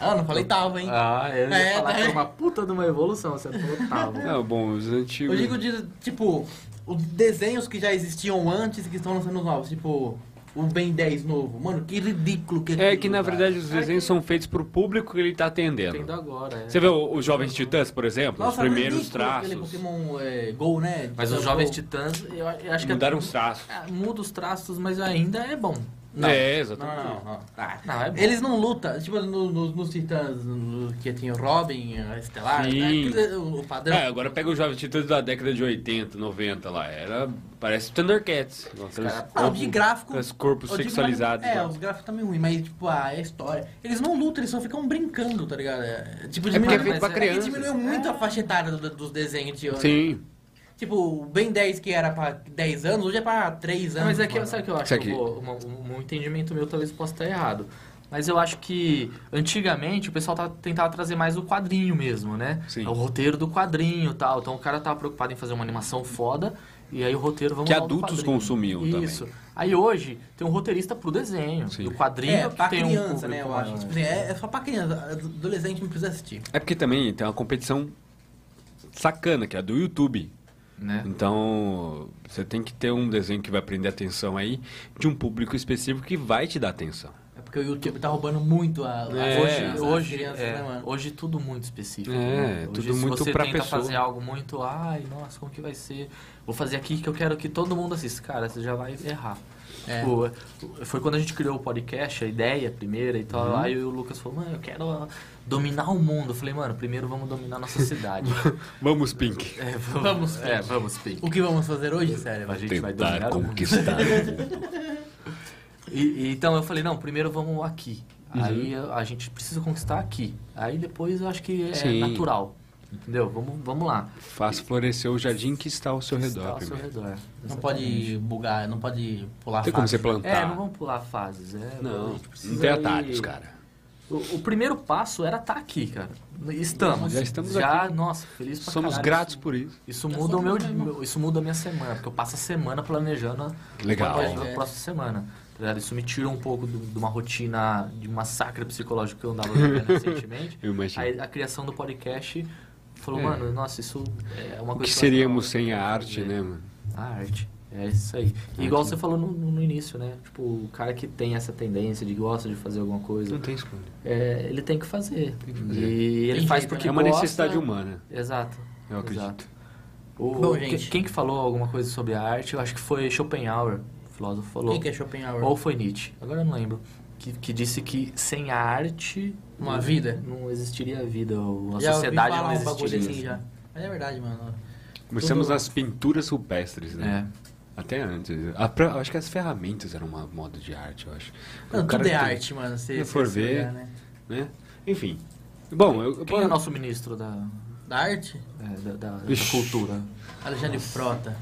[SPEAKER 2] Ah, não falei tava, hein?
[SPEAKER 3] Ah, eu ia
[SPEAKER 2] É,
[SPEAKER 3] falar
[SPEAKER 2] tá
[SPEAKER 3] que é
[SPEAKER 2] vendo?
[SPEAKER 3] uma puta de uma evolução, você falou tava.
[SPEAKER 4] É, bom, os
[SPEAKER 2] Eu
[SPEAKER 4] antigos.
[SPEAKER 2] digo de, tipo, os desenhos que já existiam antes e que estão lançando os novos. Tipo, o Ben 10 novo. Mano, que ridículo que
[SPEAKER 4] É
[SPEAKER 2] aquilo,
[SPEAKER 4] que na
[SPEAKER 2] cara.
[SPEAKER 4] verdade os desenhos são feitos pro público que ele tá
[SPEAKER 3] Entendo
[SPEAKER 4] atendendo.
[SPEAKER 3] agora, é.
[SPEAKER 4] Você vê o- os Jovens Titãs, por exemplo,
[SPEAKER 2] Nossa, um
[SPEAKER 4] os primeiros
[SPEAKER 2] ridículo aquele
[SPEAKER 4] traços.
[SPEAKER 2] Pokémon é, Go, né?
[SPEAKER 3] Mas os
[SPEAKER 2] Go.
[SPEAKER 3] Jovens Titãs, eu eu
[SPEAKER 2] é
[SPEAKER 3] acho que...
[SPEAKER 4] Mudaram os traços.
[SPEAKER 3] Ah, Muda os traços, mas ainda é bom.
[SPEAKER 4] É,
[SPEAKER 2] Não,
[SPEAKER 4] exatamente.
[SPEAKER 2] não, não. Ah,
[SPEAKER 3] Não, é bom.
[SPEAKER 2] Eles não lutam, tipo, no- no- nos Titãs, no- que tinha o Robin, a Estelar,
[SPEAKER 4] Sim.
[SPEAKER 2] né? Quer dizer, o o padrão.
[SPEAKER 4] É, agora pega os Jovens Titãs da década de 80, 90 lá. Era. Parece Thundercats. Aqueles
[SPEAKER 2] Ah, de gráfico.
[SPEAKER 4] aqueles corpos
[SPEAKER 2] eu digo,
[SPEAKER 4] sexualizados.
[SPEAKER 2] mas- É,
[SPEAKER 4] lá.
[SPEAKER 2] os gráficos tá meio ruim, mas tipo, ah, a história. Eles não lutam, eles só ficam brincando, tá ligado? É,
[SPEAKER 4] porque
[SPEAKER 2] tipo,
[SPEAKER 4] é
[SPEAKER 2] diminuiu-
[SPEAKER 4] feito pra
[SPEAKER 2] mas-
[SPEAKER 4] crianças.
[SPEAKER 2] É que diminuiu muito a faixa etária do- dos desenhos de hoje.
[SPEAKER 4] Sim.
[SPEAKER 2] Tipo, o Ben 10 que era pra 10 anos, hoje é pra 3
[SPEAKER 3] Não,
[SPEAKER 2] anos.
[SPEAKER 3] mas é que,
[SPEAKER 2] mano.
[SPEAKER 3] sabe o que eu acho?
[SPEAKER 4] Isso aqui.
[SPEAKER 3] Eu vou- uma- um, um entendimento meu talvez possa estar errado. Mas eu acho que antigamente o pessoal tá, tentava trazer mais o quadrinho mesmo, né?
[SPEAKER 4] Sim.
[SPEAKER 3] O roteiro do quadrinho e tal. Então o cara tava preocupado em fazer uma animação foda. E aí o roteiro, vamos
[SPEAKER 4] Que
[SPEAKER 3] lá, do
[SPEAKER 4] adultos
[SPEAKER 3] quadrinho.
[SPEAKER 4] consumiam também.
[SPEAKER 3] Isso. Aí hoje tem um roteirista pro desenho.
[SPEAKER 4] Sim.
[SPEAKER 3] Do quadrinho
[SPEAKER 2] É,
[SPEAKER 3] que
[SPEAKER 2] pra
[SPEAKER 3] tem um
[SPEAKER 2] criança,
[SPEAKER 3] público
[SPEAKER 2] né, eu
[SPEAKER 3] maior.
[SPEAKER 2] acho. Tipo assim, é, é só pra criança. Adolescente não precisa assistir.
[SPEAKER 4] É porque também tem uma competição sacana, que é a do YouTube.
[SPEAKER 3] Né?
[SPEAKER 4] Então, você tem que ter um desenho que vai prender a atenção aí de um público específico que vai te dar atenção.
[SPEAKER 2] É porque o YouTube tá roubando muito a, a
[SPEAKER 4] É,
[SPEAKER 2] hoje,
[SPEAKER 3] hoje,
[SPEAKER 2] hoje, criança,
[SPEAKER 3] é,
[SPEAKER 2] né, mano?
[SPEAKER 3] hoje tudo muito específico.
[SPEAKER 4] É,
[SPEAKER 3] né? Hoje,
[SPEAKER 4] tudo
[SPEAKER 3] se
[SPEAKER 4] muito
[SPEAKER 3] você
[SPEAKER 4] pra
[SPEAKER 3] tenta
[SPEAKER 4] pessoa.
[SPEAKER 3] fazer algo muito, ai, nossa, como que vai ser? Vou fazer aqui que eu quero que todo mundo assista. Cara, você já vai errar.
[SPEAKER 2] É.
[SPEAKER 3] Tipo, é, foi quando a gente criou o podcast, a ideia primeira e tal.
[SPEAKER 4] Uhum.
[SPEAKER 3] Aí o Lucas falou, mano, eu quero ah, dominar o mundo. Eu falei, mano, primeiro vamos dominar nossa
[SPEAKER 4] [LAUGHS]
[SPEAKER 3] cidade. [LAUGHS]
[SPEAKER 4] Vamos, Pink.
[SPEAKER 3] é, vamos, é, vamos, Pink.
[SPEAKER 2] O que vamos fazer hoje, sério?
[SPEAKER 3] A gente vai
[SPEAKER 4] Tentar
[SPEAKER 3] dominar o mundo.
[SPEAKER 4] conquistar.
[SPEAKER 3] E- e então eu falei, não, primeiro vamos aqui.
[SPEAKER 4] Uhum.
[SPEAKER 3] Aí a- a gente precisa conquistar aqui. Aí depois eu acho que é
[SPEAKER 4] Sim.
[SPEAKER 3] natural. Entendeu? Vamos, vamos lá.
[SPEAKER 4] Faça florescer o jardim que está ao seu
[SPEAKER 3] Está
[SPEAKER 4] redor
[SPEAKER 3] ao seu
[SPEAKER 4] primeiro.
[SPEAKER 3] redor.
[SPEAKER 2] Não pode bugar, não pode pular
[SPEAKER 4] Tem como
[SPEAKER 2] fase.
[SPEAKER 4] você plantar.
[SPEAKER 3] É, não vamos pular fases. É, a
[SPEAKER 4] Não,
[SPEAKER 3] gente precisa
[SPEAKER 4] não tem
[SPEAKER 3] ir-
[SPEAKER 4] atalhos, cara.
[SPEAKER 3] O, o primeiro passo era estar aqui, cara. Estamos.
[SPEAKER 4] Já estamos
[SPEAKER 3] já, Nossa, feliz pra
[SPEAKER 4] Somos
[SPEAKER 3] caralho.
[SPEAKER 4] gratos por isso.
[SPEAKER 3] Isso muda o meu, meu- isso muda a minha semana, porque eu passo a semana planejando a-
[SPEAKER 4] Legal.
[SPEAKER 3] a próxima- a próxima semana. tá ligado? Isso me tira um pouco do- de uma rotina de um massacre psicológico que eu andava
[SPEAKER 4] [LAUGHS]
[SPEAKER 3] vivendo recentemente.
[SPEAKER 4] Eu imagino.
[SPEAKER 3] Aí a criação do podcast falou,
[SPEAKER 4] É.
[SPEAKER 3] mano, nossa, isso é uma
[SPEAKER 4] O
[SPEAKER 3] coisa
[SPEAKER 4] que
[SPEAKER 3] eu
[SPEAKER 4] seríamos
[SPEAKER 3] acho
[SPEAKER 4] sem a
[SPEAKER 3] legal
[SPEAKER 4] arte,
[SPEAKER 3] fazer.
[SPEAKER 4] né, mano?
[SPEAKER 3] A arte. É isso aí. E igual
[SPEAKER 4] né?
[SPEAKER 3] você falou no, no- no início, né? Tipo, o cara que tem essa tendência de gosta de fazer alguma coisa,
[SPEAKER 4] Não tem escolha.
[SPEAKER 3] é, ele tem que fazer.
[SPEAKER 4] fazer.
[SPEAKER 3] E ele
[SPEAKER 2] Tem
[SPEAKER 3] faz
[SPEAKER 2] jeito,
[SPEAKER 3] porque
[SPEAKER 4] É uma
[SPEAKER 3] gosta.
[SPEAKER 4] necessidade humana,
[SPEAKER 3] Exato.
[SPEAKER 4] eu
[SPEAKER 3] Exato.
[SPEAKER 4] acredito.
[SPEAKER 3] O,
[SPEAKER 2] Bom,
[SPEAKER 3] que-
[SPEAKER 2] gente.
[SPEAKER 3] Quem que falou alguma coisa sobre a arte? Eu acho que foi Schopenhauer, o filósofo falou.
[SPEAKER 2] Quem que é Schopenhauer?
[SPEAKER 3] Ou foi Nietzsche, agora eu não lembro. Que, que disse que sem a arte.
[SPEAKER 2] Uma
[SPEAKER 3] não-
[SPEAKER 2] vida?
[SPEAKER 3] Não existiria vida, ou a
[SPEAKER 2] Já ouvi
[SPEAKER 3] sociedade
[SPEAKER 2] falar
[SPEAKER 3] não
[SPEAKER 2] um bagulho
[SPEAKER 3] existiria.
[SPEAKER 2] assim
[SPEAKER 4] né?
[SPEAKER 2] já. Mas é verdade, mano.
[SPEAKER 4] Começamos
[SPEAKER 2] Tudo-
[SPEAKER 4] nas pinturas rupestres, né?
[SPEAKER 3] É.
[SPEAKER 4] Até antes. A pró- acho que as ferramentas eram uma modo de arte, eu acho.
[SPEAKER 2] Não,
[SPEAKER 4] O cara
[SPEAKER 2] tudo é
[SPEAKER 4] que tem-
[SPEAKER 2] arte, mano. Se
[SPEAKER 4] Se
[SPEAKER 2] se
[SPEAKER 4] for
[SPEAKER 2] você
[SPEAKER 4] ver,
[SPEAKER 2] olhar, né?
[SPEAKER 4] né? Enfim. Bom, eu, eu
[SPEAKER 3] Quem é o nosso ministro da,
[SPEAKER 2] Da arte?
[SPEAKER 3] é, da, da- da
[SPEAKER 4] Ixi.
[SPEAKER 3] cultura?
[SPEAKER 2] Alexandre Frota.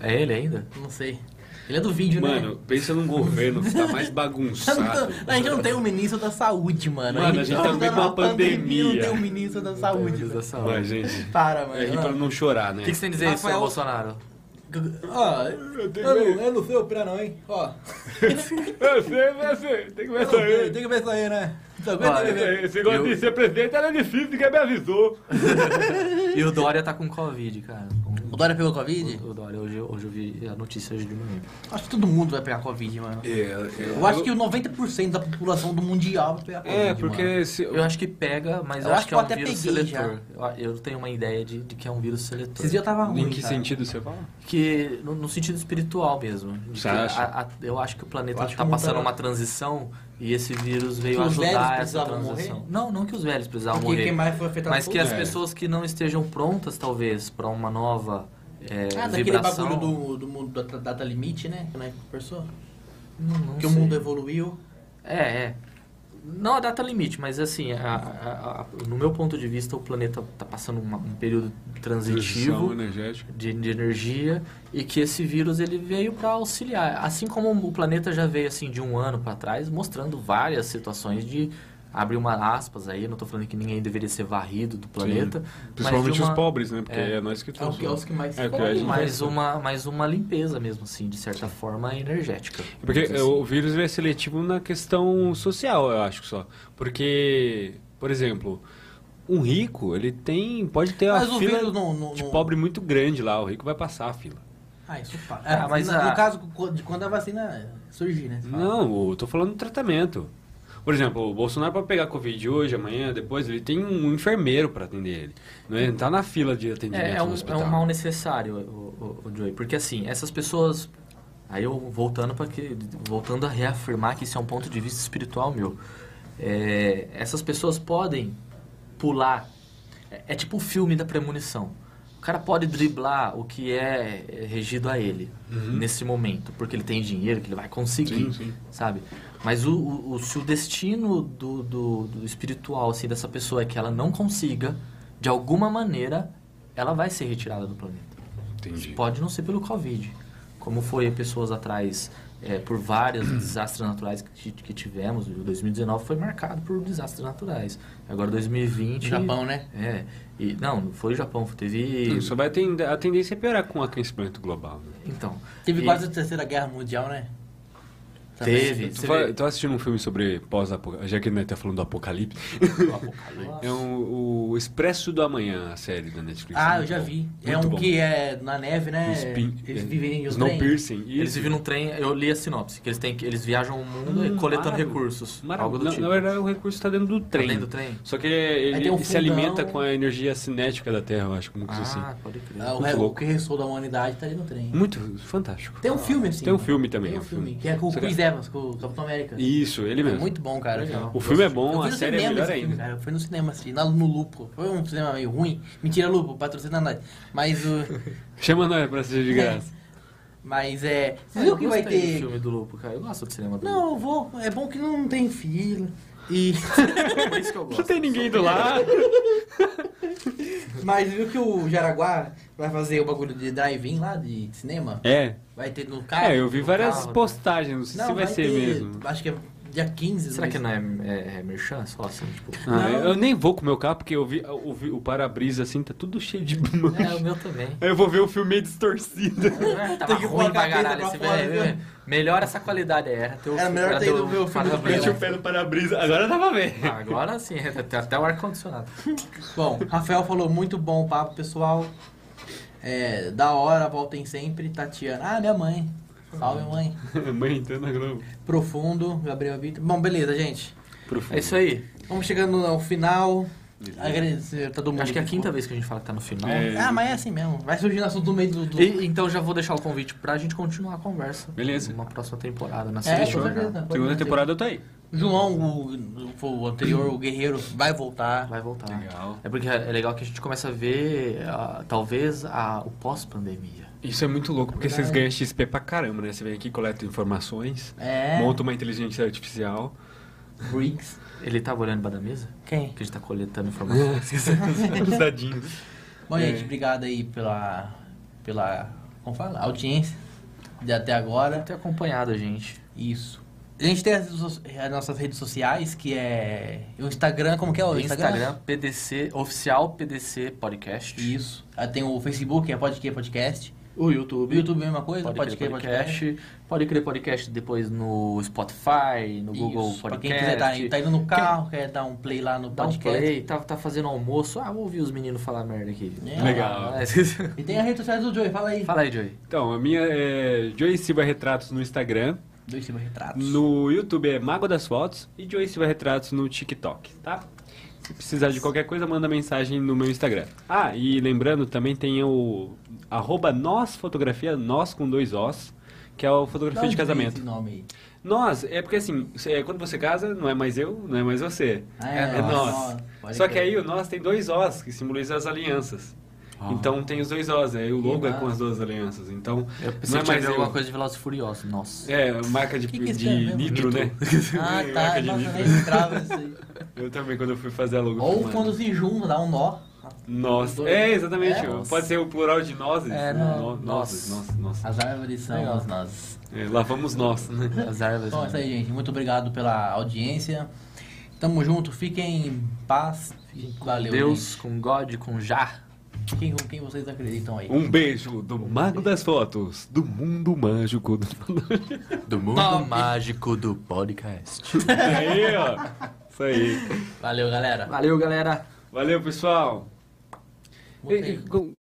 [SPEAKER 3] É ele ainda?
[SPEAKER 2] Não sei. Ele é do vídeo, [LAUGHS] né?
[SPEAKER 4] Mano, pensa num governo que tá mais bagunçado.
[SPEAKER 2] A gente não tem o ministro da saúde, mano.
[SPEAKER 4] Mano, a gente tá no meio de uma
[SPEAKER 2] Não
[SPEAKER 4] pandemia. um
[SPEAKER 2] tem o ministro da saúde.
[SPEAKER 3] Da saúde.
[SPEAKER 4] Mas, gente,
[SPEAKER 2] Para,
[SPEAKER 4] é rir pra
[SPEAKER 2] mano.
[SPEAKER 4] não chorar, né?
[SPEAKER 3] O que, que você tem a dizer
[SPEAKER 2] Rafael-
[SPEAKER 3] sobre Bolsonaro?
[SPEAKER 2] Ó, eu, não, eu não sei operar não, hein? Ó,
[SPEAKER 4] Eu sei, eu sei. Tem que
[SPEAKER 2] eu não sei, tem que ver isso aí, né? Só aguenta
[SPEAKER 4] é
[SPEAKER 3] Olha,
[SPEAKER 2] ver.
[SPEAKER 4] Esse
[SPEAKER 3] negócio de
[SPEAKER 4] ser presidente é era difícil, ninguém me avisou.
[SPEAKER 3] E o Dória tá com Covid, cara. Com-
[SPEAKER 2] O Dória pegou Covid?
[SPEAKER 3] O, o Dória, hoje, eu- hoje eu vi a notícia hoje de manhã.
[SPEAKER 2] Acho que todo mundo vai pegar Covid, mano.
[SPEAKER 4] Eu,
[SPEAKER 2] Eu acho que o 90% da população do mundial vai pegar Covid,
[SPEAKER 4] É,
[SPEAKER 2] mano.
[SPEAKER 4] porque se...
[SPEAKER 3] Eu acho que pega, mas eu,
[SPEAKER 2] Eu
[SPEAKER 3] acho que é
[SPEAKER 2] eu
[SPEAKER 3] um
[SPEAKER 2] até
[SPEAKER 3] vírus
[SPEAKER 2] peguei
[SPEAKER 3] seletor. Eu, eu tenho uma ideia de, de que é um vírus seletor.
[SPEAKER 2] Esses dias eu tava ruim,
[SPEAKER 4] em que
[SPEAKER 2] é cara.
[SPEAKER 4] sentido você fala?
[SPEAKER 3] Que no, no sentido espiritual mesmo. De
[SPEAKER 4] Você
[SPEAKER 3] que
[SPEAKER 4] acha?
[SPEAKER 3] a- a- eu acho que o planeta
[SPEAKER 2] Eu acho
[SPEAKER 3] tá
[SPEAKER 2] que
[SPEAKER 3] passando
[SPEAKER 2] muda-
[SPEAKER 3] uma transição e esse vírus veio
[SPEAKER 2] Que os velhos
[SPEAKER 3] ajudar essa
[SPEAKER 2] precisavam
[SPEAKER 3] transição.
[SPEAKER 2] morrer?
[SPEAKER 3] Não, não que os velhos
[SPEAKER 4] um
[SPEAKER 3] precisavam
[SPEAKER 2] Porque
[SPEAKER 3] morrer.
[SPEAKER 2] quem mais tá foi afetado
[SPEAKER 3] mas que
[SPEAKER 2] foi
[SPEAKER 3] as
[SPEAKER 2] os
[SPEAKER 4] velhos.
[SPEAKER 3] pessoas que não estejam prontas, talvez, pra uma nova é,
[SPEAKER 2] Ah, daquele
[SPEAKER 3] vibração.
[SPEAKER 2] bagulho do, do mundo da data limite, né? Que nós conversou.
[SPEAKER 3] Não, não
[SPEAKER 2] Que o
[SPEAKER 3] sei.
[SPEAKER 2] mundo evoluiu.
[SPEAKER 3] É, é. Não a data limite, mas assim, a- a- a- no meu ponto de vista, o planeta tá passando uma- um período
[SPEAKER 8] Transição
[SPEAKER 3] transitivo
[SPEAKER 4] né?
[SPEAKER 8] energética.
[SPEAKER 3] de, de energia e que esse vírus ele veio para auxiliar. Assim como o planeta já veio assim de um ano para trás, mostrando várias situações de abrir uma aspas aí, não tô falando que ninguém deveria ser varrido do planeta, mas
[SPEAKER 8] Principalmente
[SPEAKER 3] de uma,
[SPEAKER 8] os pobres, né? Porque é,
[SPEAKER 3] é.
[SPEAKER 8] nós que
[SPEAKER 2] É o
[SPEAKER 8] estamos.
[SPEAKER 2] que, é os que mais
[SPEAKER 4] É,
[SPEAKER 2] se
[SPEAKER 4] que a gente-
[SPEAKER 3] mais uma mais uma limpeza mesmo assim, de certa forma energética.
[SPEAKER 4] Porque
[SPEAKER 3] Vamos dizer assim.
[SPEAKER 4] é, o vírus ele é seletivo na questão social, eu acho só. Porque, por exemplo, um rico, ele tem. Pode ter
[SPEAKER 2] Mas
[SPEAKER 4] uma
[SPEAKER 2] o
[SPEAKER 4] fila
[SPEAKER 2] vírus não- não-
[SPEAKER 4] de
[SPEAKER 2] não-
[SPEAKER 4] pobre muito grande lá. O rico vai passar a fila.
[SPEAKER 2] Ah, isso fala.
[SPEAKER 3] Ah, mas
[SPEAKER 2] no,
[SPEAKER 3] a-
[SPEAKER 2] no caso de quando a vacina surgir, né? você fala.
[SPEAKER 4] Não, eu tô falando do tratamento. Por exemplo, o Bolsonaro para pegar Covid hoje, amanhã, depois, ele tem um enfermeiro para atender ele. Não é? Não tá na fila de atendimento
[SPEAKER 3] É, é,
[SPEAKER 4] no
[SPEAKER 3] um, é
[SPEAKER 4] hospital.
[SPEAKER 3] um mal necessário, o, o, o Joey, porque assim, essas pessoas. Aí eu voltando para que. voltando a reafirmar que isso é um ponto de vista espiritual meu. É, essas pessoas podem pular. É, é tipo o filme da premonição. O cara pode driblar o que é é, regido a ele
[SPEAKER 4] Uhum.
[SPEAKER 3] nesse momento, porque ele tem dinheiro que ele vai conseguir, sabe? Mas o, o- o- se o destino do, do, do espiritual assim, dessa pessoa é que ela não consiga, de alguma maneira, ela vai ser retirada do planeta.
[SPEAKER 8] Entendi.
[SPEAKER 3] Pode não ser pelo Covid, como foi pessoas atrás é, por vários desastres naturais que, ti- que tivemos. O 2019 foi marcado por desastres naturais. Agora 2020...
[SPEAKER 2] Japão, né?
[SPEAKER 3] É. E, não, não foi o Japão, teve...
[SPEAKER 4] Hum, Só vai tend- a tendência é piorar com o aquecimento global. né?
[SPEAKER 3] Então...
[SPEAKER 2] Teve
[SPEAKER 3] e-
[SPEAKER 2] quase a terceira guerra mundial, né?
[SPEAKER 3] Teve.
[SPEAKER 4] Tu
[SPEAKER 3] você
[SPEAKER 4] fala-
[SPEAKER 3] vê-
[SPEAKER 4] tô assistindo um filme sobre pós-apocalipse, já que nós tá falando do apocalipse. [LAUGHS] É um- o Expresso do Amanhã, a série da Netflix.
[SPEAKER 2] Ah,
[SPEAKER 4] Muito
[SPEAKER 2] eu já
[SPEAKER 4] bom.
[SPEAKER 2] vi. é
[SPEAKER 4] Muito
[SPEAKER 2] um
[SPEAKER 4] bom.
[SPEAKER 2] que é na neve, né?
[SPEAKER 4] Spin-
[SPEAKER 2] Eles vivem
[SPEAKER 4] é,
[SPEAKER 2] os
[SPEAKER 4] Snowpiercer. isso.
[SPEAKER 3] [LAUGHS] Eles vivem num trem, eu li a sinopse, que eles, têm, que- eles viajam o mundo
[SPEAKER 4] Hum,
[SPEAKER 3] coletando
[SPEAKER 4] maravilha.
[SPEAKER 3] recursos. Algo
[SPEAKER 4] Maravilhoso.
[SPEAKER 3] do
[SPEAKER 4] Na,
[SPEAKER 3] tipo.
[SPEAKER 4] na verdade, o recurso está dentro do trem.
[SPEAKER 3] dentro do trem?
[SPEAKER 4] Só que ele,
[SPEAKER 2] Aí tem um
[SPEAKER 4] ele se
[SPEAKER 2] fundão.
[SPEAKER 4] alimenta com a energia cinética da Terra, eu acho, como que
[SPEAKER 3] ah,
[SPEAKER 4] isso assim.
[SPEAKER 3] pode crer.
[SPEAKER 2] trem. Ah, o,
[SPEAKER 4] Muito
[SPEAKER 2] re- o
[SPEAKER 4] louco.
[SPEAKER 2] que restou da humanidade tá ali no trem.
[SPEAKER 4] Muito fantástico.
[SPEAKER 2] Tem um filme assim.
[SPEAKER 4] Tem um filme também,
[SPEAKER 2] Tem
[SPEAKER 4] é
[SPEAKER 2] um
[SPEAKER 4] um filme.
[SPEAKER 2] filme. Que é com o
[SPEAKER 4] Você
[SPEAKER 2] Chris Evans, com o Capitão América.
[SPEAKER 4] Isso, ele
[SPEAKER 2] É
[SPEAKER 4] mesmo.
[SPEAKER 2] muito bom, cara.
[SPEAKER 3] Legal.
[SPEAKER 4] O filme é bom,
[SPEAKER 2] Eu fui
[SPEAKER 4] a
[SPEAKER 2] no
[SPEAKER 4] série é
[SPEAKER 2] cinema
[SPEAKER 4] melhor
[SPEAKER 2] esse filme,
[SPEAKER 4] ainda.
[SPEAKER 2] cara. Eu fui no cinema assim, lá no Lupo. Foi um cinema meio ruim. Mentira, Lupo, patrocina nós. Mas
[SPEAKER 4] [LAUGHS]
[SPEAKER 2] o. [LAUGHS]
[SPEAKER 4] Chama nós pra assistir de graça.
[SPEAKER 2] Mas é. Você
[SPEAKER 3] Ah,
[SPEAKER 2] viu
[SPEAKER 3] eu
[SPEAKER 2] que vai
[SPEAKER 3] gostei do
[SPEAKER 2] ter.
[SPEAKER 3] filme do Lupo, cara. Eu gosto do cinema do
[SPEAKER 2] Não, eu vou. É bom que não tem fila. E. [LAUGHS]
[SPEAKER 3] Lupo. Por isso que eu gosto.
[SPEAKER 4] Não tem ninguém do lado.
[SPEAKER 2] Mas viu que o Jaraguá vai fazer o bagulho de drive-in lá de cinema?
[SPEAKER 4] É.
[SPEAKER 2] Vai ter no carro?
[SPEAKER 4] É, eu vi
[SPEAKER 2] no
[SPEAKER 4] várias
[SPEAKER 2] carro, né?
[SPEAKER 4] postagens, não sei se vai, ser
[SPEAKER 2] ter,
[SPEAKER 4] mesmo.
[SPEAKER 2] Acho que é dia 15.
[SPEAKER 3] Será
[SPEAKER 2] do
[SPEAKER 3] que
[SPEAKER 2] mês.
[SPEAKER 3] não é, é, é merchan? Só assim, tipo...
[SPEAKER 4] Ah,
[SPEAKER 2] Não.
[SPEAKER 4] eu nem vou com o meu carro, porque eu vi, eu vi o para-brisa assim, tá tudo cheio de mancha.
[SPEAKER 3] É, o meu
[SPEAKER 2] [LAUGHS]
[SPEAKER 3] também. Ah,
[SPEAKER 4] Aí eu vou ver o filme meio distorcido.
[SPEAKER 3] Tava
[SPEAKER 2] que pôr
[SPEAKER 3] ruim
[SPEAKER 2] a
[SPEAKER 3] pra
[SPEAKER 2] cabeça
[SPEAKER 3] caralho
[SPEAKER 2] pra
[SPEAKER 3] esse
[SPEAKER 2] fora, né?
[SPEAKER 3] velho.
[SPEAKER 2] viu?
[SPEAKER 3] Melhor essa qualidade é, era. Teu,
[SPEAKER 2] Era É, melhor ter
[SPEAKER 3] teu
[SPEAKER 2] ido ver o filme do
[SPEAKER 3] para-brisa.
[SPEAKER 2] Mete o pé
[SPEAKER 4] no para-brisa. Agora dá pra ver.
[SPEAKER 3] Ah, Agora sim, até, até o ar-condicionado.
[SPEAKER 2] Bom, Rafael falou muito bom o papo, pessoal. É, da hora, voltem sempre. Tatiana. Ah, minha mãe. Salve, mãe.
[SPEAKER 4] Mãe, entrou na Globo.
[SPEAKER 2] Profundo, Gabriel Vitor. Bom, beleza, gente.
[SPEAKER 3] É isso aí.
[SPEAKER 2] Vamos chegando ao final. Agradecer a todo mundo.
[SPEAKER 3] Acho que é a quinta
[SPEAKER 2] ficou.
[SPEAKER 3] vez que a gente fala que tá no final.
[SPEAKER 4] É.
[SPEAKER 2] Ah, mas é assim mesmo. Vai surgindo assunto no meio do. do...
[SPEAKER 3] E- então já vou deixar o convite pra gente continuar a conversa.
[SPEAKER 4] Beleza.
[SPEAKER 3] Uma próxima temporada, na
[SPEAKER 2] É,
[SPEAKER 3] sexta.
[SPEAKER 2] com
[SPEAKER 3] já.
[SPEAKER 2] certeza. Pode
[SPEAKER 4] Segunda
[SPEAKER 2] fazer.
[SPEAKER 4] temporada eu tô aí.
[SPEAKER 2] João, o, o- o anterior, o guerreiro, vai voltar.
[SPEAKER 3] Vai voltar.
[SPEAKER 4] Legal.
[SPEAKER 3] É porque é legal que a gente começa a ver, ah, talvez, a- o pós-pandemia.
[SPEAKER 4] Isso é muito louco, porque vocês ganham XP pra caramba, né? Você vem aqui, coleta informações,
[SPEAKER 2] É.
[SPEAKER 4] monta uma inteligência artificial. [LAUGHS]
[SPEAKER 2] Briggs.
[SPEAKER 3] Ele tava olhando para da mesa?
[SPEAKER 2] Quem?
[SPEAKER 3] Que a gente tá coletando
[SPEAKER 2] [LAUGHS]
[SPEAKER 3] informações.
[SPEAKER 4] Os dadinhos.
[SPEAKER 2] Bom,
[SPEAKER 4] É.
[SPEAKER 2] gente, obrigado aí pela. pela. como fala? Audiência de até agora.
[SPEAKER 3] Tem acompanhado a gente.
[SPEAKER 2] Isso. A gente tem as, so- as nossas redes sociais, que é. O Instagram, como que é o Instagram?
[SPEAKER 3] Instagram, PDC, oficial PDC Podcast.
[SPEAKER 2] Isso. Ah, Tem o Facebook, é Pode Que Podcast.
[SPEAKER 3] O YouTube.
[SPEAKER 2] O YouTube, é mesma coisa?
[SPEAKER 3] Pode, crer podcast. Pode crer podcast depois no Spotify, no Google Podcast.
[SPEAKER 2] Isso, pra quem quiser tá, tá indo no carro, quer dar um play lá no
[SPEAKER 3] Dá um
[SPEAKER 2] podcast.
[SPEAKER 3] play, tá, tá fazendo almoço. Ah, vou ouvir os meninos falar merda aqui. Ah,
[SPEAKER 2] É.
[SPEAKER 3] [LAUGHS]
[SPEAKER 4] Legal.
[SPEAKER 2] E tem as redes sociais do Joey, fala aí.
[SPEAKER 3] Fala aí, Joey.
[SPEAKER 4] Então, a minha é Joey Silva Retratos no Instagram,
[SPEAKER 2] Dois temas retratos.
[SPEAKER 4] no YouTube é Mago das Fotos e Joey Silva Retratos no TikTok, tá? Se precisar de qualquer coisa, manda mensagem no meu Instagram. Ah, e lembrando, também tem o arroba nós fotografia, nós com dois os, que é a
[SPEAKER 2] Da
[SPEAKER 4] fotografia
[SPEAKER 2] onde
[SPEAKER 4] de
[SPEAKER 2] vem
[SPEAKER 4] casamento.
[SPEAKER 2] um Esse nome
[SPEAKER 3] [LAUGHS]
[SPEAKER 2] aí?
[SPEAKER 4] Nós, é porque assim, cê- é, quando você casa, não é mais eu, não é mais você.
[SPEAKER 2] Ah,
[SPEAKER 4] é,
[SPEAKER 2] é
[SPEAKER 4] nós.
[SPEAKER 2] nós. Pode
[SPEAKER 4] Só que
[SPEAKER 2] crer.
[SPEAKER 4] aí o nós tem dois Os, que simbolizam as alianças. Então tem os dois Os, né? E o logo é com as duas alianças. Então, não é
[SPEAKER 3] Eu pensei que tinha
[SPEAKER 4] mais
[SPEAKER 3] visto
[SPEAKER 4] eu.
[SPEAKER 3] alguma coisa de Velozes e Furiosos. Nossa.
[SPEAKER 4] É, marca de,
[SPEAKER 2] Que que é isso
[SPEAKER 4] de
[SPEAKER 2] mesmo?
[SPEAKER 4] nitro, né?
[SPEAKER 2] Ah, tá.
[SPEAKER 4] [LAUGHS] Marca de
[SPEAKER 2] Nossa,
[SPEAKER 4] nitro.
[SPEAKER 2] nem lembrava isso aí.
[SPEAKER 4] Eu também, quando eu fui fazer a logo.
[SPEAKER 2] Ou
[SPEAKER 4] mano.
[SPEAKER 2] quando se junta, dá um nó.
[SPEAKER 4] Nossa. É, exatamente.
[SPEAKER 2] É?
[SPEAKER 4] Pode ser o plural de nozes.
[SPEAKER 3] É,
[SPEAKER 4] no...
[SPEAKER 3] não.
[SPEAKER 4] Nozes,
[SPEAKER 3] Nossa.
[SPEAKER 4] nossa, nossa.
[SPEAKER 2] As árvores são
[SPEAKER 3] Legal.
[SPEAKER 2] as nozes.
[SPEAKER 4] É, lá vamos nós, né?
[SPEAKER 3] As árvores.
[SPEAKER 2] Então é isso aí, gente. Muito obrigado pela audiência. Tamo junto. Fiquem em paz. Valeu,
[SPEAKER 3] Deus, com God, com Já.
[SPEAKER 2] gente. Quem, com quem vocês acreditam aí?
[SPEAKER 4] Um beijo do Mago das Fotos, do mundo mágico. Do...
[SPEAKER 2] [LAUGHS]
[SPEAKER 3] Do mundo mágico do podcast.
[SPEAKER 4] aí, ó. Isso aí.
[SPEAKER 2] Valeu, galera.
[SPEAKER 3] Valeu, galera.
[SPEAKER 4] Valeu, pessoal. E- e com-